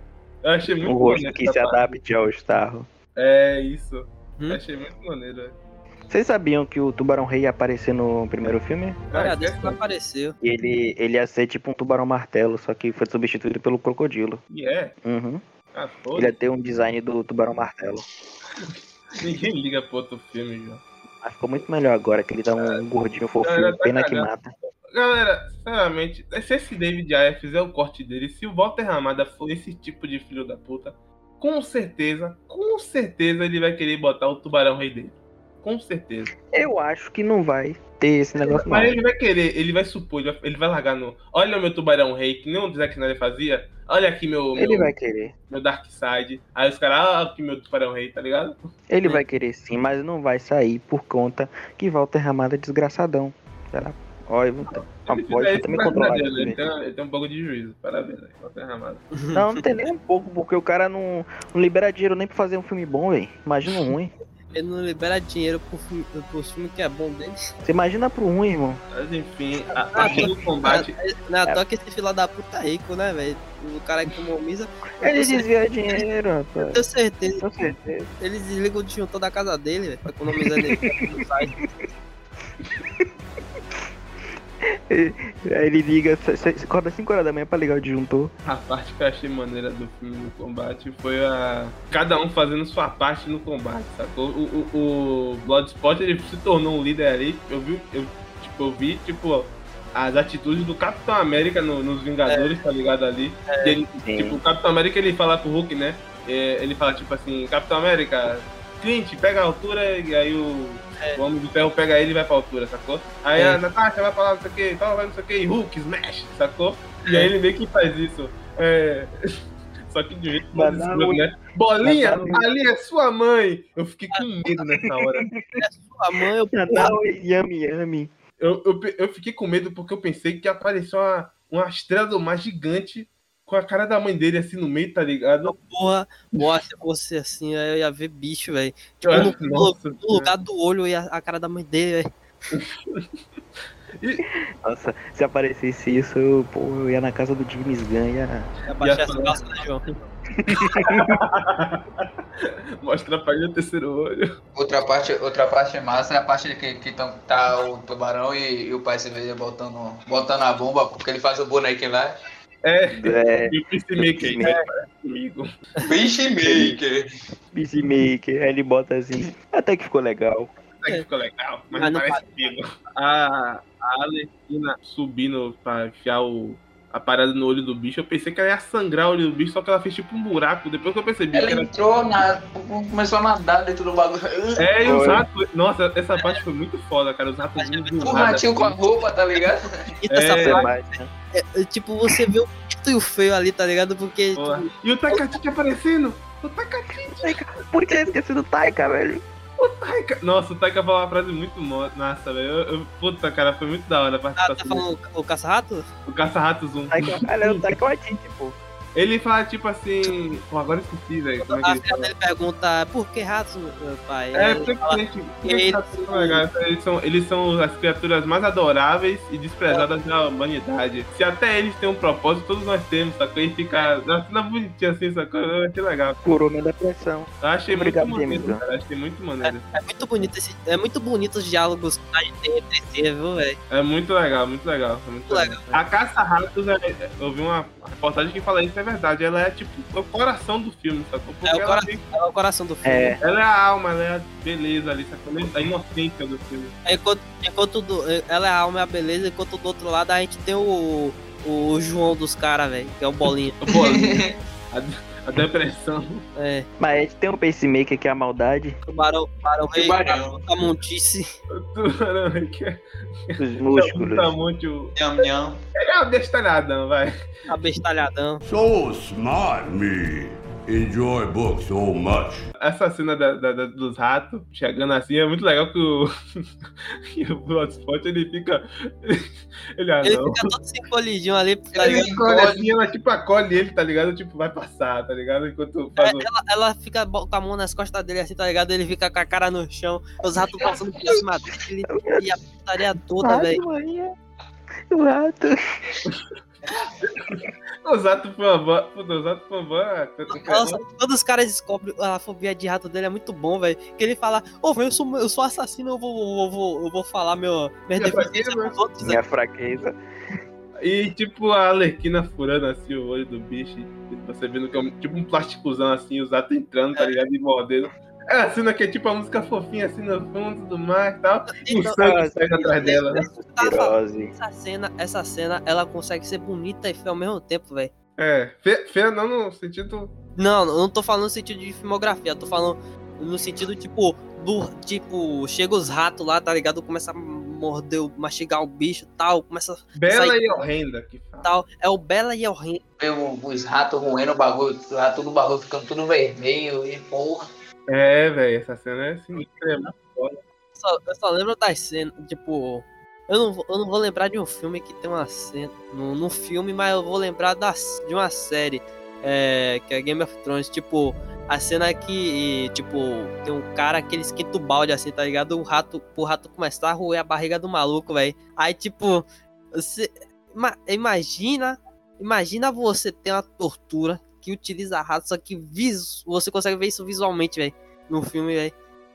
B: Eu achei muito
C: Um rosto
B: maneiro
C: que
B: essa
C: se
B: parte.
C: adapte ao estarro.
B: É, isso.
A: Hum?
B: Eu achei muito maneiro. é.
C: Vocês sabiam que o Tubarão Rei ia aparecer no primeiro filme?
A: Olha,
B: Ah,
A: Deus que
B: é,
A: não apareceu.
C: E ele, ele ia ser tipo um tubarão martelo, só que foi substituído pelo crocodilo.
B: e é.
C: Uhum.
B: Ah,
C: Ele é
B: foda
C: ia ter um design do tubarão martelo.
B: [laughs] Ninguém liga pro outro filme, João.
C: Mas ficou muito melhor agora, que ele dá um gordinho fofinho,
B: Cara, tá
C: pena que
B: cagado.
C: mata.
B: Galera, sinceramente, se esse David Ayer fizer o corte dele, se o Walter Ramada for esse tipo de filho da puta, com certeza, com certeza ele vai querer botar o tubarão rei dele. Com certeza.
C: Eu acho que não vai ter esse negócio
B: Mas
C: mais.
B: ele vai querer, ele vai supor, ele vai, ele vai largar no. Olha o meu tubarão rei, que nem o Zack Snyder fazia. Olha aqui meu,
C: Ele
B: meu,
C: vai querer.
B: meu Dark Side. Aí os caras, ah, aqui meu tubarão rei, tá ligado?
C: Ele vai querer sim, mas não vai sair por conta que Walter Ramada é desgraçadão. Será? Olha,
B: Ele
C: pode
B: fizer isso,
C: também
B: mas
C: controlar
B: parabéns,
C: isso,
B: Ele
C: né?
B: tem, ele tem um pouco de juízo. Parabéns, aí, Walter Ramada.
C: Não, não tem nem um pouco, porque o cara não, não libera dinheiro nem pra fazer um filme bom, velho. Imagina um ruim.
A: Ele não libera dinheiro pro filme, pro filme que é bom dele.
C: Você imagina pro ruim, irmão.
B: Mas enfim, a parte do combate.
A: Na é
B: É.
A: toa que esse filho da puta é rico, né, velho? O cara que economiza.
C: Ele
A: Eu tenho cer-
C: desvia dinheiro, rapaz.
A: tenho certeza.
C: Com certeza.
A: Ele desliga o disjuntor da casa dele, velho, pra economizar
B: [laughs]
A: ele.
C: Aí ele liga, se- se- se acorda 5 horas da manhã pra ligar o disjuntor.
B: A parte que eu achei maneira do filme do combate foi a. Cada um fazendo sua parte no combate, sacou? O, o, o Bloodsport ele se tornou um líder ali. Eu vi, eu, tipo, eu vi, tipo, as atitudes do Capitão América no- nos Vingadores, tá ligado ali? E ele,
C: É. Sim.
B: tipo, o Capitão América ele fala pro Hulk, né? É, ele fala tipo assim, Capitão América, Clint, pega a altura, e aí o,
C: É.
B: o Homem do Ferro pega ele e vai pra altura, sacou? Aí
A: É.
B: a Natasha vai pra lá, não sei o que, tal, vai não sei o que, Hulk, smash, sacou? E
C: É.
B: aí ele meio que faz isso. É... [laughs] Só que de um jeito mais
C: Mas não,
B: escuro, né? Bolinha,
C: mas não.
B: ali é sua mãe! Eu fiquei com medo nessa hora.
A: "É Sua mãe, eu
B: Tá
C: Não, yami, yami.
B: Eu, eu, pe- eu fiquei com medo porque eu pensei que apareceu uma, uma estrela do mar gigante com a cara da mãe dele assim no meio, tá ligado?
A: porra. Nossa, se fosse assim, aí eu ia ver bicho, velho. Tipo,
B: Eu-
A: no,
B: nossa,
A: no lugar do olho e a, a cara da mãe dele, velho.
C: Nossa, se aparecesse isso, eu, pô, eu ia na casa do James Gunn, ia...
A: Ia baixar as
B: falar.
A: calças, né, João?
B: [laughs] mostra pra ele o terceiro olho.
G: Outra parte, outra parte massa é a parte que, que tão- tá o tubarão e, e o pai cerveja botando, botando a bomba, porque ele faz o bonequinho lá.
B: É,
C: É,
B: e o Peacemaker, né? Parece comigo.
G: Peacemaker!
C: Peacemaker, aí ele bota assim. Até que ficou legal.
B: Até que ficou legal, mas
A: Mas
B: não
A: não
B: parece comigo. A, a Alequina subindo pra enfiar o, a parada no olho do bicho, eu pensei que ela ia sangrar o olho do bicho, só que ela fez tipo um buraco. Depois que eu percebi
G: Ela
B: que era.
G: entrou na. começou a nadar dentro do bagulho.
B: É, e os
C: Foi.
B: ratos. Nossa, essa parte foi muito foda, cara. Os ratos vindo do
G: [laughs] O
B: nada, assim,
G: ratinho com a roupa, tá ligado?
A: E essa
B: É.
C: Você
A: parte,
C: mais, né?
A: é, tipo, você vê o bonito e o feio ali, tá ligado? Porque,
B: Porra.
A: tipo,
B: E o Takatiti aparecendo? O Taika Waititi.
C: Por que eu esqueci do Taika, velho?
B: O Taika. Nossa, o Taika falou uma frase muito mo- massa, velho. Eu- eu- Puta, cara, foi muito da hora a
A: Ah, tá
B: participação.
A: falando o caça-rato?
B: O Caça-Rato Zoom.
C: Taika, ele é o Taika Waititi, pô.
B: Ele fala tipo assim. Pô, agora eu esqueci, velho. Como é que
A: A
B: ele
A: filha
B: fala?
A: dele pergunta por que rato, meu pai?
B: É,
A: Aí fala,
B: simplesmente.
A: Ele-
B: Eles são, eles são as criaturas mais adoráveis e desprezadas da humanidade. Se até eles têm um propósito, todos nós temos, sacou? E fica na cena bonitinha assim, sacou? Eu achei legal.
C: Curou-me da pressão.
B: Eu achei
C: Obrigado,
B: muito maneiro,
C: Jameson.
B: cara. Achei muito maneiro.
A: é muito bonito esse. É muito bonito os diálogos que a gente tem entre si, viu, velho? Tipo,
B: É muito legal, muito legal. é muito legal. A Caça-Ratos, é, é- eu vi uma reportagem que fala isso, é verdade. Ela é tipo o coração do filme, sacou? Porque
A: É, o
B: ela,
A: coração.
B: tem-
A: É o coração do filme.
C: É,
B: ela é a alma, ela é a beleza ali, sacou? A inocência do
A: [laughs]
B: filme.
A: Enquanto, enquanto do- ela é a alma e a beleza, enquanto do outro lado a gente tem o, o João dos caras, velho, que é o [laughs] bolinho.
B: O bolinho, a- a depressão.
A: É,
C: mas a gente tem um pacemaker que é a maldade.
A: o barão, barão rei,
G: Tubarão.
A: a montice.
B: [laughs] Tubarão que é
C: Os
B: um
C: músculos.
B: tamanho.
G: Nham, nham.
B: Ele é um destalhadão, vai.
A: [laughs] Abestalhadão.
F: So smart me enjoy books so much.
B: Essa cena da- da- da- dos ratos chegando assim é muito legal que o. [laughs] que o Bloodspot ele fica. [laughs] Ele, ah,
A: Ele
B: não.
A: fica todo sem colidinho ali, tá
B: Ele
A: ligado?
B: encolhe assim, ela tipo acolhe ele, tá ligado? Tipo, vai passar, tá ligado? Enquanto faz o.
A: É, Ela, ela fica bo- com a mão nas costas dele assim, tá ligado? Ele fica com a cara no chão, os ratos passando por cima dele e a putaria toda, velho.
C: Maria. O rato.
B: Os ratos fambã. Puta, os ratos fambã.
A: Nossa, quando os caras descobrem a fobia de rato dele é muito bom, velho. Que ele fala, ô, velho, eu sou, eu sou assassino, eu vou, eu vou, eu vou falar meu, minhas
B: Minha
A: deficiências
B: fraqueza.
A: pros outros,
C: Minha fraqueza.
B: E tipo a Alequina furando assim o olho do bicho, e você vendo que é um- tipo um plásticozão assim, os atos entrando, tá ligado? E mordendo. É a cena que é tipo a música fofinha assim no fundo do mar e tal. E o
A: Então,
B: sangue
C: ah,
B: saindo atrás dela. né?
A: Eu tava falando,
C: Tirose.
A: Essa cena, essa cena, ela consegue ser bonita e feia ao mesmo tempo, velho.
B: É, fe- feia não no sentido.
A: Não, eu não tô falando no sentido de filmografia, eu tô falando no sentido, tipo, do. Tipo, chega os ratos lá, tá ligado? Começa a morder, o- mastigar o bicho e tal, começa
B: Bela
A: Sai-
B: e horrenda que fala.
A: tal. É o Bela e o Ren.
D: Vê o- os ratos roendo o bagulho, os ratos do bagulho ficando tudo vermelho e porra.
B: É, velho, essa cena é sinistra. é muito foda.
A: Só- eu só lembro das cenas, tipo. Eu não, vou- eu não vou lembrar de um filme que tem uma cena. No, no filme, mas eu vou lembrar das, de uma série. é, que é Game of Thrones. Tipo, a cena que, tipo, tem um cara que ele esquenta o balde assim, tá ligado? O rato, o rato começar a roer a barriga do maluco, velho. Aí, tipo, você. ima- Imagina. Imagina você ter uma tortura que utiliza rato, só que visu, você consegue ver isso visualmente, velho. No filme, velho.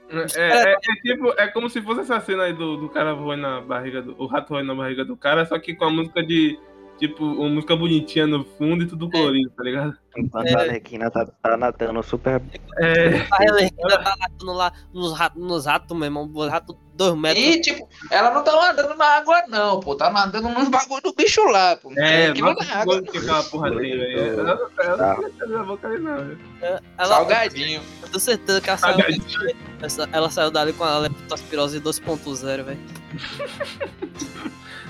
B: É, é- é tipo, é como se fosse essa cena aí do, do cara voando na barriga do. O rato voando na barriga do cara, só que com a música de. Tipo, uma música bonitinha no fundo e tudo colorido, tá ligado?
C: Enquanto a Alequina tá, tá nadando super.
B: É,
A: A Helena tá latando lá nos ratos, nos ratos, meu irmão. Os ratos dois metros.
G: E, tipo, ela não tá nadando na água, não, pô. Tá nadando nos bagulho do bicho lá, pô.
B: é,
G: que não
B: nossa,
G: é
B: que
G: água.
B: gosto que aquela porra tem, velho. Ela não
C: Tá.
B: ela não quer abrir a boca ali, não. velho.
A: Ela,
G: Salgadinho.
A: eu tenho certeza que ela saiu, dali, essa- ela saiu dali com a leptospirose 2.0, velho.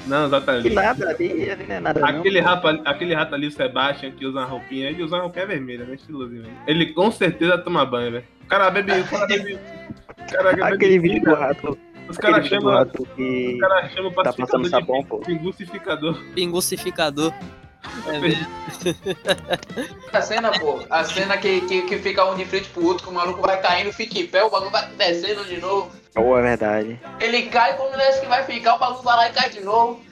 B: Não,
C: Que né,
B: exatamente.
C: nada ali, ali não é nada. não.
B: Aquele rato, ali- aquele rato ali, o Sebastian, que usa uma roupinha, ele usa uma roupinha vermelha, né? Estilosinho, velho. Ele com certeza toma banho, velho. O cara bebe, o cara bebe. O cara bebe
C: Aquele vídeo do rato.
B: Os
C: Aquele
B: caras
C: vídeo do
B: chamam.
C: rato que
B: Os caras chamam o
C: tá passando
B: pacificador
C: sabão,
B: de
A: É
C: pô.
B: pingucificador.
A: Pingucificador.
B: [laughs]
A: É, velho.
D: A cena, pô, a cena que, que, que fica um de frente pro outro, que o maluco vai caindo, fica em pé, o bagulho vai descendo de novo.
C: Pô, é verdade.
D: Ele cai, quando ele acha que vai ficar, o bagulho vai lá e cai de novo.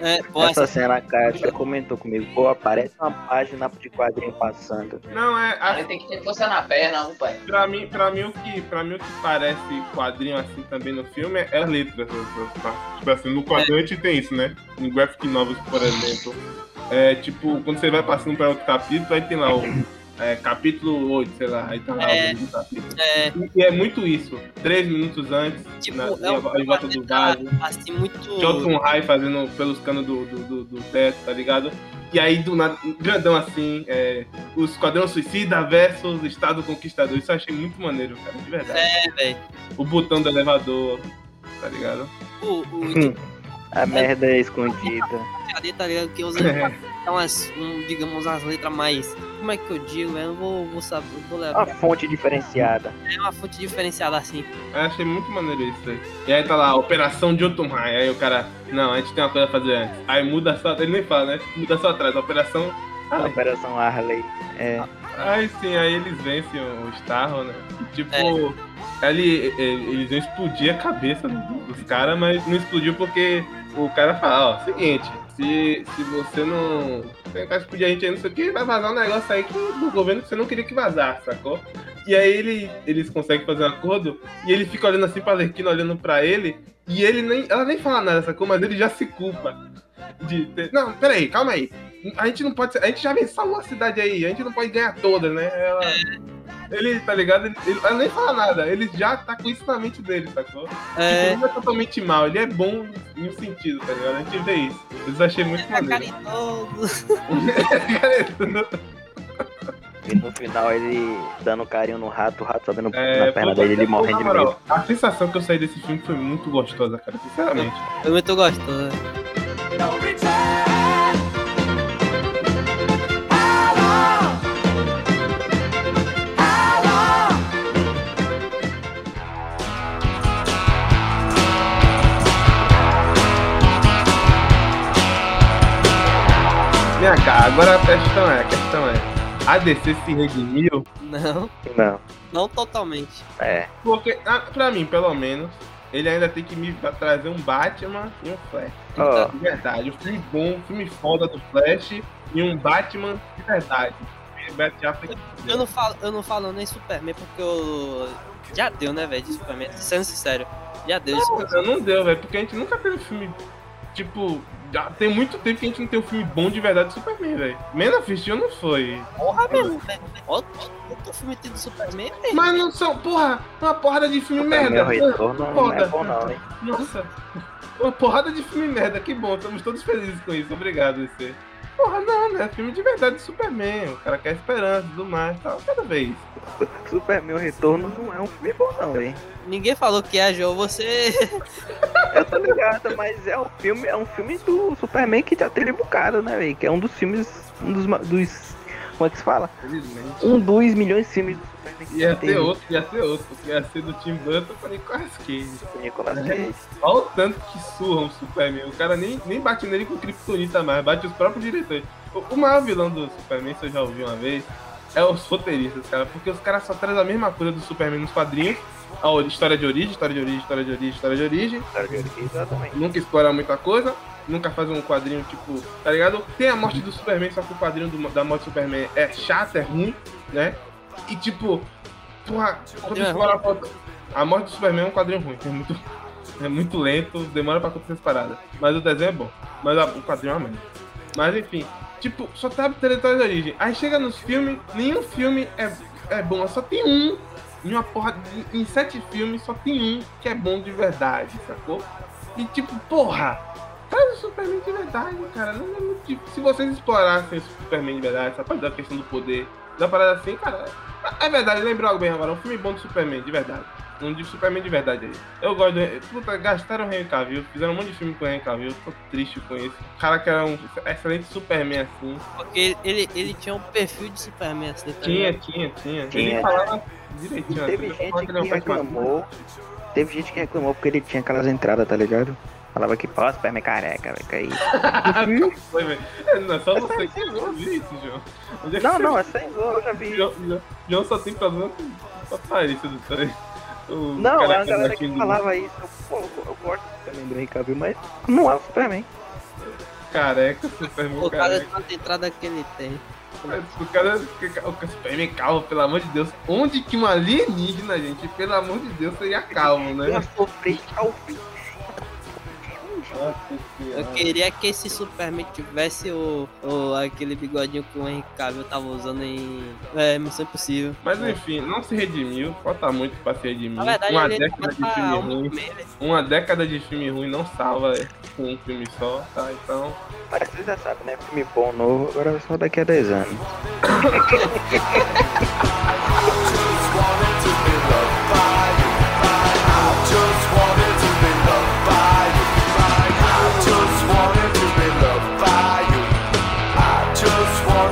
A: É, pô,
C: Essa
A: essa,
C: cena, cara, você comentou comigo. Pô, aparece uma página de quadrinho passando.
B: Não, é.
D: Ele
B: Assim,
D: tem que ter força na perna, um pai.
B: pra, mim, pra, mim, o que, pra mim, o que parece quadrinho assim também no filme é as letras. Tipo assim, no quadrinho a gente tem isso, né? Em graphic novels, por exemplo. É tipo, quando você vai passando pra outro capítulo, aí tem lá o. é, capítulo 8, sei lá, aí tá lá
A: É.
B: o nome do capítulo.
A: é,
B: E é muito isso. Três minutos antes,
A: tipo,
B: na,
A: é
B: em
A: uma
B: em volta do vaso.
A: letra, assim, muito...
B: Johnson High fazendo pelos canos do, do, do, do teto, tá ligado? E aí, do nada, grandão assim, é, o Esquadrão Suicida versus Estado Conquistador. Isso eu achei muito maneiro, cara, de verdade.
A: É, velho.
B: O botão do elevador, tá ligado? [laughs] Hum.
A: O, o, tipo,
C: A merda é escondida.
A: ali, tá ligado? Que usa
B: [laughs] É.
A: botar umas, um, digamos, umas letras mais. Como é que eu digo? Eu não vou, vou saber, eu vou levar
B: Ah.
C: Uma fonte diferenciada.
A: é uma fonte diferenciada assim.
B: Eu achei muito maneiro isso aí. E aí tá lá, operação de Otumai. Aí o cara, não, a gente tem uma coisa a fazer antes. Aí muda só, ele nem fala, né? Muda só atrás, operação.
C: A Operação Harley. É,
B: Aí sim, aí eles vencem o Starro, né? E, tipo, ele, ele- eles iam explodir a cabeça do- dos caras, mas não explodiu porque o cara fala, ó, seguinte, se, se você não. Se você não quer explodir a gente aí, não sei o que, vai vazar um negócio aí que do governo que você não queria que vazasse, sacou? E aí ele, eles conseguem fazer um acordo e ele fica olhando assim pra Lerquina, olhando pra ele, e ele nem. Ela nem fala nada, sacou? Mas ele já se culpa. De ter- Não, peraí, calma aí. A gente não pode. ser- A gente já venceu uma cidade aí, a gente não pode ganhar toda, né? Ela- Ele, tá ligado? Ele, ele- ela nem fala nada, ele já tá com isso na mente dele, sacou? Tipo,
A: É.
B: ele não é totalmente mal, ele é bom em um sentido, tá ligado? A gente vê isso. Eu achei muito
A: Tá
B: maneiro.
A: caridoso.
C: e no final ele dando carinho no rato, o rato sabendo
B: É,
C: na perna
B: pô,
C: dele, ele
B: pô,
C: morrendo
B: na
C: de
B: moral,
C: medo.
B: A sensação que eu saí desse filme foi muito gostosa, cara, sinceramente.
A: Foi muito gostoso. né?
B: Minha cara, agora a questão é, a questão é. A DC se redimiu
A: Não,
C: Não,
A: não totalmente.
C: é.
B: porque, ah, pra mim, pelo menos, ele ainda tem que me tra- trazer um Batman e um Flash.
C: Ó,
B: De verdade, um filme bom, um filme foda do Flash e um Batman de verdade. Batman tem que
A: Eu não falo, eu não falo nem Superman porque eu. Já deu, né, velho? De Superman. Sendo sincero. Já deu. isso.
B: Não, não deu, velho, porque a gente nunca teve um filme. Tipo, já tem muito tempo que a gente não tem um filme bom de verdade do Superman, velho. Menos assistiu não foi.
A: Porra, mesmo, velho. Olha o quanto filme tem do Superman, velho.
B: Mas não são, porra, uma porrada de filme
C: meu
B: merda. né?
C: retorno não é
B: Foda.
C: bom não, hein?
B: Nossa, uma porrada de filme merda, que bom, estamos todos felizes com isso, obrigado, você. Porra, não, né? Filme de verdade do Superman, o cara quer esperança, do mais tal, cada vez.
C: Super Meu Retorno não é um filme bom não, hein?
A: Ninguém falou que é, João. Você. [laughs]
C: Eu tô ligado, mas é um filme, é um filme do Superman que já teve bocado, né, velho? Que é um dos filmes, um dos, ma- dos como é que se fala?
B: Felizmente.
C: Um dos milhões de filmes do Superman que
B: Ia
C: já
B: ser
C: teve
B: outro, ia ser outro, porque ia ser do Tim Burton, eu falei, quase que.
C: com o Nicolas é Cage.
B: Olha o tanto que surram o Superman. O cara nem, nem bate nele com Kryptonita mais, bate os próprios diretores. O, o maior vilão do Superman, se eu já ouvi uma vez, é os roteiristas, cara. Porque os caras só trazem a mesma coisa do Superman nos quadrinhos. A ori- história de origem, história de origem, história de origem, história de origem.
C: Exatamente.
B: Nunca explora muita coisa. Nunca faz um quadrinho, tipo, tá ligado? Tem a morte do Superman, só que o quadrinho do- da morte do Superman é chato, é ruim, né? E tipo, porra, quando
A: Quadrinho é
B: explora a foto- A morte do Superman é um quadrinho ruim, é muito é muito lento, demora pra acontecer as paradas. Mas o desenho é bom. Mas a- o quadrinho é uma merda. Mas enfim, tipo, só tá território de origem. Aí chega nos filmes, nenhum filme é, é bom, só tem um. Em uma porra. de- Em sete filmes só tem um que é bom de verdade, sacou? E tipo, porra! Faz o Superman de verdade, cara. Não, não, não, tipo, se vocês explorassem o Superman de verdade, essa parada da questão do poder, da parada assim, cara. É verdade, lembrou algo bem agora, um filme bom do Superman, de verdade. Um de Superman de verdade aí. Eu gosto do. Puta, gastaram o Henry Cavill, fizeram um monte de filme com o Henry Cavill, tô triste com isso. O cara que era um excelente Superman assim.
A: Porque ele, ele, ele tinha um perfil de Superman assim, tá
B: Tinha,
A: ligado?
B: tinha, tinha. Ele
C: É. Tinha.
B: falava direitinho assim.
C: Teve
B: eu
C: gente
B: falava ele é um
C: que
B: Batman.
C: reclamou. Teve gente que reclamou porque ele tinha aquelas entradas, tá ligado? Falava que pô, Superman é careca, velho. Que é isso?
B: [laughs] Foi, velho. É, Não, só você que não viu isso, João. Onde é que
C: Não,
B: você
C: não, é sem zoa, eu já vi.
B: João, João- João só tem problema com a aparência do Tony. O
C: Não,
B: cara
C: a
B: que
C: galera
B: bate
C: que
B: no-
C: falava isso, pô, eu eu gosto do Superman do Henry Cavill, mas não é o Superman.
B: Careca, Superman
A: Por causa
B: careca.
A: da entrada que ele tem.
B: O cara, o cara- Superman é calvo, pelo amor de Deus. Onde que um alienígena, gente, pelo amor de Deus, seria calvo, né?
C: Eu sofri ao fim.
A: Eu queria que esse Superman tivesse o, o aquele bigodinho que o Henry Cavill tava usando em é, Missão Impossível.
B: Mas enfim, não se redimiu. Falta muito pra se redimir.
A: Na verdade,
B: uma
A: ele é
B: década de
A: tava
B: filme
A: ao
B: ruim.
A: meio, velho.
B: Uma década de filme ruim não salva com um filme só, tá? Então.
C: Mas vocês já sabem, né? Filme bom novo, agora é só daqui a 10 anos.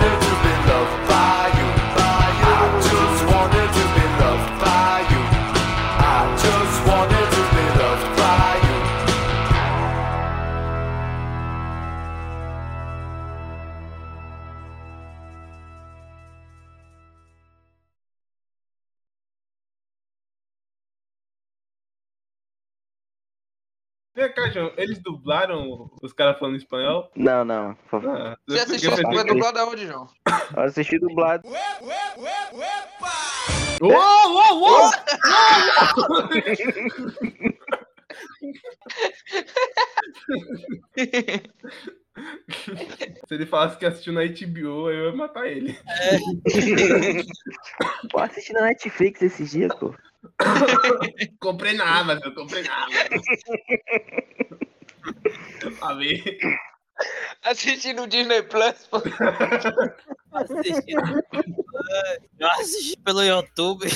H: I
B: Vem cá, João. Eles dublaram os caras falando espanhol?
C: Não, não.
B: Ah,
D: Você assistiu
B: eu
D: o
B: pensei
D: filme
B: que-
D: dublado aonde, João?
C: Eu assisti dublado.
B: Ô, ô, ô! Se ele falasse que assistiu na HBO, eu ia matar ele.
C: Pô, assisti na Netflix esses dias, pô.
B: Comprei na Amazon, comprei na Amazon. pra ver.
D: Assistindo o Disney Plus, pô.
A: Assisti. [laughs] Eu assisti pelo YouTube.